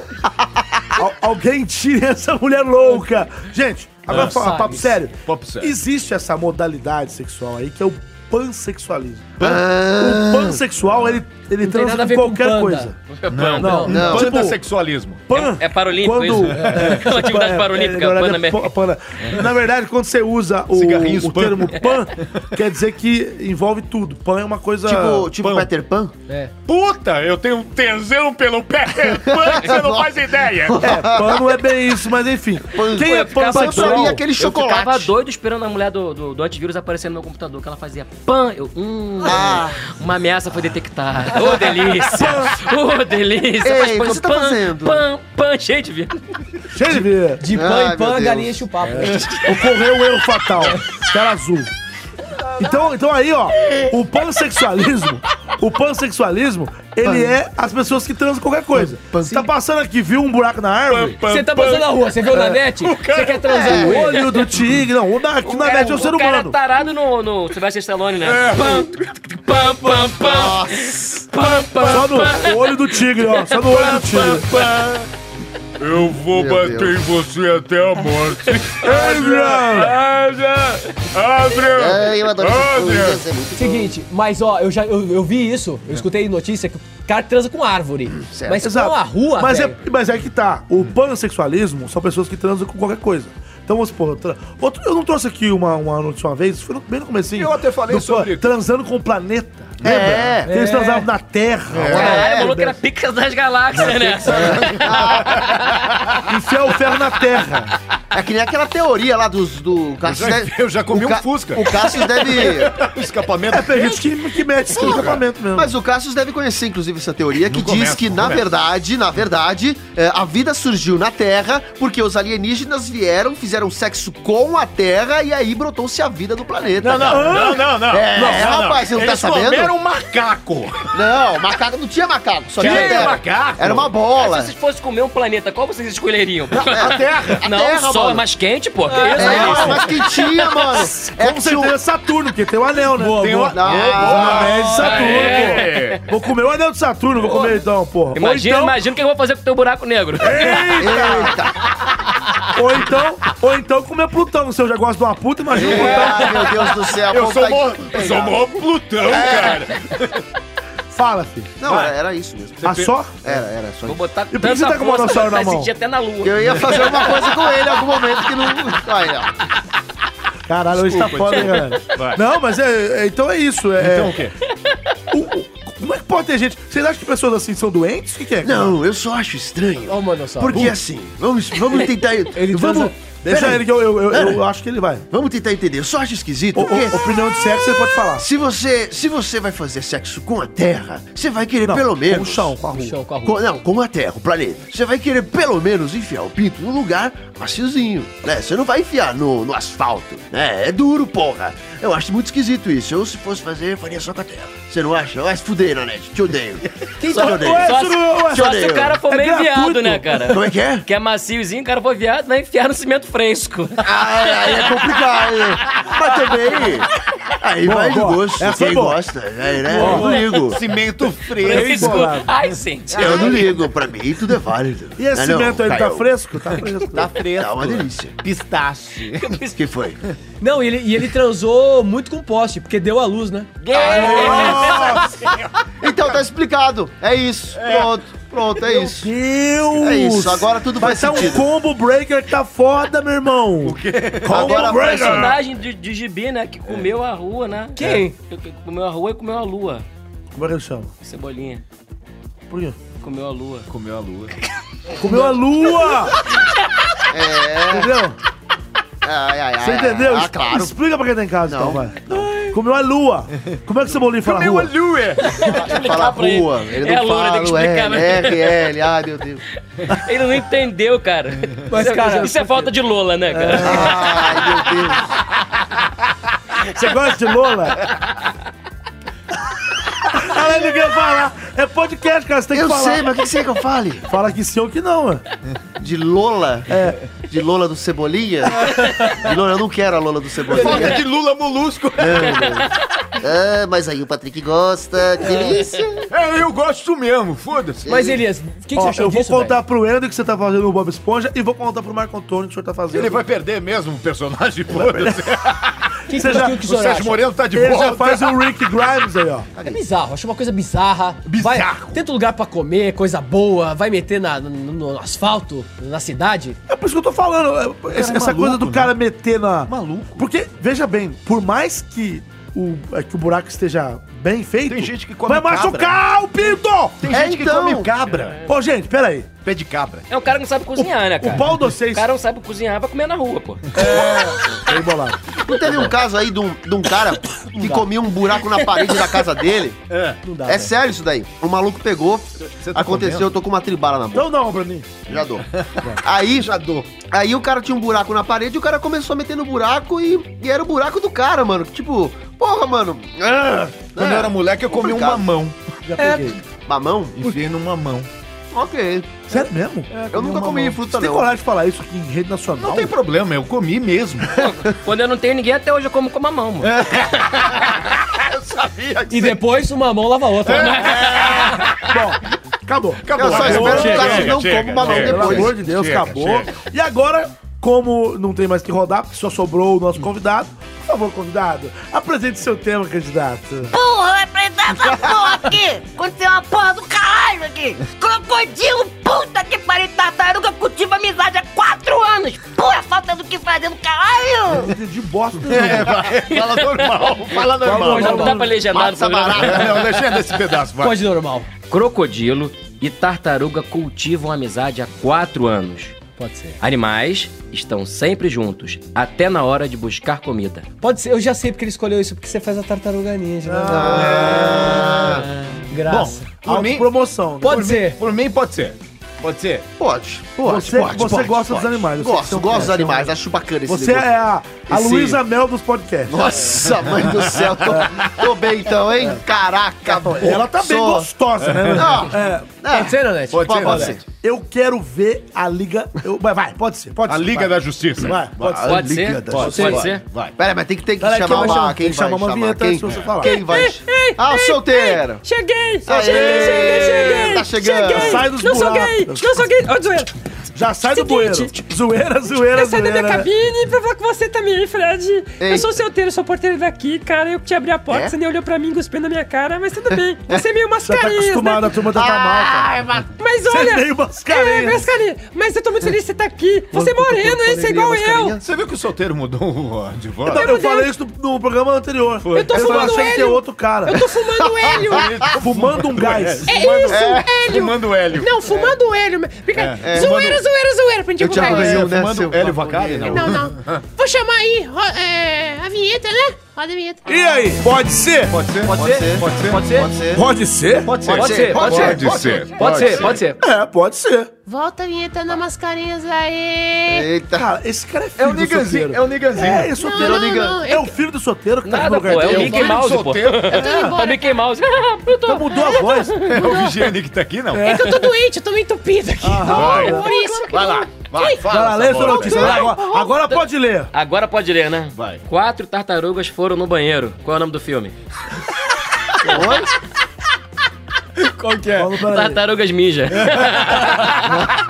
S3: Al- alguém tire essa mulher louca. Gente, agora
S4: Ah,
S3: fala,
S4: sabe.
S3: papo sério.
S4: Papo sério.
S3: Existe essa modalidade sexual aí que é o pansexualismo.
S4: Ah.
S3: O pansexual, ele, ele
S4: Não tem nada
S3: transa
S4: a
S3: com
S4: ver com
S3: qualquer
S4: panda.
S3: coisa.
S4: Não, não. não.
S3: Tipo,
S4: Panda sexualismo.
S3: Pan,
S6: É parolímpico
S3: quando...
S6: isso? É uma atividade parolímpica,
S3: na verdade,
S6: Pan
S3: é
S6: American.
S3: pan- pana. Na verdade, quando você usa o,
S6: Cigarrinhos
S3: o
S6: pan.
S3: termo pan, quer dizer que envolve tudo. Pan é uma coisa...
S1: Tipo- tipo Peter Pan?
S2: É.
S4: Puta, eu tenho um tesão pelo Peter Pan que você não faz ideia.
S3: É, pan não é bem isso, mas enfim. Quem é pan sexual?
S6: Eu ficava doido esperando a mulher do, do, do antivírus aparecer no meu computador, que ela fazia pan, eu, hum,
S3: Ah.
S6: uma ameaça foi detectada. Ô, delícia! Ô, delícia!
S2: Ei,
S6: pan,
S2: o que você tá
S6: pan,
S2: fazendo?
S6: Pan, pan, cheio de vida.
S3: Cheio de vida.
S2: De pan em pan, galinha enche o papo.
S3: É. Ocorreu um erro fatal. Tela azul. Então, então aí, ó, o pansexualismo, o pansexualismo, ele
S2: Pan.
S3: é as pessoas que transam qualquer coisa. Você tá passando aqui, viu um buraco na árvore?
S2: Pan, pan, Você tá passando na rua, você viu na net?
S3: O
S2: Você quer transar
S3: é,
S2: com
S3: O
S2: ele?
S3: olho do tigre, não, o da, aqui na net é o ser
S6: O cara
S3: humano. É.
S6: é tarado no, no Sebastian Stallone, né? Pan, pan, pan, pan. Pan, pan,
S3: Só no olho do tigre, ó, só no olho do tigre.
S4: Eu vou bater em você até a morte. É,
S2: Adrian!
S1: É, eu adoro essas coisas, é muito bom.
S2: Seguinte, mas ó, eu já eu, eu vi isso, eu escutei notícia que o cara transa com árvore. Mas você tá
S3: Exato.
S2: na rua,
S3: mas é,
S2: velho.
S3: mas é que tá. O pansexualismo são pessoas que transam com qualquer coisa. Então, vamos supor, eu, tra- outro, eu não trouxe aqui uma, uma notícia uma vez, foi no- bem no comecinho. Eu até falei sobre... Transando com o planeta. Lembra?
S6: É.
S3: Que eles
S6: É.
S3: transavam na Terra.
S6: O cara falou que era Pixas das Galáxias, né?
S3: Enfiar o ferro na terra.
S1: É que nem aquela teoria lá dos, do Cássio.
S4: já- eu já comi um Fusca.
S1: O Cássio deve.
S4: Escapamento.
S1: É,
S3: tem gente que, que mete esse escapamento mesmo.
S1: Mas o Cássio deve conhecer, inclusive, essa teoria que
S4: Não
S1: diz
S4: começa,
S1: que,
S4: não
S1: na
S4: começa.
S1: verdade, na verdade, é, a vida surgiu na Terra porque os alienígenas vieram, fizeram sexo com a Terra e aí brotou-se a vida do planeta.
S4: Não, não,
S1: cara.
S4: não, não, não.
S1: É,
S4: Não, não,
S1: rapaz, você não
S4: Eles
S1: tá sabendo?
S4: comeram um macaco. um
S1: Não, macaco não tinha macaco, só tinha,
S6: Tinha
S1: terra.
S6: macaco.
S1: É, Era uma
S6: Mas
S1: bola.
S6: Se vocês fossem comer um planeta, qual vocês escolheriam?
S1: a
S3: É,
S1: Terra. A
S6: Não,
S1: Terra,
S6: o Sol
S1: mano.
S6: é mais quente, pô. Que
S1: É,
S6: isso, né?
S1: é,
S6: delícia?
S1: mas quentinha, mano. É
S3: Com certeza Saturno, porque tem o anel, né? tem
S4: boa.
S3: o anel. Ah, anel de Saturno,
S6: É.
S3: pô. Vou comer o anel de Saturno, vou comer então, porra. Ou
S6: Imagina,
S3: então-
S6: imagina o que eu vou fazer com o teu buraco negro.
S3: Eita! ou então, ou então comer Plutão. Se eu já gosto de uma puta, imagina o Plutão.
S1: Ah, meu Deus do céu.
S4: Eu
S1: pô,
S4: sou
S1: tá-
S4: mó- eu sou mó Plutão, cara.
S3: Fala, filho.
S1: Não, era, era isso mesmo.
S3: Ah, só?
S1: Era, era só
S6: Vou botar
S3: E por que você tá com o
S6: força
S3: monossauro na
S6: vai
S3: mão?
S6: sentir até na lua.
S1: Eu ia fazer alguma coisa com ele em algum momento que não. Aí, ó.
S3: Caralho, hoje tá
S1: Desculpa,
S3: foda, hein,
S1: desculpa.
S3: galera?
S1: Vai.
S3: Não, mas é, é- então é isso. É,
S4: Então o quê?
S3: o- o- como é que pode ter gente? Vocês acham que pessoas assim são doentes? O que, que é?
S5: Não, eu só acho estranho.
S2: Ó, o manossauro.
S5: Porque assim, vamos, vamos tentar.
S3: Ele
S5: vamos.
S3: transa- Deixa
S5: Pera aí.
S3: ele que eu, eu, eu- eu
S5: Pera.
S3: acho que ele vai.
S5: Vamos tentar entender. Eu só acho esquisito.
S3: O- o-
S5: porque
S3: opinião de sexo, você pode falar.
S5: se você, se você vai fazer sexo com a Terra, você vai querer
S3: Não,
S5: pelo
S3: com
S5: menos.
S3: o chão, com a rua.
S2: chão, com a rua.
S5: Com- não, com a Terra, o planeta. Você vai querer pelo menos enfiar o pinto num lugar maciozinho, né? Você não vai enfiar no, no asfalto, né? É duro, porra. Eu acho muito esquisito isso. Eu, se fosse fazer, eu faria só com a Terra. Você não acha? Vai se fuder, Nanete. Te odeio.
S2: Quem
S5: Só te
S2: tá-
S5: odeio.
S3: Ué,
S6: Só,
S3: isso não-
S6: se, só se
S5: odeio.
S6: o cara for
S3: É
S6: meio
S3: gratuito.
S6: viado, né, cara?
S5: Como é que é?
S6: Que é maciozinho, o cara for viado, vai enfiar no cimento fresco.
S5: Ah, é, aí é complicado. né? Mas também. Aí
S3: Boa,
S5: vai de
S3: boa.
S5: gosto.
S3: Essa foi
S5: Quem
S3: boa.
S5: gosta, né? né?
S3: Boa.
S5: Eu não ligo.
S4: Cimento fresco.
S6: Fresco.
S3: bolado.
S6: Ai, gente.
S5: Eu não ligo. Pra mim, tudo é válido.
S3: E esse
S5: Ah, não,
S3: cimento aí ele tá
S5: caiu.
S3: fresco? Tá fresco.
S4: Tá fresco.
S1: é
S5: Tá uma delícia.
S4: Pistache.
S5: O que foi?
S2: Não, e ele, e ele transou muito com poste, porque deu a luz, né?
S6: é
S1: Então tá explicado. É isso. Pronto, pronto, é isso.
S3: Deus!
S1: É isso, agora tudo
S3: Vai
S1: faz
S3: ser um
S1: sentido.
S3: combo breaker que tá foda, meu irmão. O quê? Combo
S1: Agora
S3: breaker.
S6: personagem de, de gibi, né? Que comeu
S1: É.
S6: a rua, né?
S2: Quem?
S6: Que- que Comeu a rua e comeu a lua.
S3: Como é que ele chama?
S6: Cebolinha.
S3: Por quê?
S6: Comeu a lua.
S4: Comeu a lua.
S3: Comeu a lua!
S1: É.
S3: Entendeu?
S1: Ai, ai, ai.
S3: Você entendeu?
S1: Ah, claro.
S3: Explica pra quem tá em casa,
S1: Não.
S3: então, vai. Comeu a lua. Como é que o Cebolinha fala
S4: Comeu a
S3: rua?
S4: lua.
S1: Fala
S6: é pra ele.
S1: rua. Ele
S6: É a
S1: não
S6: loura, tem que
S1: fala, é,
S6: explicar,
S1: L,
S6: né?
S1: R, L. Ai, meu Deus.
S6: Ele não entendeu, cara.
S2: Mas,
S6: Isso é-
S2: cara,
S6: isso é falta de Lola, né, cara?
S1: Ai, meu Deus.
S2: é
S3: Você gosta de Lola? falando o que eu falar. É podcast, cara. Você tem que
S1: Eu
S3: falar.
S1: sei, mas o que você quer que eu fale?
S3: Fala que sim ou que não, mano.
S1: De Lola? De Lola do Cebolinha? De Lola, eu não quero a Lola do Cebolinha.
S14: Falta de Lula molusco.
S1: Ah, mas aí o Patrick gosta, que delícia.
S4: É, eu gosto mesmo, foda-se.
S2: Mas, Elias, o que, que você
S3: Ó,
S2: achou
S3: Eu vou
S2: disso,
S3: contar pro Endo que você tá fazendo o Bob Esponja e vou contar pro Marco Antônio que o senhor tá fazendo.
S4: Ele vai perder mesmo o personagem, foda-se.
S2: Quem
S3: Você
S2: que
S3: já-
S2: o que
S4: O
S2: senhor
S4: Sérgio
S2: acha?
S4: Moreno tá de
S3: Ele
S4: volta.
S3: já faz o Rick Grimes aí, ó.
S2: É bizarro, acho uma coisa bizarra. Bizarro. Vai, tenta um lugar pra comer, coisa boa, vai meter na, no, no asfalto, na cidade.
S3: É por isso que eu tô falando. é, Essa,
S4: é
S3: essa
S4: maluco,
S3: coisa do
S4: né?
S3: cara meter na.
S4: Maluco.
S3: Porque, veja bem, por mais que o, é, que o buraco esteja bem feito.
S4: Tem gente que come
S3: Vai
S4: cabra. né?
S3: machucar o pinto!
S4: Tem
S1: É,
S4: gente
S1: então.
S4: que come cabra.
S3: Ô, gente, peraí.
S4: Pé de cabra.
S6: É um cara que não sabe cozinhar, né, cara?
S3: O pau do vocês.
S6: O cara não sabe cozinhar pra comer na rua, pô.
S3: Bem bolado.
S1: Não teve um caso aí de um, de um cara que comia um buraco na parede da casa dele?
S2: Não dá.
S1: É sério isso daí. O maluco pegou,
S4: tá
S1: aconteceu,
S4: comendo?
S1: eu tô com uma tribala na boca.
S3: Então não, Bruninho.
S1: Já dou. Aí, já dou. Aí o cara tinha um buraco na parede e o cara começou a meter no buraco e, e era o buraco do cara, mano. Tipo, porra, mano. Ah,
S4: Quando
S1: né?
S4: eu era moleque, eu comi um
S1: Complicado.
S4: mamão.
S3: Já peguei.
S1: Mamão?
S4: Enfiei num mamão.
S1: Ok.
S3: Sério mesmo?
S4: É,
S1: eu nunca comi fruta,
S3: Você tem
S1: não.
S3: coragem de falar isso aqui em rede nacional?
S4: Não tem problema, eu comi mesmo.
S6: Quando eu não tenho ninguém, até hoje eu como com a mão,
S1: É,
S6: mano.
S2: E depois uma mão lava a
S3: É.
S2: outra. né?
S3: Bom, acabou.
S1: Eu só
S4: tá
S1: espero que o
S14: Chega,
S1: cara
S14: chega,
S1: não
S14: chega,
S1: coma mamão
S14: chega.
S3: Pelo amor
S1: depois.
S3: de Deus,
S4: Chega,
S3: acabou. E agora, como não tem mais que rodar, porque só sobrou o nosso convidado, por favor, convidado, apresente seu tema, candidato.
S8: Porra, vai prender essa porra aqui! Aconteceu uma porra do caralho aqui! Crocodilo, puta que pariu, tartaruga, cultiva amizade há quatro anos! Porra, falta do que fazer do caralho!
S3: De bosta.
S4: Fala normal, fala normal.
S6: Já não dá pra né? legendar no programa.
S4: Não, legenda esse pedaço, vai.
S2: Pode normal.
S6: Crocodilo e tartaruga cultivam amizade há quatro anos.
S2: Pode ser.
S6: Animais estão sempre juntos, até na hora de buscar comida.
S2: Pode ser, eu já sei porque ele escolheu isso, porque você faz a tartaruga ninja.
S3: Ah.
S2: né? Graça.
S4: Por mim-
S3: Autopromoção. Né?
S2: Pode
S4: por
S2: ser.
S4: Mim, por mim, pode ser. Pode ser.
S1: Pode.
S3: você você gosta dos animais. eu sei que
S1: Gosto,
S3: são-
S1: gosto dos animais. Acho bacana esse
S3: Você
S1: negócio.
S3: é a, a
S1: Esse-
S3: Luísa Mel dos podcasts.
S1: Nossa, mãe do céu. Tô, tô bem então, hein? Caraca, mano.
S3: Ela tá bem
S1: Sou-
S3: gostosa, né?
S1: Não.
S3: É,
S2: Pode ser, Nanete?
S1: Pode,
S4: ser,
S1: pode
S4: Nanete.
S1: ser.
S3: eu quero ver a Liga. eu- vai, vai, pode ser, pode
S4: A
S3: ser.
S4: Liga
S3: vai.
S4: da Justiça.
S3: Vai, pode ser.
S6: Pode ser? Pode ser? Pode ser?
S1: Pera, mas tem que, tem que
S3: Pera,
S1: chamar
S3: quem vai
S1: uma.
S3: chamar?
S1: Quem
S3: Tem que
S1: vai
S3: chamar uma vinheta
S1: quem,
S3: antes de você falar.
S1: Quem vai? Ah, o solteiro!
S2: Cheguei!
S1: Aê,
S2: cheguei, cheguei,
S1: Tá chegando!
S3: Já sai dos
S2: Não sou
S3: buracos.
S2: gay! Não sou gay! Ô, zoeira!
S3: Já sai do bueiro.
S2: Seguinte.
S3: Zoeira, zoeira,
S6: é
S2: Eu saí da
S3: zoeira.
S2: minha
S3: né?
S2: cabine pra falar com você também, Fred.
S1: Ei.
S2: Eu sou solteiro, sou porteiro daqui, cara. Eu te abri a porta,
S1: É?
S2: você nem olhou pra mim, cuspiu na minha cara, mas tudo bem. Você é meio
S3: Você tá
S2: mascarinha,
S3: acostumado, a
S2: né?
S3: turma tratar mal, cara.
S2: Mas
S3: Você
S2: olha...
S3: é meio
S2: É,
S3: mascarinha.
S2: mascarinha. Mas eu tô muito feliz que você tá aqui. Você é
S1: Quando-
S2: moreno,
S1: quando
S2: hein? Você é
S1: ele
S2: igual
S1: ia mascarinha?
S2: eu.
S4: Você viu que o solteiro mudou ó, de voz?
S3: Não, eu
S2: Deus.
S3: falei isso no, no programa anterior.
S4: Foi.
S2: Eu tô
S3: eu
S2: fumando
S3: achei que tem
S2: hélio.
S3: outro cara.
S2: Eu tô fumando hélio.
S3: Fumando um gás.
S2: É isso, hélio.
S4: Fumando hélio.
S2: Não, fumando hélio. Fica...
S1: é.
S2: zoeira, zoeira, zoeira. Pra gente
S4: Então,
S1: Eu te
S2: divulgar
S1: avisei,
S2: isso.
S1: né,
S4: fumando
S1: seu
S4: hélio
S1: vacalhau?
S4: vacalhau?
S1: Não.
S7: não. Vou chamar aí ro- é, a vinheta, né? Roda a vinheta.
S3: E aí, pode ser?
S4: Pode ser?
S1: Pode ser? Pode ser? Pode ser? Pode ser?
S3: Pode ser?
S4: Pode ser.
S1: Pode ser, pode ser,
S4: Pode ser.
S6: Pode ser, pode ser.
S3: É, pode ser.
S7: Volta a vinheta na mascarinhas aí.
S1: Eita!
S3: Cara, esse cara é filho do soteiro.
S4: o Niganzinho.
S3: É, é soteiro.
S7: Não, não, não,
S3: É o filho do soteiro que tá no
S6: Nada, pô.
S3: lugar
S6: É o
S3: dele.
S6: Mickey Mouse, pô.
S7: Eu tô indo
S6: É o
S7: embora.
S6: Mickey Mouse. Eu tô-
S3: Então mudou a voz.
S4: É o Vigiane que tá aqui, não?
S7: É que eu tô doente, eu tô meio entupido aqui.
S4: Vai,
S7: Por isso.
S4: vai lá. Vai,
S3: Vai lá,
S4: fala.
S3: lê
S4: essa
S3: sua
S4: bola.
S1: é
S3: notícia. vai, agora, agora pode ler.
S6: Agora pode ler, né?
S4: Vai.
S6: Quatro tartarugas foram no banheiro. Qual é o nome do filme?
S2: Qual que é?
S3: Fala pra ele.
S6: Tartarugas Ninja.
S3: É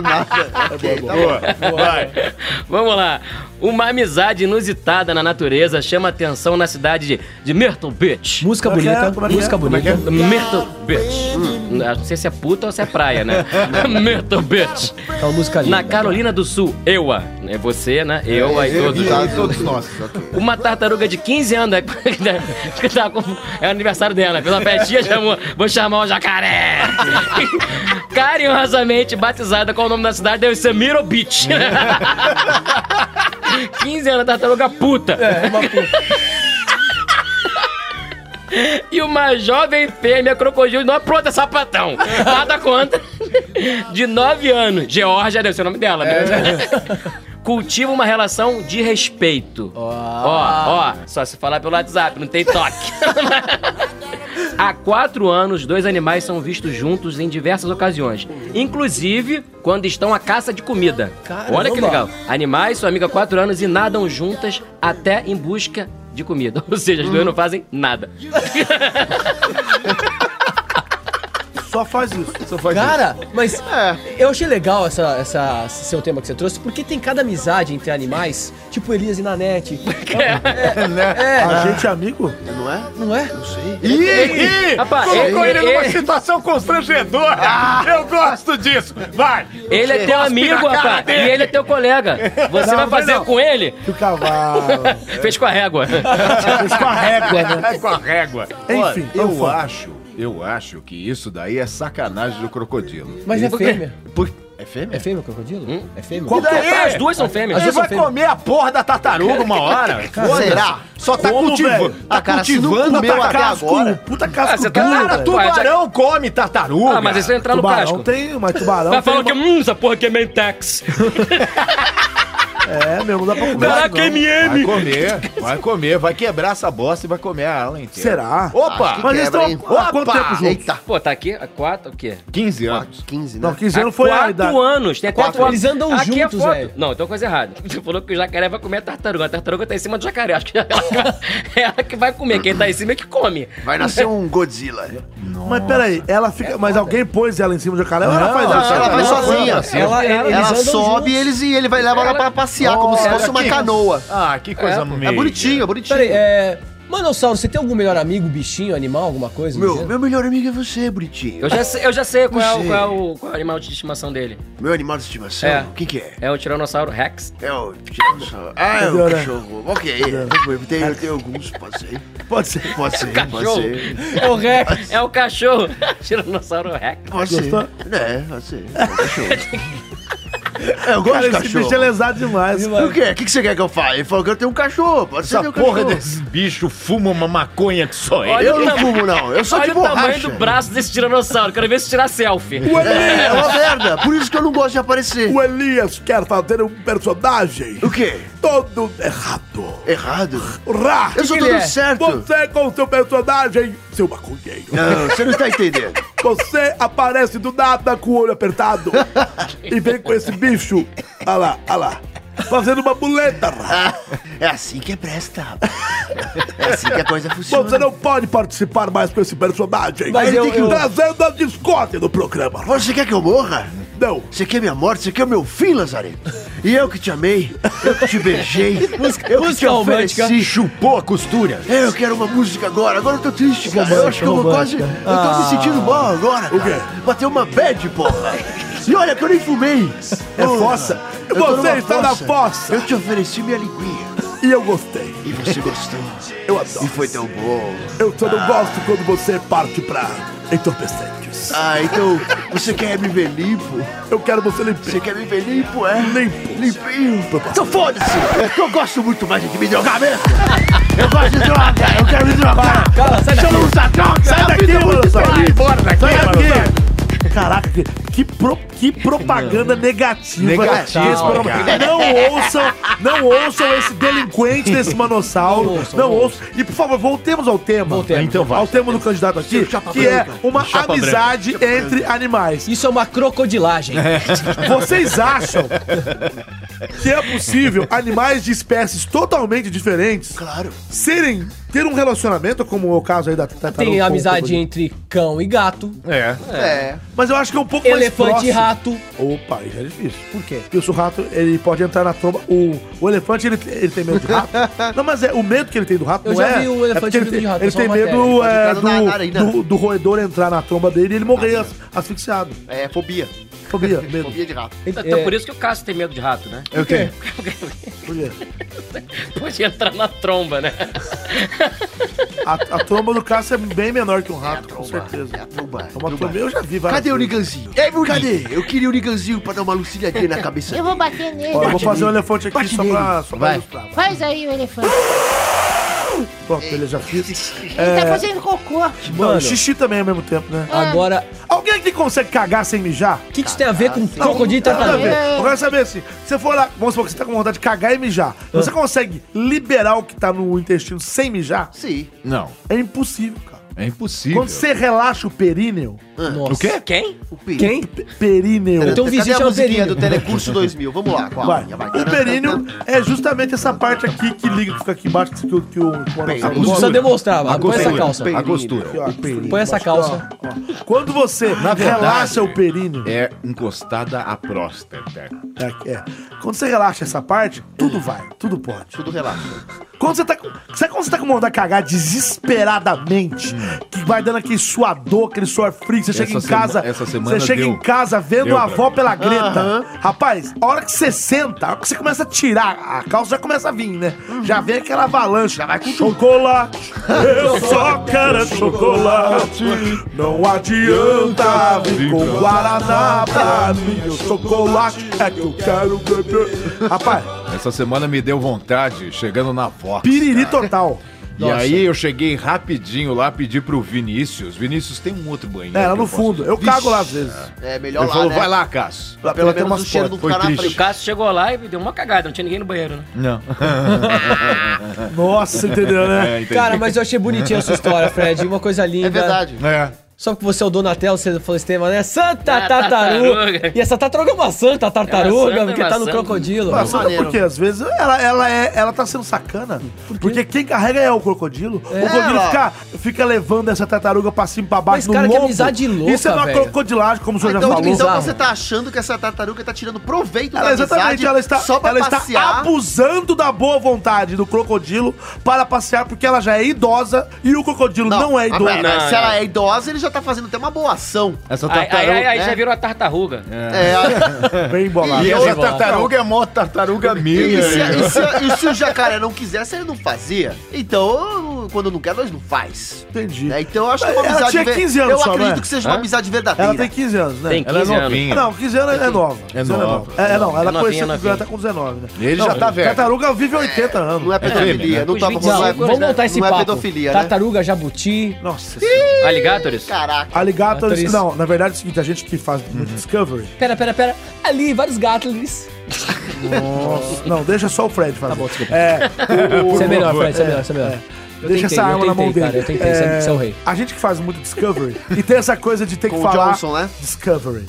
S1: Nada. Ok, tá bom.
S4: Boa, vai.
S6: Vamos lá. Uma amizade inusitada na natureza chama atenção na cidade de, de Myrtle Beach.
S2: Música
S3: Como é que é?
S2: bonita,
S3: Como é que é?
S2: música
S6: Como é que
S2: bonita.
S6: é? Myrtle Beach. Hum, Não sei se é puta ou se é praia, né? Myrtle Beach.
S2: É uma música linda.
S6: Na Carolina do Sul, EUA. É você, né? EUA e todos.
S1: Tá, todos nós. ok.
S6: Uma tartaruga de 15 anos. né? Que tá com- É o aniversário dela. Pela festinha, chamou. Vou chamar o jacaré. Carinhosamente batizada com o nome da cidade, deve ser Miro Beach. 15 anos, tartaruga puta. E uma jovem fêmea crocodilo não apronta sapatão. Nada conta. De 9 anos. Georgia deve ser o nome dela, né? Cultiva uma relação de
S4: Ah.
S6: respeito. Ó, ó, só se falar pelo WhatsApp, não tem toque. Há quatro anos, dois animais são vistos juntos em diversas ocasiões, inclusive quando estão à caça de comida.
S2: Caramba.
S6: Olha que legal. Animais são amigas há quatro anos e nadam juntas até em busca de comida. Ou seja, as
S4: Hum.
S6: duas não fazem nada.
S3: Só faz isso. Só faz
S2: Cara, mas eu achei legal essa, essa, esse seu tema que você trouxe, porque tem cada amizade entre animais, tipo Elias e Nanete. É, é.
S3: A gente é amigo?
S5: Não é?
S2: Não é?
S5: Não sei.
S4: Ih,
S6: Rapaz,
S4: colocou
S6: ele-
S4: ele numa
S6: ele-
S4: situação constrangedora. Eu gosto disso. Vai.
S6: Ele é teu
S4: Cospe na
S6: amigo,
S4: cara
S6: rapaz, e
S4: dele.
S6: ele é teu colega. Você
S4: Não, é
S6: vai fazer
S4: não.
S6: com ele?
S3: Que o cavalo.
S6: Fez com a régua.
S3: Fez com a régua, né?
S4: com a régua.
S3: Enfim,
S4: Olha, eu
S3: então foi.
S4: acho, eu acho que isso daí é sacanagem do crocodilo.
S2: Mas é
S4: Por quê?
S2: fêmea.
S4: Por- É fêmea?
S2: É fêmea o crocodilo? É fêmea?
S4: Qual que é?
S6: Ah, As duas são fêmeas.
S4: Ele
S2: são
S4: vai
S2: fêmeas.
S4: comer a porra da tartaruga uma hora. Foda-se.
S5: Será?
S4: Só tá
S3: Como,
S4: cultivando.
S3: velho?
S4: Tá
S5: Ah, cara, se não
S4: cultivando
S5: comeu
S4: a
S5: até
S4: casco.
S5: agora-
S3: Puta
S4: Ah,
S3: casco
S6: tá
S3: duro,
S6: nada,
S3: velho.
S6: tu-
S4: Tubarão come tartaruga.
S6: Ah, mas isso é entrar no
S3: Tubarão
S6: casco.
S3: tem, mas tubarão
S6: Vai
S3: tem
S6: falar
S3: uma-
S6: que, hum, essa porra aqui é Mentex.
S3: É, meu, não dá pra comer.
S6: Caraca,
S3: não.
S4: Vai
S6: MM.
S4: comer, vai comer, vai quebrar essa bosta e vai comer a ala inteira.
S3: Será?
S4: Opa!
S3: Mas eles
S5: Quebra,
S3: estão
S5: hein?
S3: há há quanto
S4: Opa!
S3: tempo juntos?
S5: Eita,
S6: Pô, tá aqui há quatro, o quê?
S4: 15 anos.
S5: 15, né?
S3: Não, 15
S6: Há
S3: anos foi a idade.
S6: quatro anos, tem quatro,
S2: Quatro.
S6: anos.
S2: Eles andam
S6: Aqui é
S2: juntos,
S6: foto.
S2: velho.
S6: Não, então é coisa errada. Você falou que o jacaré vai comer a tartaruga. A tartaruga tá em cima do jacaré. Acho que ela, é ela que vai comer. Quem tá em cima é que come.
S5: Vai nascer um Godzilla.
S3: Mas peraí, ela fica. mas alguém pôs ela em cima do jacaré? Ou ela
S4: Não,
S3: faz isso?
S5: ela vai sozinha.
S2: Ela, ela, eles
S5: Ela
S2: andam
S5: sobe
S2: juntos.
S5: e eles e ele vai levar ela pra passear, como se
S4: Olha
S5: fosse uma
S4: que-
S5: canoa.
S4: Ah, que coisa meia.
S5: É bonitinho, é bonitinho.
S2: Peraí, é. Manossauro, você tem algum melhor amigo, bichinho, animal, alguma coisa? me
S5: Meu,
S2: dizendo?
S5: meu melhor amigo é você, bonitinho.
S6: Eu já sei, eu já sei qual, é o,
S5: Não sei.
S6: qual é o- qual é o animal de estimação dele.
S5: Meu animal de estimação?
S6: É.
S5: O que que é?
S6: É o Tiranossauro Rex.
S5: É o tiranossauro. Ah, é
S3: Entendeu,
S5: o
S3: né?
S5: cachorro. Ok, tem, tem, alguns, pode ser.
S3: Pode ser.
S5: Pode ser, pode
S6: Cachorro.
S5: ser.
S6: É o Rex. É o cachorro. Tiranossauro Rex.
S5: Pode ser.
S3: Gostou?
S5: É, pode ser. É um cachorro. É, eu gosto
S3: Cara,
S5: de
S3: esse bicho é
S5: cachorro.
S3: lesado demais.
S2: Demais.
S5: O que O que que você quer que eu fale? Ele falou que eu tenho um cachorro. Pode ser
S4: Essa
S5: meu
S4: porra
S5: um cachorro.
S4: desse bicho fuma uma maconha que só ele.
S6: Olha
S5: Eu
S6: o
S5: não
S6: tamanho-
S5: fumo, não. Eu sou
S6: Olha
S5: de
S6: o tamanho
S5: borracha.
S6: do braço desse tiranossauro. Quero ver se tirar selfie.
S3: O
S5: É, é
S3: Elias,
S5: uma merda. Por isso que eu não gosto de aparecer.
S3: o Elias quer fazer um personagem
S5: O quê?
S3: todo errado.
S5: Errado.
S3: Rá!
S5: Eu sou
S2: que
S5: todo
S2: ele é?
S5: certo.
S3: Você com seu personagem, seu maconheiro.
S5: Não, você não tá entendendo.
S3: Você aparece do nada com o olho apertado e vem com esse bicho. Olha lá, olha lá. Fazendo uma muleta, Rá.
S5: Ah, É assim que presta. rapaz. É assim que a coisa funciona.
S3: Você não pode participar mais com esse personagem.
S2: Mas
S3: Ele
S2: eu-
S3: tem que
S2: eu-
S3: trazendo a discórdia no programa.
S5: Você quer que eu morra?
S3: Não.
S5: Você quer minha morte? Você quer o meu fim, Lazareto? E eu que te amei, eu que te beijei, eu que te
S2: música romântica.
S5: ofereci.
S4: Chupou a costura.
S5: É, eu quero uma música agora. Agora eu tô triste, cara. eu
S2: Romântica,
S5: acho que eu vou quase.
S2: romântica.
S5: Eu tô me sentindo mal agora. Cara.
S3: quê?
S5: Bateu uma bad, porra. E olha que eu nem fumei.
S3: É
S5: Porra,
S3: fossa.
S5: eu tô
S3: Você
S5: numa
S3: está na fossa.
S5: Eu te ofereci minha linguinha.
S3: E eu gostei.
S5: E você gostou.
S3: Eu adoro.
S5: E foi tão bom.
S3: Eu só não gosto quando você parte pra entorpecentes.
S5: Ah, então você quer me ver limpo?
S3: Eu quero você limpinho.
S5: Você quer me ver limpo, é?
S3: Limpo.
S5: Limpinho. Então foda-se. É que eu gosto muito mais de me drogar mesmo. Eu gosto de droga. Eu quero me drogar.
S2: Cara, sai
S5: Se eu não usar droga,
S3: Sai
S5: eu
S3: daqui,
S5: fico
S3: mano,
S5: muito
S3: sai
S5: feliz.
S3: daqui.
S4: Bora daqui,
S3: Sai
S4: mano.
S3: daqui. Caraca, que, que pro- que propaganda negativa.
S4: Negativa,
S3: Esse programa.
S4: cara.
S3: Não ouçam, não ouçam esse delinquente desse manossauro. Não
S2: Não
S3: ouçam.
S2: ouçam, não
S3: E, por favor, voltemos ao tema.
S2: Voltemos.
S4: Então vai.
S3: Ao tema do candidato aqui,
S5: Chapa
S3: que é
S5: branca.
S3: uma
S4: Chapa
S3: amizade entre animais.
S2: Isso é uma crocodilagem.
S3: Vocês acham que é possível animais de espécies totalmente diferentes
S5: Claro.
S3: serem ter um relacionamento, como é o caso aí da tartaruga?
S2: Tem
S3: com o
S2: amizade
S3: crocodilo?
S2: entre cão e gato,
S4: É.
S5: É.
S3: Mas eu acho que é um pouco
S2: elefante e
S3: mais
S2: rato.
S3: próximo. Opa, aí já é difícil.
S2: Por quê?
S3: Porque o surrato, ele pode entrar na tromba. O, o elefante, ele, ele tem medo de rato. não, mas é o medo que ele tem do rato,
S2: Eu
S3: não
S2: já
S3: é?
S2: vi o elefante
S3: é porque
S2: medo
S3: ele
S2: de
S3: tem-
S2: rato,
S3: Ele
S2: só
S3: tem
S2: uma
S3: medo
S2: matéria.
S3: é,
S5: Pode entrar na
S3: do,
S5: narina.
S3: do, do roedor entrar na tromba dele e ele morrer as- asfixiado.
S5: É fobia.
S3: Fobia, medo.
S5: Fobia de rato.
S6: Então
S2: É,
S6: por isso que o Cássio tem medo de rato, né?
S4: Eu tenho.
S6: Pode entrar na tromba, né?
S3: A, a tromba do Cássio é bem menor que um rato, com certeza.
S5: É a tromba.
S3: É uma tromba, eu já vi várias
S5: Cadê o
S3: vezes.
S5: Niganzinho? Cadê? Eu queria o Niganzinho pra dar uma lucidadinha na cabeça.
S7: Eu vou bater nele.
S3: Ó, eu vou fazer um elefante aqui
S5: Bate
S3: só
S5: nele.
S3: pra, só pra
S4: Vai.
S3: ilustrar. vai.
S7: Faz aí o elefante.
S3: Pronto, ele já fez.
S7: Ele tá fazendo cocô.
S3: Mano,
S2: Mano.
S3: xixi também ao mesmo tempo, né?
S2: Agora,
S3: Alguém aqui consegue cagar sem mijar?
S2: o que, que isso tem a ver com
S5: Tá
S2: crocodilo e
S3: Nada a ver.
S2: tartaruga?
S3: Eu quero saber assim, você for lá, vamos supor que você tá com vontade de cagar e mijar.
S5: Ah.
S3: Você consegue liberar o que tá no intestino sem mijar?
S5: Sim.
S4: Não.
S3: É impossível, cara.
S4: É impossível.
S3: Quando você relaxa o períneo.
S4: O quê?
S6: Quem?
S3: O períneo. Quem? Períneo.
S1: Então, Cadê visite a ao musiquinha períneo? do
S3: Telecurso
S1: 2000? Vamos lá, com a
S3: Vai.
S1: unha, vai.
S3: O períneo é justamente essa parte aqui que liga, que fica aqui embaixo, que, o- que o...
S2: Não precisa
S4: Ah,
S2: demonstrar, mas põe essa calça.
S3: Períneo. Aqui, ó.
S2: Põe essa calça.
S3: Quando você relaxa o períneo...
S4: É encostada à próstata.
S3: É, é. Quando você relaxa essa parte, tudo vai, tudo pode.
S1: Tudo relaxa.
S3: Quando você tá com. Sabe quando você tá com vontade de cagar desesperadamente? Que vai dando aquele suador, aquele suor frio, você
S4: Essa
S3: chega em
S4: sema-
S3: casa.
S4: essa semana
S3: você chega
S4: deu.
S3: em casa vendo
S4: Deu
S3: a
S4: pra
S3: avó
S4: mim.
S3: pela greta.
S4: Aham.
S3: Rapaz, a hora que você senta, a hora que você começa a tirar a calça, já começa a vir, né? Já vem aquela avalanche, já vai com chocolate. Eu só quero é chocolate. Não adianta vir com Guaraná pra mim. O chocolate é que eu quero beber. Rapaz,
S4: Essa semana me deu vontade, chegando na foto.
S3: piriri total.
S4: E aí eu cheguei rapidinho lá, pedi pro Vinícius. Vinícius, tem um outro banheiro.
S3: É, lá
S4: que
S3: no
S4: eu posso-
S3: fundo. Eu
S4: Vixe.
S3: cago lá às vezes.
S1: É,
S4: Ele falou, vai lá, Cássio.
S3: Lá
S4: Pela
S3: pelo menos o cheiro não
S4: Foi
S6: Caraca,
S4: triste.
S6: o Cássio chegou lá e deu uma cagada, não tinha ninguém no banheiro, né?
S4: Não.
S3: Nossa, entendeu, né?
S2: Cara, mas eu achei bonitinha essa história, Fred. Uma coisa linda. É
S1: verdade.
S4: É.
S2: Só que você é o Donatello, você falou esse tema, né? Santa
S3: É a
S2: tartaruga.
S3: tartaruga.
S2: E essa tartaruga é uma santa tartaruga,
S3: É uma santa,
S2: porque
S3: é uma
S2: tá no
S3: santa.
S2: crocodilo.
S3: Mas sabe por quê? Às vezes ela, ela, é, ela tá sendo sacana. Porque quem carrega é o crocodilo.
S2: É.
S3: O crocodilo
S2: Ela.
S3: fica, fica levando essa tartaruga pra cima e pra baixo.
S2: Mas,
S3: no
S2: cara, que
S3: lombo.
S2: amizade louca,
S3: Isso é uma
S2: velho.
S3: crocodilagem, como o senhor já
S1: Então,
S3: falou.
S1: então você tá achando que essa tartaruga tá tirando proveito
S3: Ela, é
S1: da
S3: exatamente,
S1: amizade
S3: ela está,
S1: só pra
S3: ela está
S1: passear.
S3: abusando da boa vontade do crocodilo para passear, porque ela já é idosa e o crocodilo não, é
S1: ah,
S3: idoso.
S1: pera, se ela é idosa, ele já tá fazendo até uma boa ação.
S4: Essa
S6: Aí, aí, aí, aí
S1: né?
S6: já virou a tartaruga.
S1: É.
S3: Bem bolado.
S4: E
S1: Bem
S4: essa
S1: bolado.
S4: tartaruga é mó tartaruga minha.
S1: E se,
S3: é.
S4: hein?
S1: e se- e se o jacaré não quisesse, ele não fazia. Então, quando não quer, nós não faz.
S3: Entendi.
S1: Então, eu acho que é uma
S3: Ela
S1: amizade...
S3: tinha
S1: ver-
S3: 15 anos
S1: Eu
S3: só, não
S1: acredito
S3: é?
S1: que seja uma
S3: Hã?
S1: amizade verdadeira.
S3: Ela tem 15 anos, né?
S4: Tem Ela é 15 anos. novinha.
S3: Não, 15 anos é nova. 15 anos
S4: nova.
S3: É, não, ela
S4: É novinha,
S3: conheceu
S4: novinha.
S3: que ela tá com 19, né?
S4: Ele
S3: Não,
S4: já tá velho.
S3: Tartaruga vive 80 anos.
S1: Não é
S4: pedofilia,
S1: não é tá-
S2: Não, vamos montar esse papo.
S1: né?
S2: Tartaruga, jabuti.
S3: Nossa
S6: Aligatores?
S1: Caraca.
S3: Aligators,
S2: Atriz.
S3: não, na verdade é o seguinte, a gente que faz no Discovery.
S2: Pera, pera, pera. Ali, vários gatos.
S3: Nossa, não, deixa só o Fred fazer. Tá bom, desculpa. É,
S2: Você é melhor, Fred, você é melhor, você é melhor. Eu
S3: Deixa
S2: tentei,
S3: essa
S2: eu
S3: arma na
S2: tentei,
S3: mão dele.
S2: cara, eu tentei, você é- você é o rei.
S3: A gente que faz muito Discovery e tem essa coisa de ter
S1: Com
S3: que
S1: o
S3: falar.
S1: Johnson, né?
S3: Discovery.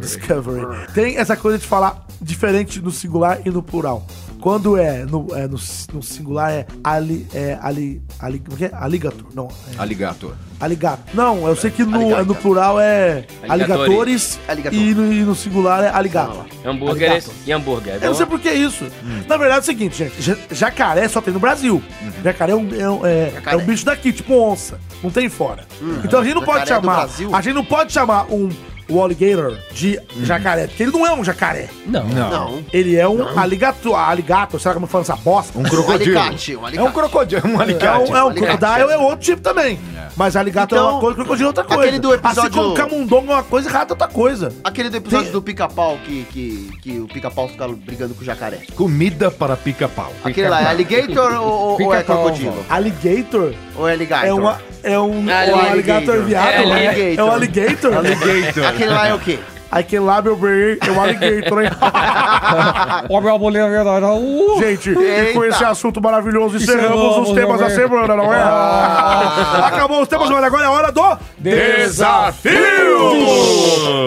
S3: Discovery. Tem essa coisa de falar diferente no singular e no plural. Quando é no, é no, no singular é ali. É ali. ali como que é? Aligator. Não. É
S4: Aligator.
S3: aligato. Não, eu sei que no, é no plural é
S6: Aligatores.
S3: aligatores, e, no, e no singular é aligata.
S6: Hambúrgueres e hambúrguer. É
S3: Eu não
S6: bom?
S3: sei por que isso. Na verdade é o seguinte, gente. ja- Jacaré só tem no Brasil.
S1: Uhum.
S3: Jacaré é um, é um- é- é um bicho daqui, tipo onça. Não tem fora. Então a gente não pode
S1: Uhum. Jacaré é do
S3: chamar.
S1: Brasil? Uhum.
S3: A gente não pode chamar um o alligator de jacaré, porque ele não é um jacaré.
S2: Não.
S4: Não.
S3: Ele é um aligato, aligato, será que eu não falo essa bosta? Um
S1: crocodilo. Alicate, um
S4: É um crocodilo, um alicate.
S3: É um, é um
S4: Alicate.
S3: crocodile é outro tipo também. Mas aligato é
S1: Então,
S3: uma coisa, crocodilo é outra coisa.
S1: aquele do episódio-
S3: Assim como camundongo é uma coisa, rato é outra coisa.
S1: Aquele do episódio do pica-pau que, que, que o pica-pau fica brigando com o jacaré.
S4: Comida para pica-pau.
S1: Aquele lá é alligator ou, ou- ou é crocodilo?
S3: Alligator?
S1: Ou é alligator?
S3: É, uma, é um
S1: Alligator.
S3: alligator, alligator viado.
S1: É
S3: É,
S1: alligator.
S3: é um alligator.
S1: Alligator. Aquele lá é o quê?
S3: Aquele lá, meu bem, é um alligator, hein?
S2: Ó, meu bolinho, verdade. Uh!
S3: Gente, e
S2: Eita.
S3: com esse assunto maravilhoso, encerramos
S2: Encerramos,
S3: os temas
S2: meu
S3: da
S2: bem.
S3: semana, não é? Acabou os temas, mas agora é hora do...
S4: Desafio!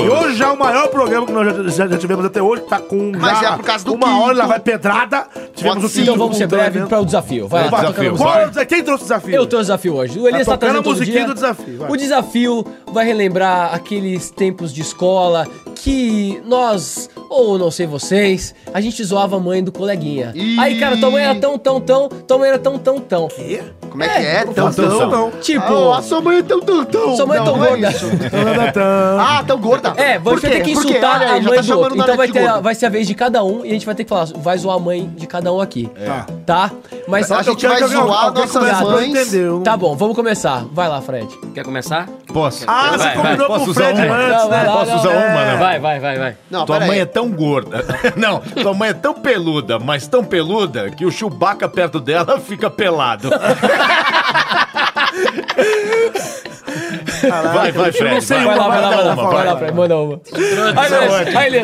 S3: E hoje já é o maior programa que nós já, já- já tivemos até hoje, tá com
S1: Mas
S3: já
S1: é por causa do
S3: uma
S1: quinto.
S3: hora, lá vai pedrada. Tivemos o
S2: Então vamos ser breve para o desafio. Vai lá,
S3: desafio,
S2: tocando
S3: Qual é o
S2: música.
S3: desafio? Quem trouxe o desafio?
S2: Eu trouxe o desafio hoje. O Elias
S3: Tá
S2: tá,
S3: tocando
S2: trazendo
S3: a
S2: todo
S3: musiquinha
S2: dia.
S3: do desafio, vai.
S2: O desafio vai relembrar aqueles tempos de escola que nós, ou não sei vocês, a gente zoava a mãe do coleguinha. Aí, cara, tua mãe era tão, tão, tão, tua mãe era tão, tão, tão.
S3: Quê?
S1: Como é que é?
S3: Então,
S1: Tão,
S2: tão,
S1: tão.
S2: Tipo...
S1: Ah, a sua mãe é tão, tão, tão.
S2: Sua mãe é
S1: Não,
S2: tão
S1: não é
S2: gorda.
S1: isso.
S3: então,
S1: Ah, tão gorda.
S2: É,
S1: Por
S2: você
S1: quê?
S2: tem que
S1: Por quê?
S2: insultar
S1: Olha aí,
S2: a
S1: já
S2: mãe
S1: tá
S2: do
S1: chamando
S2: outro.
S1: o
S2: Então vai,
S1: Nanete
S2: ter,
S1: gordo.
S2: vai ser a vez de cada um e a gente vai ter que falar, vai zoar a mãe de cada um aqui. Tá.
S1: É.
S2: Tá? Mas
S1: A gente vai um. zoar nossas mães.
S2: Tá bom, vamos começar. Vai lá, Fred.
S6: Quer começar?
S4: Posso?
S6: Ah, você combinou
S4: Posso um?
S6: com o
S4: usar
S6: Fred
S4: uma?
S6: antes, Não, vai né? lá,
S4: Posso
S6: não,
S4: usar
S6: é.
S4: uma, né?
S6: Vai, vai, vai, vai.
S1: Ah,
S6: Não,
S4: tua
S6: pera
S4: mãe
S6: aí.
S4: é tão gorda. Não, tua mãe é tão peluda, mas tão peluda que o Chewbacca perto dela fica pelado. vai, vai,
S2: Eu não
S4: Fred.
S2: sei, vai lá, vai lá, vai lá, vai lá, Fred, manda uma. Aí, Lê, aí, Lê, aí, Lê.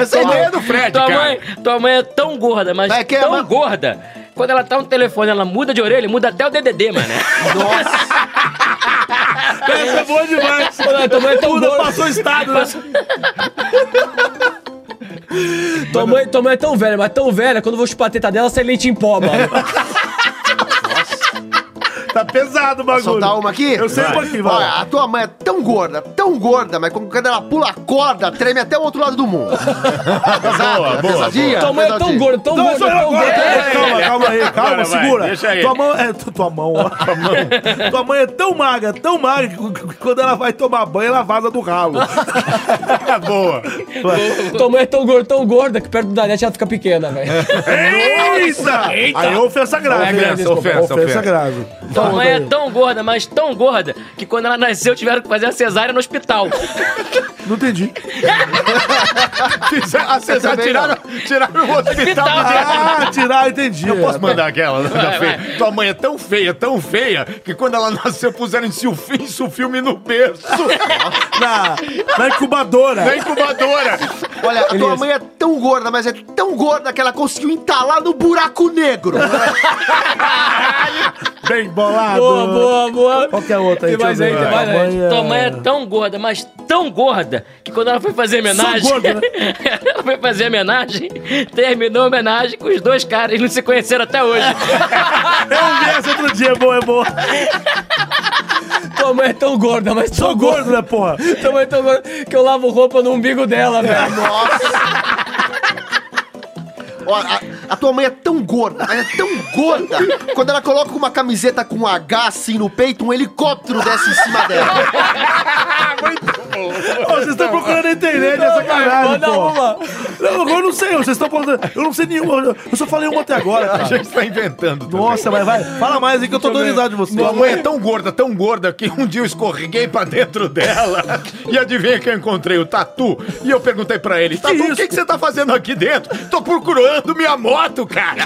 S4: Essa
S6: Tua
S4: ideia
S6: mãe-
S4: é do Fred,
S6: tua
S4: cara.
S6: Mãe, tua mãe é tão gorda, mas
S4: Vai, quem é a
S6: tão
S4: mãe?
S6: gorda. Quando ela tá no telefone, ela muda de orelha, muda até o DDD, mano.
S3: Essa é boa demais.
S2: Olha, tua mãe é tão
S3: Buda
S2: boa.
S3: passou o estado, né?
S2: Tua mãe, tua mãe é tão velha, mas tão velha, quando eu vou chupar a teta dela, sai leite em pó, mano.
S3: Tá pesado o bagulho.
S1: Soltar uma aqui?
S3: Eu sei um pouquinho, vai.
S1: Olha, a tua mãe é tão gorda, tão gorda, mas quando ela pula a corda, treme até o outro lado do mundo. Pesado,
S4: boa,
S1: é
S4: boa,
S1: pesadinha?
S2: Tua mãe é tão
S1: Pesadinha.
S2: gorda, tão
S3: Não,
S2: gorda,
S3: sou eu
S2: tão
S3: agora.
S2: gorda. É,
S3: Calma, calma, calma aí, calma,
S4: Agora vai,
S3: segura.
S4: deixa aí.
S3: Tua mão é. tu- Tua mão, ó. Tua mão. Tua mãe é tão magra, tão magra, que quando ela vai tomar banho, ela vaza do ralo.
S4: Boa.
S2: Tua mãe é tão gorda, tão gorda, que perto da net ela fica pequena, velho.
S3: É, Eita! Aí é ofensa grave.
S4: Ofensa,
S3: né?
S4: desculpa. ofensa, ofensa.
S3: grave.
S6: Tua mãe é
S3: Fala,
S6: tão gorda, mas tão gorda, que quando ela nasceu tiveram que fazer a cesárea no hospital.
S3: Não entendi.
S4: A César ah, tiraram, tiraram o hospital.
S6: Hospital,
S3: Ah, tirar, entendi.
S4: Eu posso mandar aquela né, da
S6: Vai,
S4: feia. Tua mãe é tão feia, tão feia, que quando ela nasceu puseram em si o fim, o filme no berço,
S3: Na, na incubadora.
S4: na incubadora.
S1: Olha, a tua mãe é tão gorda, mas é tão gorda que ela conseguiu entalar no buraco negro.
S3: Bem bolado.
S2: Boa, boa, boa.
S3: Qual que é a outra aí?
S2: Tem mais
S3: Deixa eu
S2: aí,
S3: ver.
S2: tem
S3: Tua
S2: mais aí.
S3: mãe
S6: Tua mãe é tão gorda, mas tão gorda, que quando ela foi fazer homenagem.
S3: gorda, né?
S6: ela foi fazer homenagem, terminou a homenagem com os dois caras e não se conheceram até hoje.
S3: Eu vi essa outro dia, é boa, é boa.
S2: Tua mãe é tão gorda, mas tão
S3: Sou gordo, né, porra?
S2: gorda. Tua mãe é tão gorda que eu lavo roupa no umbigo dela, velho.
S1: Ó, a, a tua mãe é tão gorda, mas é tão gorda. Quando ela coloca uma camiseta com um H assim no peito, um helicóptero desce em cima dela.
S3: Ô, vocês estão procurando na internet essa caralho,
S2: manda
S3: pô.
S2: uma.
S3: Não, eu não sei, vocês estão procurando. Eu não sei nenhuma. eu- Eu só falei uma até agora,
S4: A
S3: cara.
S4: gente tá inventando. também.
S3: Nossa, mas vai. Fala mais aí que eu tô dorizado de você.
S4: Tua mãe é tão gorda, tão gorda, que um dia eu escorreguei pra dentro dela. E adivinha que eu encontrei? O Tatu. E eu perguntei pra ele, Tatu, o
S3: isso?
S4: que, que você tá fazendo aqui dentro? Tô procurando minha moto, cara.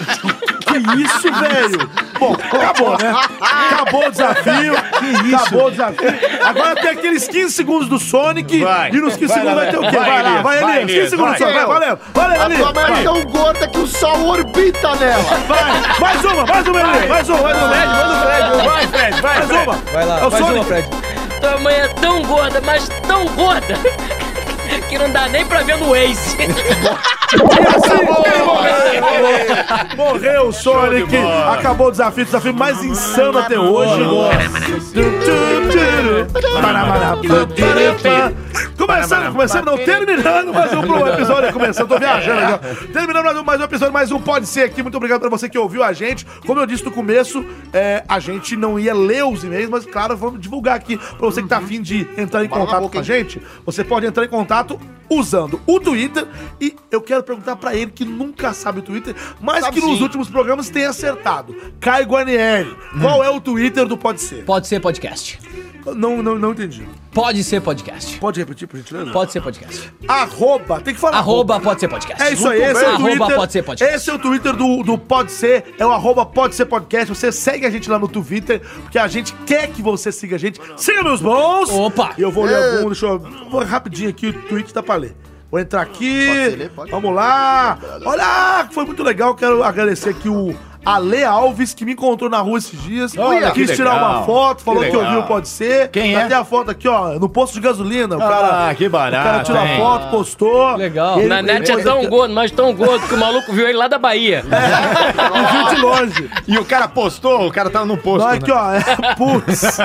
S3: Que isso, velho? Bom, acabou, né? Acabou o desafio. Que isso? Acabou o desafio. Agora tem aqueles 15 segundos do Sonic.
S4: Vai.
S3: E nos 15
S4: Vai,
S3: segundos vai ter o quê? Vai
S4: Vai,
S3: lá,
S4: Elias.
S3: vai,
S4: Vai,
S3: Elias. 15
S4: Elias.
S3: segundos só. Vai,
S1: Vai.
S3: valendo. Valeu,
S1: A
S3: Elias.
S1: tua mãe é tão gorda que o sol orbita nela.
S3: Vai. Mais uma, mais uma, Elias. Mais uma, mais uma. Fred, manda o Fred. Vai, Fred, vai. Mais uma.
S2: Vai lá,
S3: É o
S2: faz
S3: Sonic.
S2: uma, Fred.
S6: Tua mãe é tão gorda, mas tão gorda, que não dá nem pra ver no Waze.
S3: Morreu o Sonic! Acabou o desafio, o desafio mais insano até hoje. Começando, começando, não terminando mais um pro episódio. é, Começando, tô viajando aqui. ó. Terminando mais um, mais um episódio, mais um Pode Ser aqui. Muito obrigado pra você que ouviu a gente. Como eu disse no começo, é, a gente não ia ler os e-mails, mas claro, vamos divulgar aqui pra você que tá afim de entrar em
S1: Fala na
S3: contato
S1: boca,
S3: com a
S1: hein?
S3: gente. Você pode entrar em contato usando o Twitter e eu quero perguntar pra ele que nunca sabe o Twitter, mas
S1: Sabe
S3: que nos
S1: sim. Hum.
S3: últimos programas tem acertado. Caio Guarnieri, qual é o Twitter do Pode Ser?
S2: Pode ser podcast.
S3: Não, não, não entendi.
S2: Pode ser podcast.
S3: Pode repetir, por gentileza?
S2: Pode ser podcast.
S3: Arroba, tem que falar.
S2: Arroba pode ser podcast.
S3: É isso aí, esse é o
S2: Arroba
S3: Twitter.
S2: pode ser podcast.
S3: Esse é o Twitter do, do Pode Ser, é o arroba Pode Ser Podcast. Você segue a gente lá no Twitter, porque a gente quer que você siga a gente. Siga meus bons!
S2: Opa!
S3: E eu vou ler algum, deixa eu. Vou rapidinho aqui, o tweet dá pra ler. Vou entrar aqui.
S1: Pode ler, pode.
S3: Vamos lá! Olha! Foi muito legal, quero agradecer aqui o. Ale Alves, que me encontrou na rua esses dias,
S4: Olha,
S3: quis
S4: que
S3: tirar
S4: legal.
S3: uma foto, falou que,
S4: Que
S3: ouviu
S4: legal.
S3: Pode Ser.
S4: Quem
S3: Tá
S4: é?
S3: até a foto aqui, ó, no posto de gasolina. O cara,
S4: que
S3: o cara tirou a
S4: hein?
S3: foto, postou.
S2: Legal.
S3: E ele-
S6: Na net é tão gordo, mas tão gordo, que o maluco viu ele lá da Bahia.
S3: É, ele viu de longe.
S4: E o cara postou, o cara tava no posto,
S3: Não,
S4: né?
S3: aqui, ó. É, putz.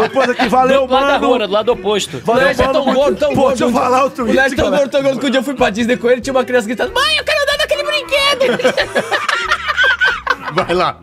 S3: Depois aqui, valeu,
S2: é
S6: do lado da rua,
S3: mano.
S6: do lado oposto.
S2: O
S3: Valeu,
S2: Lércio é tão
S3: mano,
S2: gordo, tão
S3: Pô,
S2: gordo.
S3: deixa eu falar o
S2: O
S3: tweet,
S2: Lércio é tão
S3: galera.
S2: gordo, tão gordo que um dia eu fui pra Disney com ele tinha uma criança gritando: Mãe, eu quero andar naquele brinquedo!
S4: Vai lá.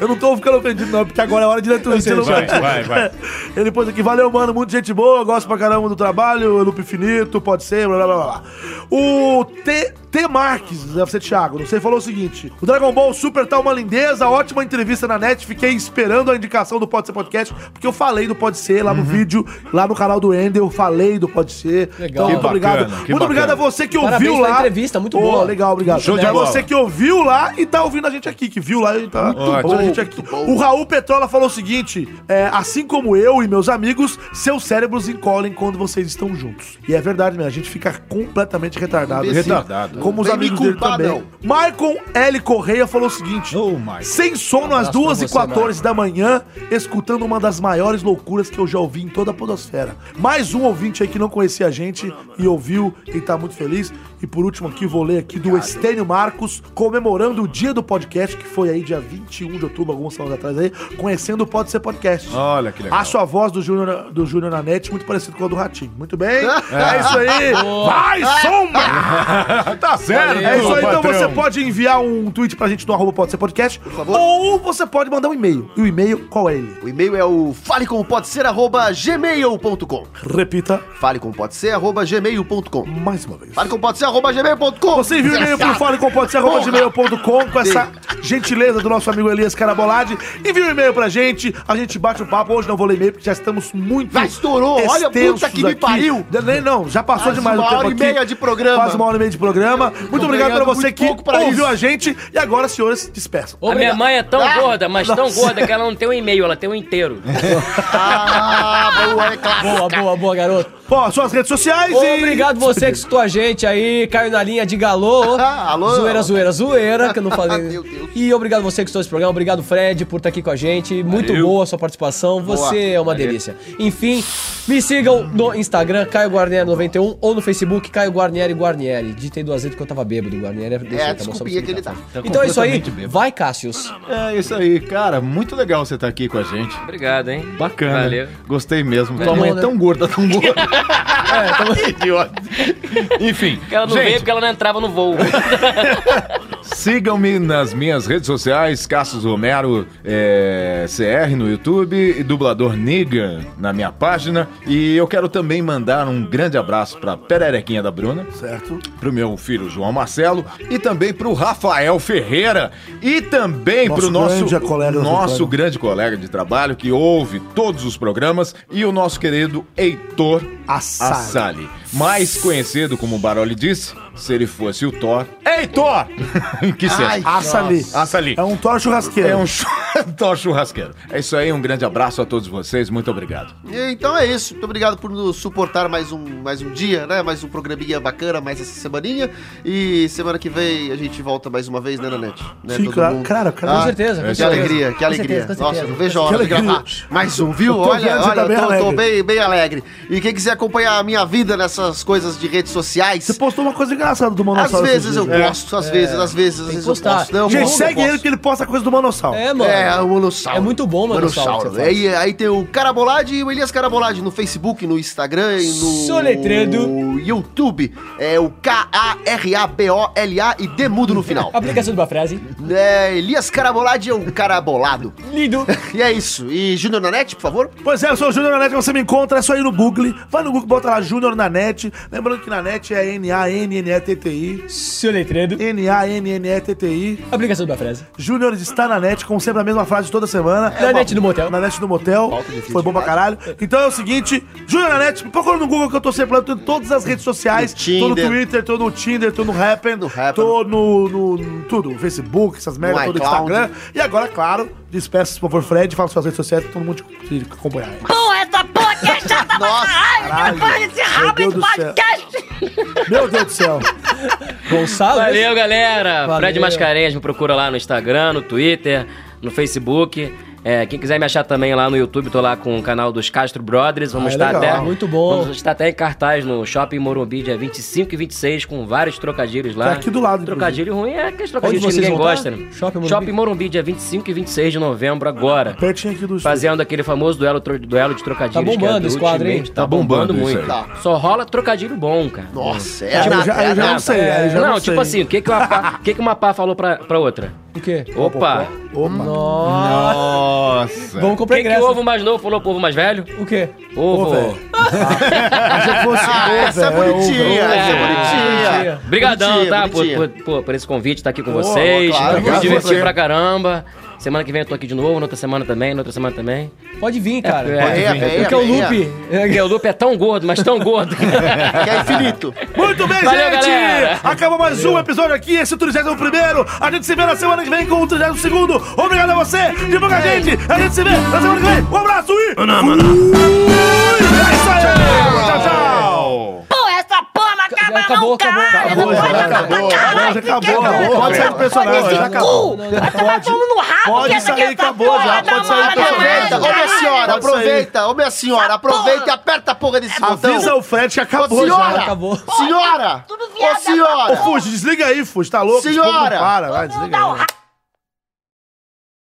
S3: Eu não tô ficando ofendido, não, porque agora é hora de ler tweet. eu não
S4: vai,
S3: vou-
S4: vai, vai.
S3: Ele pôs aqui, valeu, mano, muito gente boa, gosto pra caramba do trabalho, loop infinito, pode ser, blá blá blá blá. O T. T. Marques, deve ser Thiago, não sei, falou o seguinte: O Dragon Ball Super tá uma lindeza, ótima entrevista na net, fiquei esperando a indicação do Pode Ser Podcast, porque eu falei do Pode Ser lá
S4: Uhum.
S3: no vídeo, lá no canal do Ender, eu falei do Pode Ser. Então,
S2: Legal.
S3: muito
S2: Que
S3: obrigado.
S4: bacana, que
S3: muito obrigado
S4: bacana.
S3: a você que
S2: Parabéns
S3: ouviu
S2: pela
S3: lá.
S2: entrevista, muito
S3: Ô,
S2: boa.
S3: Legal, obrigado.
S4: Show de
S3: é
S4: bola.
S3: você que ouviu lá e tá ouvindo a gente aqui, que viu lá e tá
S4: Ótimo.
S3: ouvindo a gente gente aqui. O Raul Petrola falou o seguinte: é, assim como eu e meus amigos, seus cérebros encolhem quando vocês estão juntos. E é verdade, mesmo, a gente fica completamente retardado. assim,
S4: Imbecil. Retardado.
S3: Como os
S4: Vem me
S3: amigos dele
S4: culpar,
S3: também.
S4: não.
S3: Michael L. Correia falou o seguinte:
S4: Oh
S3: sem sono às
S4: Abraço pra você,
S3: 2h14 da manhã, escutando uma das maiores loucuras que eu já ouvi em toda a Podosfera. Mais um ouvinte aí que não conhecia a gente e ouviu e tá muito feliz. E por último aqui, vou ler aqui do Estênio Marcos, comemorando o dia do podcast, que foi aí dia 21 de outubro, alguns anos atrás aí, conhecendo o Pode Ser Podcast.
S4: Olha que legal.
S3: Acho a voz do Júnior do Júnior na net muito parecido com a do Ratinho. Muito bem, é, isso aí.
S4: Boa.
S3: Vai, sombra!
S4: Tá certo,
S3: É isso aí, então
S4: patrão.
S3: você pode enviar um tweet pra gente no arroba pode ser podcast, ou você pode mandar um e-mail. E o e-mail, qual é ele?
S1: O e-mail é o falecompodser.gmail.com
S3: Repita.
S1: Falecompodser.gmail.com
S3: Mais uma vez.
S1: Falecompodser.gmail.com
S3: Você envia o e-mail pro falecompodecer.com com essa gentileza do nosso amigo Elias Carabolade. Envia um e-mail pra gente, a gente bate o papo. Hoje não vou ler e-mail porque já estamos muito. Já
S1: estourou, olha, puta que me pariu.
S3: Nem não, já passou
S1: Quase
S3: demais o
S1: uma
S3: tempo
S1: hora e
S3: aqui.
S1: meia de programa.
S3: Quase uma hora e meia de programa. Muito obrigado pra
S1: ganhando
S3: você
S1: muito
S3: que
S1: pouco pra
S3: ouviu
S1: isso.
S3: a gente. E agora, senhores, se despeçam.
S6: A minha mãe é tão
S3: Ah,
S6: gorda, mas tão
S3: nossa.
S6: gorda que ela não tem um e-mail, ela tem um inteiro.
S1: Ah, boa, é clássica.
S2: Boa, boa, boa, garoto.
S3: Pô, suas redes sociais
S2: e... Obrigado você que escutou a gente aí, caiu na linha, diga alô.
S1: alô.
S2: Zoeira, zoeira, zoeira, que eu não falei. Meu Deus. E obrigado você que escutou esse programa, obrigado Fred por estar aqui com a gente. Muito boa a sua participação, você é uma
S6: Valeu.
S2: delícia. Enfim, me sigam no Instagram, Caio Guarnieri91, ou no Facebook, Caio Guarnieri Guarnieri. Ditei duas vezes porque eu tava bêbado, Guarnieri.
S1: É,
S2: a
S1: a desculpinha que ele tá.
S2: Então é isso aí,
S4: completamente bêbado.
S2: vai Cássius.
S4: É isso aí, cara. Muito legal você estar aqui com a gente.
S6: Obrigado, hein?
S4: Bacana.
S6: Valeu.
S4: Gostei mesmo.
S6: Valeu,
S4: Tua mãe é
S6: né?
S4: tão gorda, tão gorda. É, Idiota. Enfim.
S6: Ela não
S4: gente,
S6: veio porque ela não entrava no voo.
S4: Sigam-me nas minhas redes sociais, Cassius Romero é, CR no YouTube e dublador Niga na minha página. E eu quero também mandar um grande abraço pra Pererequinha da Bruna.
S3: Certo.
S4: Pro meu filho João Marcelo e também pro Rafael Ferreira e também
S3: Nosso
S4: pro nosso
S3: grande colega do
S4: nosso
S3: trabalho.
S4: grande colega de trabalho que ouve todos os programas e o nosso querido Heitor
S3: Assali.
S4: Assali, mais conhecido como o Baroli disse, se ele fosse o Thor. Heitor! em que
S3: Ai,
S4: sentido?
S3: Assali.
S4: Assali.
S3: É um toro churrasqueiro.
S4: É um chu- Thor churrasqueiro. É isso aí, um grande abraço a todos vocês, muito obrigado.
S1: Então é isso. Muito obrigado por nos suportar mais um, mais um dia, né? Mais um programinha bacana, mais essa semaninha. E semana que vem a gente volta mais uma vez, né, Nanete? Né,
S3: Sim,
S1: todo
S3: claro,
S1: mundo.
S3: claro, claro. Com certeza,
S1: Que
S3: com certeza.
S1: alegria, que
S3: Com
S1: alegria.
S3: certeza, com
S1: Nossa,
S3: certeza.
S1: não vejo a
S3: Que
S1: hora de
S3: alegria.
S1: gravar mais um, viu?
S3: Eu tô
S1: Olha,
S3: vendo, você
S1: olha,
S3: tá
S1: eu
S3: bem
S1: tô, tô
S3: alegre.
S1: bem, bem alegre. E quem quiser acompanhar a minha vida nessas coisas de redes sociais... Você
S3: postou uma coisa engraçada do
S1: Às
S3: Manossauro. esses
S1: vezes eu
S3: dias, né?
S1: gosto, às vezes, às vezes, às vezes eu posto. Não,
S3: Gente,
S1: eu
S3: segue
S1: posto.
S3: ele que ele posta coisa do Manossauro.
S2: É, mano.
S1: É, o Manossauro.
S2: É muito bom, mano.
S1: Manossauro. Aí, aí tem o Carabolade e o Elias Carabolade no Facebook, no Instagram e no.
S2: Soletrando.
S1: YouTube. É o K-A-R-A-B-O-L-A e demudo no final.
S2: Aplicação de uma frase.
S1: É, Elias Carabolade é o Carabolado.
S2: Lindo.
S1: E é isso. E Júnior Nanete, por favor.
S3: Pois é, eu sou o Júnior na net, você me encontra, é só ir no Google, vai no Google, bota lá Júnior na net, lembrando que na net é N-A-N-N-E-T-T-I.
S2: Soletrando.
S3: N-A-N-N-E-T-T-I.
S2: Aplicação da frase.
S3: Júnior está na net, como sempre, a mesma frase toda semana.
S2: Na net do motel.
S3: Na net do motel. Foi
S1: né?
S3: bom pra caralho. Então é o seguinte, Júnior na net, me procura no Google que eu tô sempre lá, eu tô em todas as redes sociais. Tô no
S1: Tinder.
S3: Twitter, tô no Tinder, tô no Happn, tô no, no- no tudo, Facebook, essas merdas,
S1: No
S3: todo
S1: iCloud.
S3: Instagram. E agora, claro, despeça, por favor, Fred, fala suas redes sociais pra todo mundo te te acompanhar. aí.
S8: Porra, essa porra que é chata pra caralho.
S3: caralho.
S8: Tá falando esse
S3: Meu
S8: rabo
S3: Deus
S8: de
S3: do céu.
S8: podcast.
S3: Meu Deus do céu.
S2: Gonçalo.
S6: Valeu, galera.
S2: Valeu.
S6: Fred Mascarenhas me procura lá no Instagram, no Twitter, no Facebook. É, quem quiser me achar também lá no YouTube, tô lá com o canal dos Castro Brothers. Vamos
S2: Ah, é
S6: estar
S2: legal.
S6: até.
S2: Muito bom.
S6: Vamos estar até em cartaz no Shopping Morumbi, dia 25 e 26, com vários trocadilhos lá.
S3: Tá aqui do lado,
S6: Trocadilho ruim é aqueles
S2: Onde
S6: trocadilhos que
S2: vocês
S6: ninguém
S2: vão tá?
S6: gosta. Né?
S2: Shopping Morumbi?
S6: Shopping Morumbi, dia 25 e 26 de novembro, agora.
S3: Pertinho aqui do
S6: Fazendo aquele famoso duelo, tro- duelo de trocadilhos.
S2: Tá bombando
S6: que é do
S2: esse quadro, hein?
S6: Ultimate. Tá,
S4: Tá
S6: bombando,
S4: bombando isso
S6: muito.
S4: aí.
S1: Tá.
S6: Só rola trocadilho bom, cara.
S1: Nossa,
S6: É,
S1: é
S6: eu
S1: nada,
S6: já-
S1: é
S6: eu já não
S1: nada.
S3: sei, aí Tipo, já um
S6: não,
S3: não
S6: tipo
S3: sei.
S6: assim, o que, que, uma pá, o que, que uma pá falou pra, pra outra?
S2: O quê?
S6: Opa!
S2: assim,
S3: Opa.
S4: Nossa.
S2: Vamos
S6: O que,
S2: comprar
S6: que
S2: ingresso.
S6: o ovo mais novo falou pro ovo mais velho?
S2: O quê?
S6: Ovo.
S1: Ah, essa é bonitinha, essa é bonitinha.
S6: Obrigadão,
S1: Bonitinha,
S6: tá?
S1: bonitinha.
S6: Por, por, por- por esse convite, tá aqui com
S1: Pô,
S6: vocês.
S1: claro,
S6: me
S1: obrigado
S6: diverti
S1: você.
S6: pra caramba. Semana que vem eu tô aqui de novo, na outra semana também, na outra semana também.
S2: Pode vir, cara.
S6: É,
S2: Pode vir. Porque o Lupe-
S6: Porque o Lupe é tão gordo, mas tão gordo. que é
S1: infinito.
S3: Muito bem,
S6: Valeu,
S3: gente!
S6: galera.
S3: Acabou mais um episódio aqui, esse é o 31 primeiro. A gente se vê na semana que vem com o 32 segundo. Obrigado a você, divulga a gente. A gente se vê na semana que vem. Um abraço e...
S1: é
S8: Pô, essa porra não acaba não, caralho!
S3: Acabou, já acabou. Acabou, já acabou. acabou. Pode sair do personagem, já acabou. Pode.
S1: Pode
S8: é
S1: sair, acabou já. Pode sair, tá aproveita. Ô, minha senhora,
S3: Pode sair.
S1: aproveita. Ô, minha senhora, aproveita e aperta a porra desse botão.
S3: Avisa o Fred que acabou
S1: Ô, Então, senhora,
S3: já. Acabou.
S1: Senhora! Ô, senhora!
S3: Ô, Fuji, desliga aí, Fuji, tá louco? Esse povo não
S1: Senhora!
S8: um
S3: Para, vai, desliga aí.